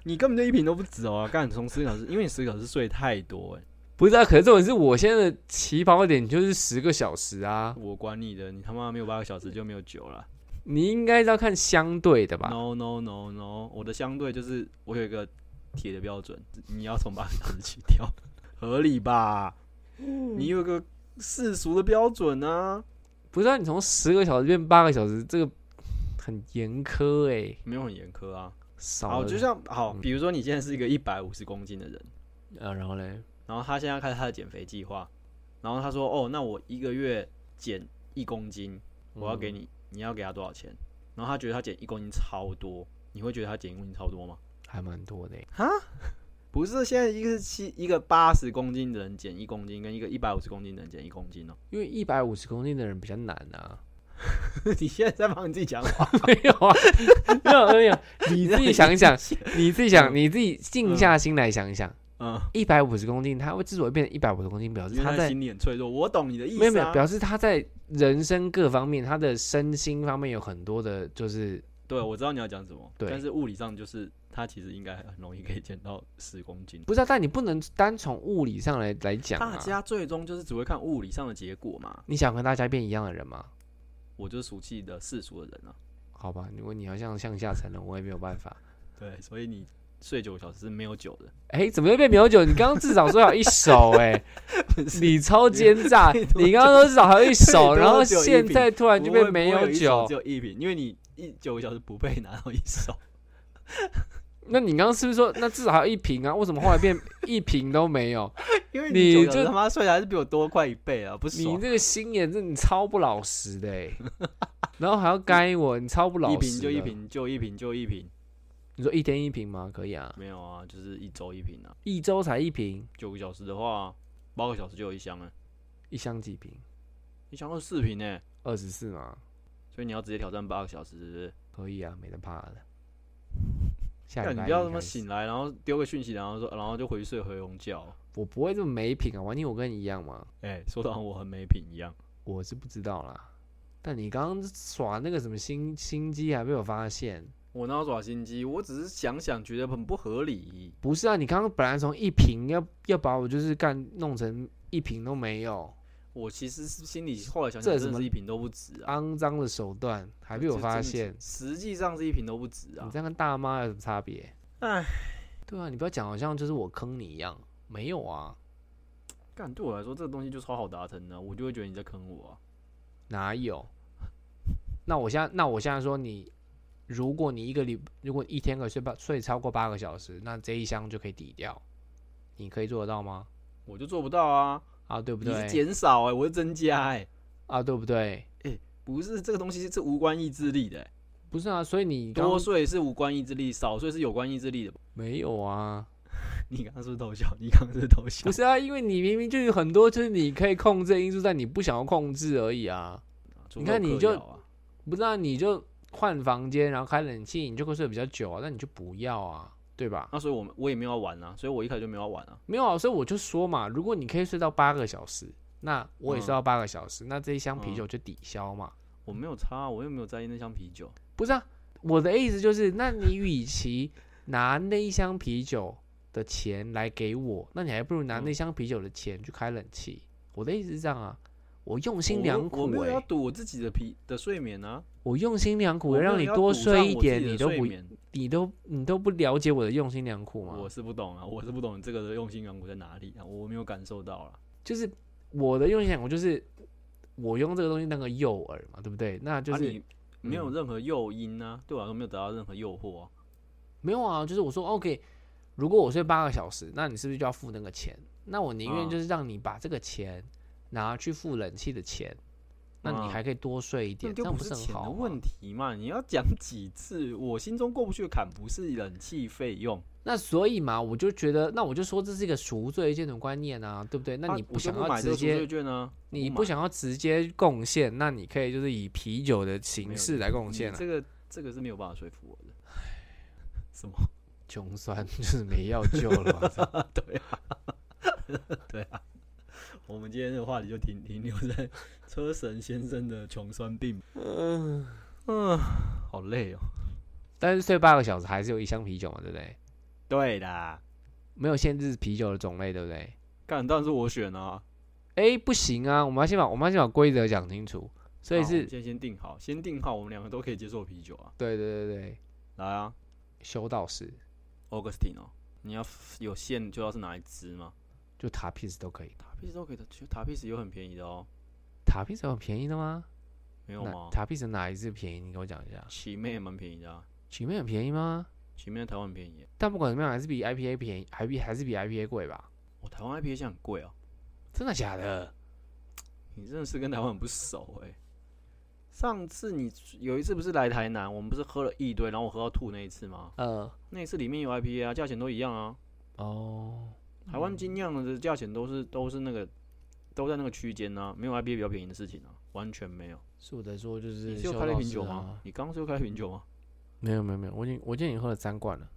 [SPEAKER 2] 你根本就一瓶都不止哦、干，你从十个小时，因为你十个小时睡太多哎，
[SPEAKER 1] 不是啊，可是重点是我现在的起跑点就是十个小时啊，
[SPEAKER 2] 我管你的，你他妈没有八个小时就没有酒了。
[SPEAKER 1] 你应该是要看相对的吧？
[SPEAKER 2] No no no no，我的相对就是我有一个铁的标准，你要从八个小时起跳，合理吧？你有一个世俗的标准啊。
[SPEAKER 1] 不是啊，你从十个小时变八个小时，这个很严苛哎、
[SPEAKER 2] 没有很严苛啊。
[SPEAKER 1] 少
[SPEAKER 2] 好，
[SPEAKER 1] 了
[SPEAKER 2] 就像好，
[SPEAKER 1] 嗯
[SPEAKER 2] 比如说你现在是一个一百五十公斤的人，
[SPEAKER 1] 呃，然后嘞，
[SPEAKER 2] 然后他现在开始他的减肥计划，然后他说：“哦，那我一个月减一公斤，我要给
[SPEAKER 1] 嗯
[SPEAKER 2] 你，你要给他多少钱？”然后他觉得他减一公斤超多，你会觉得他减一公斤超多吗？
[SPEAKER 1] 还蛮多的、欸，
[SPEAKER 2] 不是，现在一个是七，一个八十公斤的人减一公斤，跟一个一百五十公斤的人减一公斤哦。
[SPEAKER 1] 因为一百五十公斤的人比较难啊。
[SPEAKER 2] 你现在在帮你自 己讲话，
[SPEAKER 1] 没有啊，没有没有，你自己想一想，你自己想，
[SPEAKER 2] 嗯
[SPEAKER 1] 你自己静下心来想一想，
[SPEAKER 2] 嗯，
[SPEAKER 1] 一百五十公斤，他会之所以变成一百五十公斤，表示
[SPEAKER 2] 因为
[SPEAKER 1] 他
[SPEAKER 2] 他
[SPEAKER 1] 在
[SPEAKER 2] 心里很脆弱。我懂你的意思、啊，
[SPEAKER 1] 没有没有，表示他在人生各方面，他的身心方面有很多的，就是
[SPEAKER 2] 对，我知道你要讲什么，
[SPEAKER 1] 对
[SPEAKER 2] 但是物理上就是它其实应该很容易可以减到十公斤。
[SPEAKER 1] 不知道，但你不能单从物理上来来讲
[SPEAKER 2] 大
[SPEAKER 1] 啊。
[SPEAKER 2] 家最终就是只会看物理上的结果嘛。
[SPEAKER 1] 你想跟大家变一样的人吗？
[SPEAKER 2] 我就是俗气的世俗的人啊，
[SPEAKER 1] 好吧，如果你要像向下沉沦，我也没有办法。
[SPEAKER 2] 对，所以你睡九个小时是没有酒的。
[SPEAKER 1] 哎、怎么又变苗酒？你刚刚至少说要一 手哎、你超奸诈！你刚刚说至少还有一手，
[SPEAKER 2] 最多
[SPEAKER 1] 然后
[SPEAKER 2] 只有一
[SPEAKER 1] 现
[SPEAKER 2] 瓶
[SPEAKER 1] 在突然就
[SPEAKER 2] 不会
[SPEAKER 1] 变没
[SPEAKER 2] 不会有一手
[SPEAKER 1] 酒
[SPEAKER 2] 只。有一瓶，因为你一九个小时不被拿到一手，
[SPEAKER 1] 那你刚刚是不是说，那至少还有一瓶啊？为什么后来 变一瓶都没有？
[SPEAKER 2] 因为
[SPEAKER 1] 你
[SPEAKER 2] 九个小
[SPEAKER 1] 就
[SPEAKER 2] 时他妈睡得还是比我多快一倍啊，不
[SPEAKER 1] 你
[SPEAKER 2] 爽。
[SPEAKER 1] 这个心眼，这你超不老实的、 欸，然后还要该我，你超不老实。啊
[SPEAKER 2] 一瓶就一，瓶，就一瓶就一瓶，
[SPEAKER 1] 你说一天一瓶吗？可以啊，
[SPEAKER 2] 没有啊，就是一周一瓶啊。
[SPEAKER 1] 一周才一瓶，
[SPEAKER 2] 九个小时的话，八个小时就有一箱了，
[SPEAKER 1] 一箱几瓶？
[SPEAKER 2] 一箱二十四瓶呢、
[SPEAKER 1] 二十四嘛，
[SPEAKER 2] 所以你要直接挑战八个小时，是不是？
[SPEAKER 1] 可以啊，没得怕的。下
[SPEAKER 2] 干
[SPEAKER 1] 礼
[SPEAKER 2] 你
[SPEAKER 1] 拜
[SPEAKER 2] 不要
[SPEAKER 1] 一
[SPEAKER 2] 他妈
[SPEAKER 1] 开始
[SPEAKER 2] 醒来，然后丢个讯息，然后说，然后就回去睡回笼觉。
[SPEAKER 1] 我不会这么没品啊！王你我跟你一样吗？
[SPEAKER 2] 哎、说的好像我很没品一样。
[SPEAKER 1] 我是不知道啦。但你刚刚耍那个什么心心机，还被我发现。
[SPEAKER 2] 我哪有耍心机？我只是想想，觉得很不合理。
[SPEAKER 1] 不是啊，你刚刚本来从一瓶要要把我就是干弄成一瓶都没有，
[SPEAKER 2] 我其实是心里后来想
[SPEAKER 1] 这是
[SPEAKER 2] 想，
[SPEAKER 1] 什
[SPEAKER 2] 真
[SPEAKER 1] 么
[SPEAKER 2] 的是一瓶都不值啊，
[SPEAKER 1] 肮脏的手段还被
[SPEAKER 2] 就
[SPEAKER 1] 我发
[SPEAKER 2] 真的
[SPEAKER 1] 现，
[SPEAKER 2] 实际上是一瓶都不值
[SPEAKER 1] 你
[SPEAKER 2] 啊
[SPEAKER 1] 这。样跟大妈有什么差别？
[SPEAKER 2] 哎，
[SPEAKER 1] 对啊，你不要讲好像就是我坑你一样，没有啊，
[SPEAKER 2] 干对我来说，这个东西就超好达成的，啊我就会觉得你在坑我啊。
[SPEAKER 1] 哪有？那我现在那我现在说你，如果你一个礼如果一天可以睡八睡超过八个小时，那这一箱就可以抵掉，你可以做得到吗？
[SPEAKER 2] 我就做不到啊，
[SPEAKER 1] 啊，对不
[SPEAKER 2] 你是
[SPEAKER 1] 对？
[SPEAKER 2] 减少哎、我是增加哎、
[SPEAKER 1] 啊，对不对？
[SPEAKER 2] 不是这个东西是无关意志力的、哎
[SPEAKER 1] 不是啊，所以你刚
[SPEAKER 2] 多睡是无关意志力，少睡是有关意志力的。
[SPEAKER 1] 没有啊？
[SPEAKER 2] 你刚刚是不是偷笑？你刚刚是不是偷笑
[SPEAKER 1] 不？是啊，因为你明明就有很多就是你可以控制的因素，但你不想要控制而已啊。
[SPEAKER 2] 除
[SPEAKER 1] 你
[SPEAKER 2] 非
[SPEAKER 1] 看
[SPEAKER 2] 我
[SPEAKER 1] 你
[SPEAKER 2] 嗑
[SPEAKER 1] 就
[SPEAKER 2] 药啊
[SPEAKER 1] 不知道、你就换房间，然后开冷气，你就会睡得比较久啊。那你就不要啊，对吧？
[SPEAKER 2] 那所以我们我也没有要玩啊，所以我一开始就没有要玩啊。
[SPEAKER 1] 没有啊，所以我就说嘛，如果你可以睡到八个小时，那我也
[SPEAKER 2] 嗯
[SPEAKER 1] 睡到八个小时，那这一箱啤酒就抵消嘛。
[SPEAKER 2] 我没有差啊，我又没有在意那箱啤酒。
[SPEAKER 1] 不是啊，我的意思就是，那你与其拿那一箱啤酒的钱来给我，那你还不如拿
[SPEAKER 2] 嗯
[SPEAKER 1] 那箱啤酒的钱去开冷气。我的意思是这样啊，我用心
[SPEAKER 2] 我
[SPEAKER 1] 良
[SPEAKER 2] 我
[SPEAKER 1] 苦
[SPEAKER 2] 没有
[SPEAKER 1] 欸
[SPEAKER 2] 要赌我自己的啤的睡眠啊，
[SPEAKER 1] 我用心良苦，
[SPEAKER 2] 我没有
[SPEAKER 1] 让你
[SPEAKER 2] 要
[SPEAKER 1] 多
[SPEAKER 2] 赌上
[SPEAKER 1] 睡一
[SPEAKER 2] 我自
[SPEAKER 1] 点，
[SPEAKER 2] 己的
[SPEAKER 1] 你都
[SPEAKER 2] 睡
[SPEAKER 1] 不，
[SPEAKER 2] 眠
[SPEAKER 1] 你都你都不了解我的用心良苦
[SPEAKER 2] 我
[SPEAKER 1] 吗？
[SPEAKER 2] 是不懂啊，我是不懂这个的用心良苦在哪里啊，我没有感受到啦。
[SPEAKER 1] 就是我的用心良苦，就是我用这个东西当个诱饵嘛，对不对？那就
[SPEAKER 2] 啊
[SPEAKER 1] 是、
[SPEAKER 2] 你没有任何诱因啊，对我来说没有得到任何诱惑啊。
[SPEAKER 1] 没有啊，就是我说 OK，如果我睡八个小时，那你是不是就要付那个钱？那我宁愿
[SPEAKER 2] 嗯
[SPEAKER 1] 就是让你把这个钱拿去付冷气的钱，那你
[SPEAKER 2] 嗯
[SPEAKER 1] 还可以多睡一点，
[SPEAKER 2] 那
[SPEAKER 1] 这
[SPEAKER 2] 就
[SPEAKER 1] 样
[SPEAKER 2] 不
[SPEAKER 1] 不
[SPEAKER 2] 是
[SPEAKER 1] 很
[SPEAKER 2] 钱
[SPEAKER 1] 好啊
[SPEAKER 2] 的
[SPEAKER 1] 吗
[SPEAKER 2] 问题嘛？你要讲几次？我心中过不去的坎不是冷气费用，
[SPEAKER 1] 那所以嘛，我就觉得，那我就说这是一个赎罪这种观念啊，对不对？那
[SPEAKER 2] 啊
[SPEAKER 1] 你
[SPEAKER 2] 我就
[SPEAKER 1] 想
[SPEAKER 2] 不
[SPEAKER 1] 要
[SPEAKER 2] 买这
[SPEAKER 1] 直
[SPEAKER 2] 个
[SPEAKER 1] 接
[SPEAKER 2] 赎罪券啊？
[SPEAKER 1] 你
[SPEAKER 2] 买
[SPEAKER 1] 不想要直接贡献，那你可以就是以啤酒的形
[SPEAKER 2] 没有
[SPEAKER 1] 式来贡
[SPEAKER 2] 你
[SPEAKER 1] 献啊
[SPEAKER 2] 这。个这个是没有办法说服我的。什么？
[SPEAKER 1] 穷酸 就是没药救了嘛， 这样
[SPEAKER 2] 我们今天的话题就停停留在 车神先生的穷酸病。嗯嗯， 好累哦。
[SPEAKER 1] 但是睡八个小时还是有一箱啤酒嘛，对不对？
[SPEAKER 2] 对啦，
[SPEAKER 1] 没有限制啤酒的种类，对不对？
[SPEAKER 2] 干当然是我选啊。
[SPEAKER 1] 哎，不行啊，我们要先把我们要先把规则讲清楚。所以
[SPEAKER 2] 好
[SPEAKER 1] 是，
[SPEAKER 2] 先先定好，先定好，我们两个都可以接受啤酒啊。
[SPEAKER 1] 对对对对，
[SPEAKER 2] 来啊
[SPEAKER 1] 修道士
[SPEAKER 2] ，Augustine 哦，你要有线就要是哪一支吗？
[SPEAKER 1] 就塔皮斯都可以，
[SPEAKER 2] 塔皮斯都可以的，其实塔皮斯有很便宜的哦，
[SPEAKER 1] 塔皮斯有便宜的吗？
[SPEAKER 2] 没有
[SPEAKER 1] 那
[SPEAKER 2] 吗？
[SPEAKER 1] 塔皮斯哪一支便宜？你给我讲一下。
[SPEAKER 2] 奇妹也蛮便宜的、啊，
[SPEAKER 1] 曲面很便宜吗？
[SPEAKER 2] 奇妹在台湾很便宜耶，
[SPEAKER 1] 但不管怎么样，还是比 IPA 便宜，还比还是比 IPA 贵吧？
[SPEAKER 2] 我、台湾 IPA 现在很贵哦、
[SPEAKER 1] 真的假的？
[SPEAKER 2] 你真的是跟台湾很不熟哎、上次你有一次不是来台南，我们不是喝了一堆，然后我喝到吐那一次吗？
[SPEAKER 1] 呃，
[SPEAKER 2] 那一次里面有 IPA 啊，价钱都一样啊。
[SPEAKER 1] 哦，
[SPEAKER 2] 台湾精酿的价钱都是都是那个都在那个区间啊，没有 IPA 比较便宜的事情啊，完全没有。
[SPEAKER 1] 是我在说就是、
[SPEAKER 2] 你是又开了一瓶酒吗？？你刚刚是又开了一瓶酒吗？
[SPEAKER 1] 啊没有没有没有，我已经我今天已经喝了三罐了，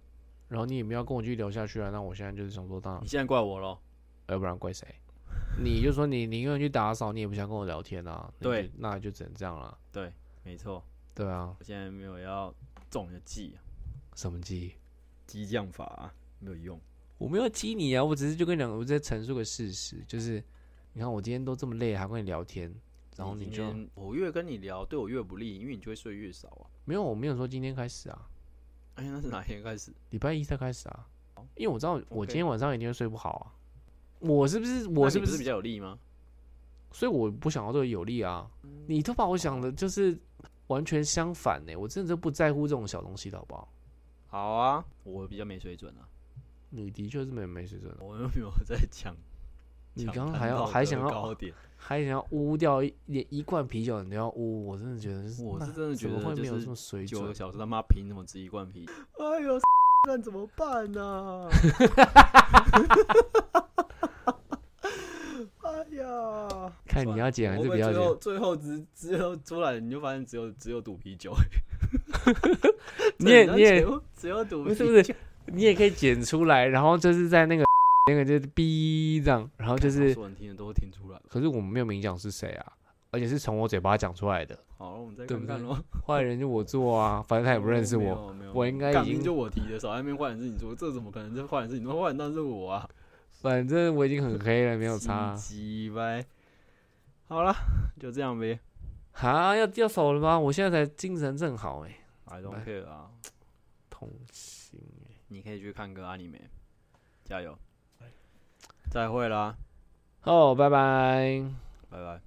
[SPEAKER 1] 然后你也没有跟我继续聊下去啊。那我现在就是想说，当然
[SPEAKER 2] 你，现在怪我咯。
[SPEAKER 1] 要不然怪谁？ 你就说你宁愿去打扫，你也不想跟我聊天啊。那
[SPEAKER 2] 对
[SPEAKER 1] 就，那就只能这样了。
[SPEAKER 2] 对，没错，
[SPEAKER 1] 对啊，
[SPEAKER 2] 我现在没有要中你的计啊，
[SPEAKER 1] 什么鸡？
[SPEAKER 2] 激将法、啊、没有用。
[SPEAKER 1] 我没有激你啊，我只是就跟你讲，我在陈述个事实，就是你看我今天都这么累，还跟你聊天，然后你
[SPEAKER 2] 今
[SPEAKER 1] 就
[SPEAKER 2] 天我越跟你聊，对我越不利，因为你就会睡越少啊。
[SPEAKER 1] 没有，我没有说今天开始啊，
[SPEAKER 2] 哎，那是哪 一天开始？
[SPEAKER 1] 礼拜一才开始啊，因为我知道我
[SPEAKER 2] 哦 OK
[SPEAKER 1] 今天晚上一定会睡不好啊。我是不是我
[SPEAKER 2] 那
[SPEAKER 1] 是不
[SPEAKER 2] 你
[SPEAKER 1] 是
[SPEAKER 2] 不是比较有利吗？
[SPEAKER 1] 所以我不想要对我有利啊。
[SPEAKER 2] 嗯
[SPEAKER 1] 你都把我想
[SPEAKER 2] 哦
[SPEAKER 1] 的就是完全相反呢、我真的就不在乎这种小东西的好不好？
[SPEAKER 2] 好啊，我比较没水准啊，
[SPEAKER 1] 你的确是没没水准的，
[SPEAKER 2] 我又没有在讲。
[SPEAKER 1] 你
[SPEAKER 2] 讲
[SPEAKER 1] 刚刚
[SPEAKER 2] 谈
[SPEAKER 1] 还要
[SPEAKER 2] 道
[SPEAKER 1] 还
[SPEAKER 2] 德
[SPEAKER 1] 想要
[SPEAKER 2] 高点，
[SPEAKER 1] 还想要污掉一连一罐啤酒你都要污，我真的觉得
[SPEAKER 2] 我
[SPEAKER 1] 那
[SPEAKER 2] 是真的觉
[SPEAKER 1] 怎么
[SPEAKER 2] 得
[SPEAKER 1] 会
[SPEAKER 2] 就
[SPEAKER 1] 没有
[SPEAKER 2] 是
[SPEAKER 1] 这么水
[SPEAKER 2] 九
[SPEAKER 1] 准
[SPEAKER 2] 个。小时他妈凭什么吃一罐啤酒？哎呦， 那怎么办啊 呢、哎呀，
[SPEAKER 1] 看你要剪还
[SPEAKER 2] 我
[SPEAKER 1] 是
[SPEAKER 2] 们
[SPEAKER 1] 不要
[SPEAKER 2] 最后
[SPEAKER 1] 剪？
[SPEAKER 2] 最后只只有出来，你就发现只有只有赌啤酒。
[SPEAKER 1] 你也
[SPEAKER 2] 整张
[SPEAKER 1] 你也
[SPEAKER 2] 节目只有赌
[SPEAKER 1] 不
[SPEAKER 2] 啤
[SPEAKER 1] 是
[SPEAKER 2] 酒，
[SPEAKER 1] 不 是，你也可以剪出来，然后就是在那个那个就是逼这样，然后就
[SPEAKER 2] 看
[SPEAKER 1] 是，
[SPEAKER 2] 所有人听的都会听出来吧。
[SPEAKER 1] 可是我们没有明讲是谁啊，而且是从我嘴巴讲出来的，
[SPEAKER 2] 好了，我们再
[SPEAKER 1] 对
[SPEAKER 2] 看
[SPEAKER 1] 不
[SPEAKER 2] 看
[SPEAKER 1] 对
[SPEAKER 2] 咯。
[SPEAKER 1] 坏人就我做啊，反正他也不认识
[SPEAKER 2] 哦没
[SPEAKER 1] 我。
[SPEAKER 2] 有，没有
[SPEAKER 1] 我应该
[SPEAKER 2] 干
[SPEAKER 1] 已
[SPEAKER 2] 明
[SPEAKER 1] 经
[SPEAKER 2] 就我提的，少在那边坏人是你说，这怎么可能？这坏人是你说，坏人当然是我啊。
[SPEAKER 1] 反正我已经很黑了，没有差。啊
[SPEAKER 2] 鸡掰。好了，就这样呗。
[SPEAKER 1] 哈，要要走了吗？我现在才精神正好哎、
[SPEAKER 2] I
[SPEAKER 1] 拜
[SPEAKER 2] don't care 啊，
[SPEAKER 1] 同情哎、
[SPEAKER 2] 你可以去看个阿尼梅，加油。再会啦，
[SPEAKER 1] 哦，拜拜。
[SPEAKER 2] 拜拜。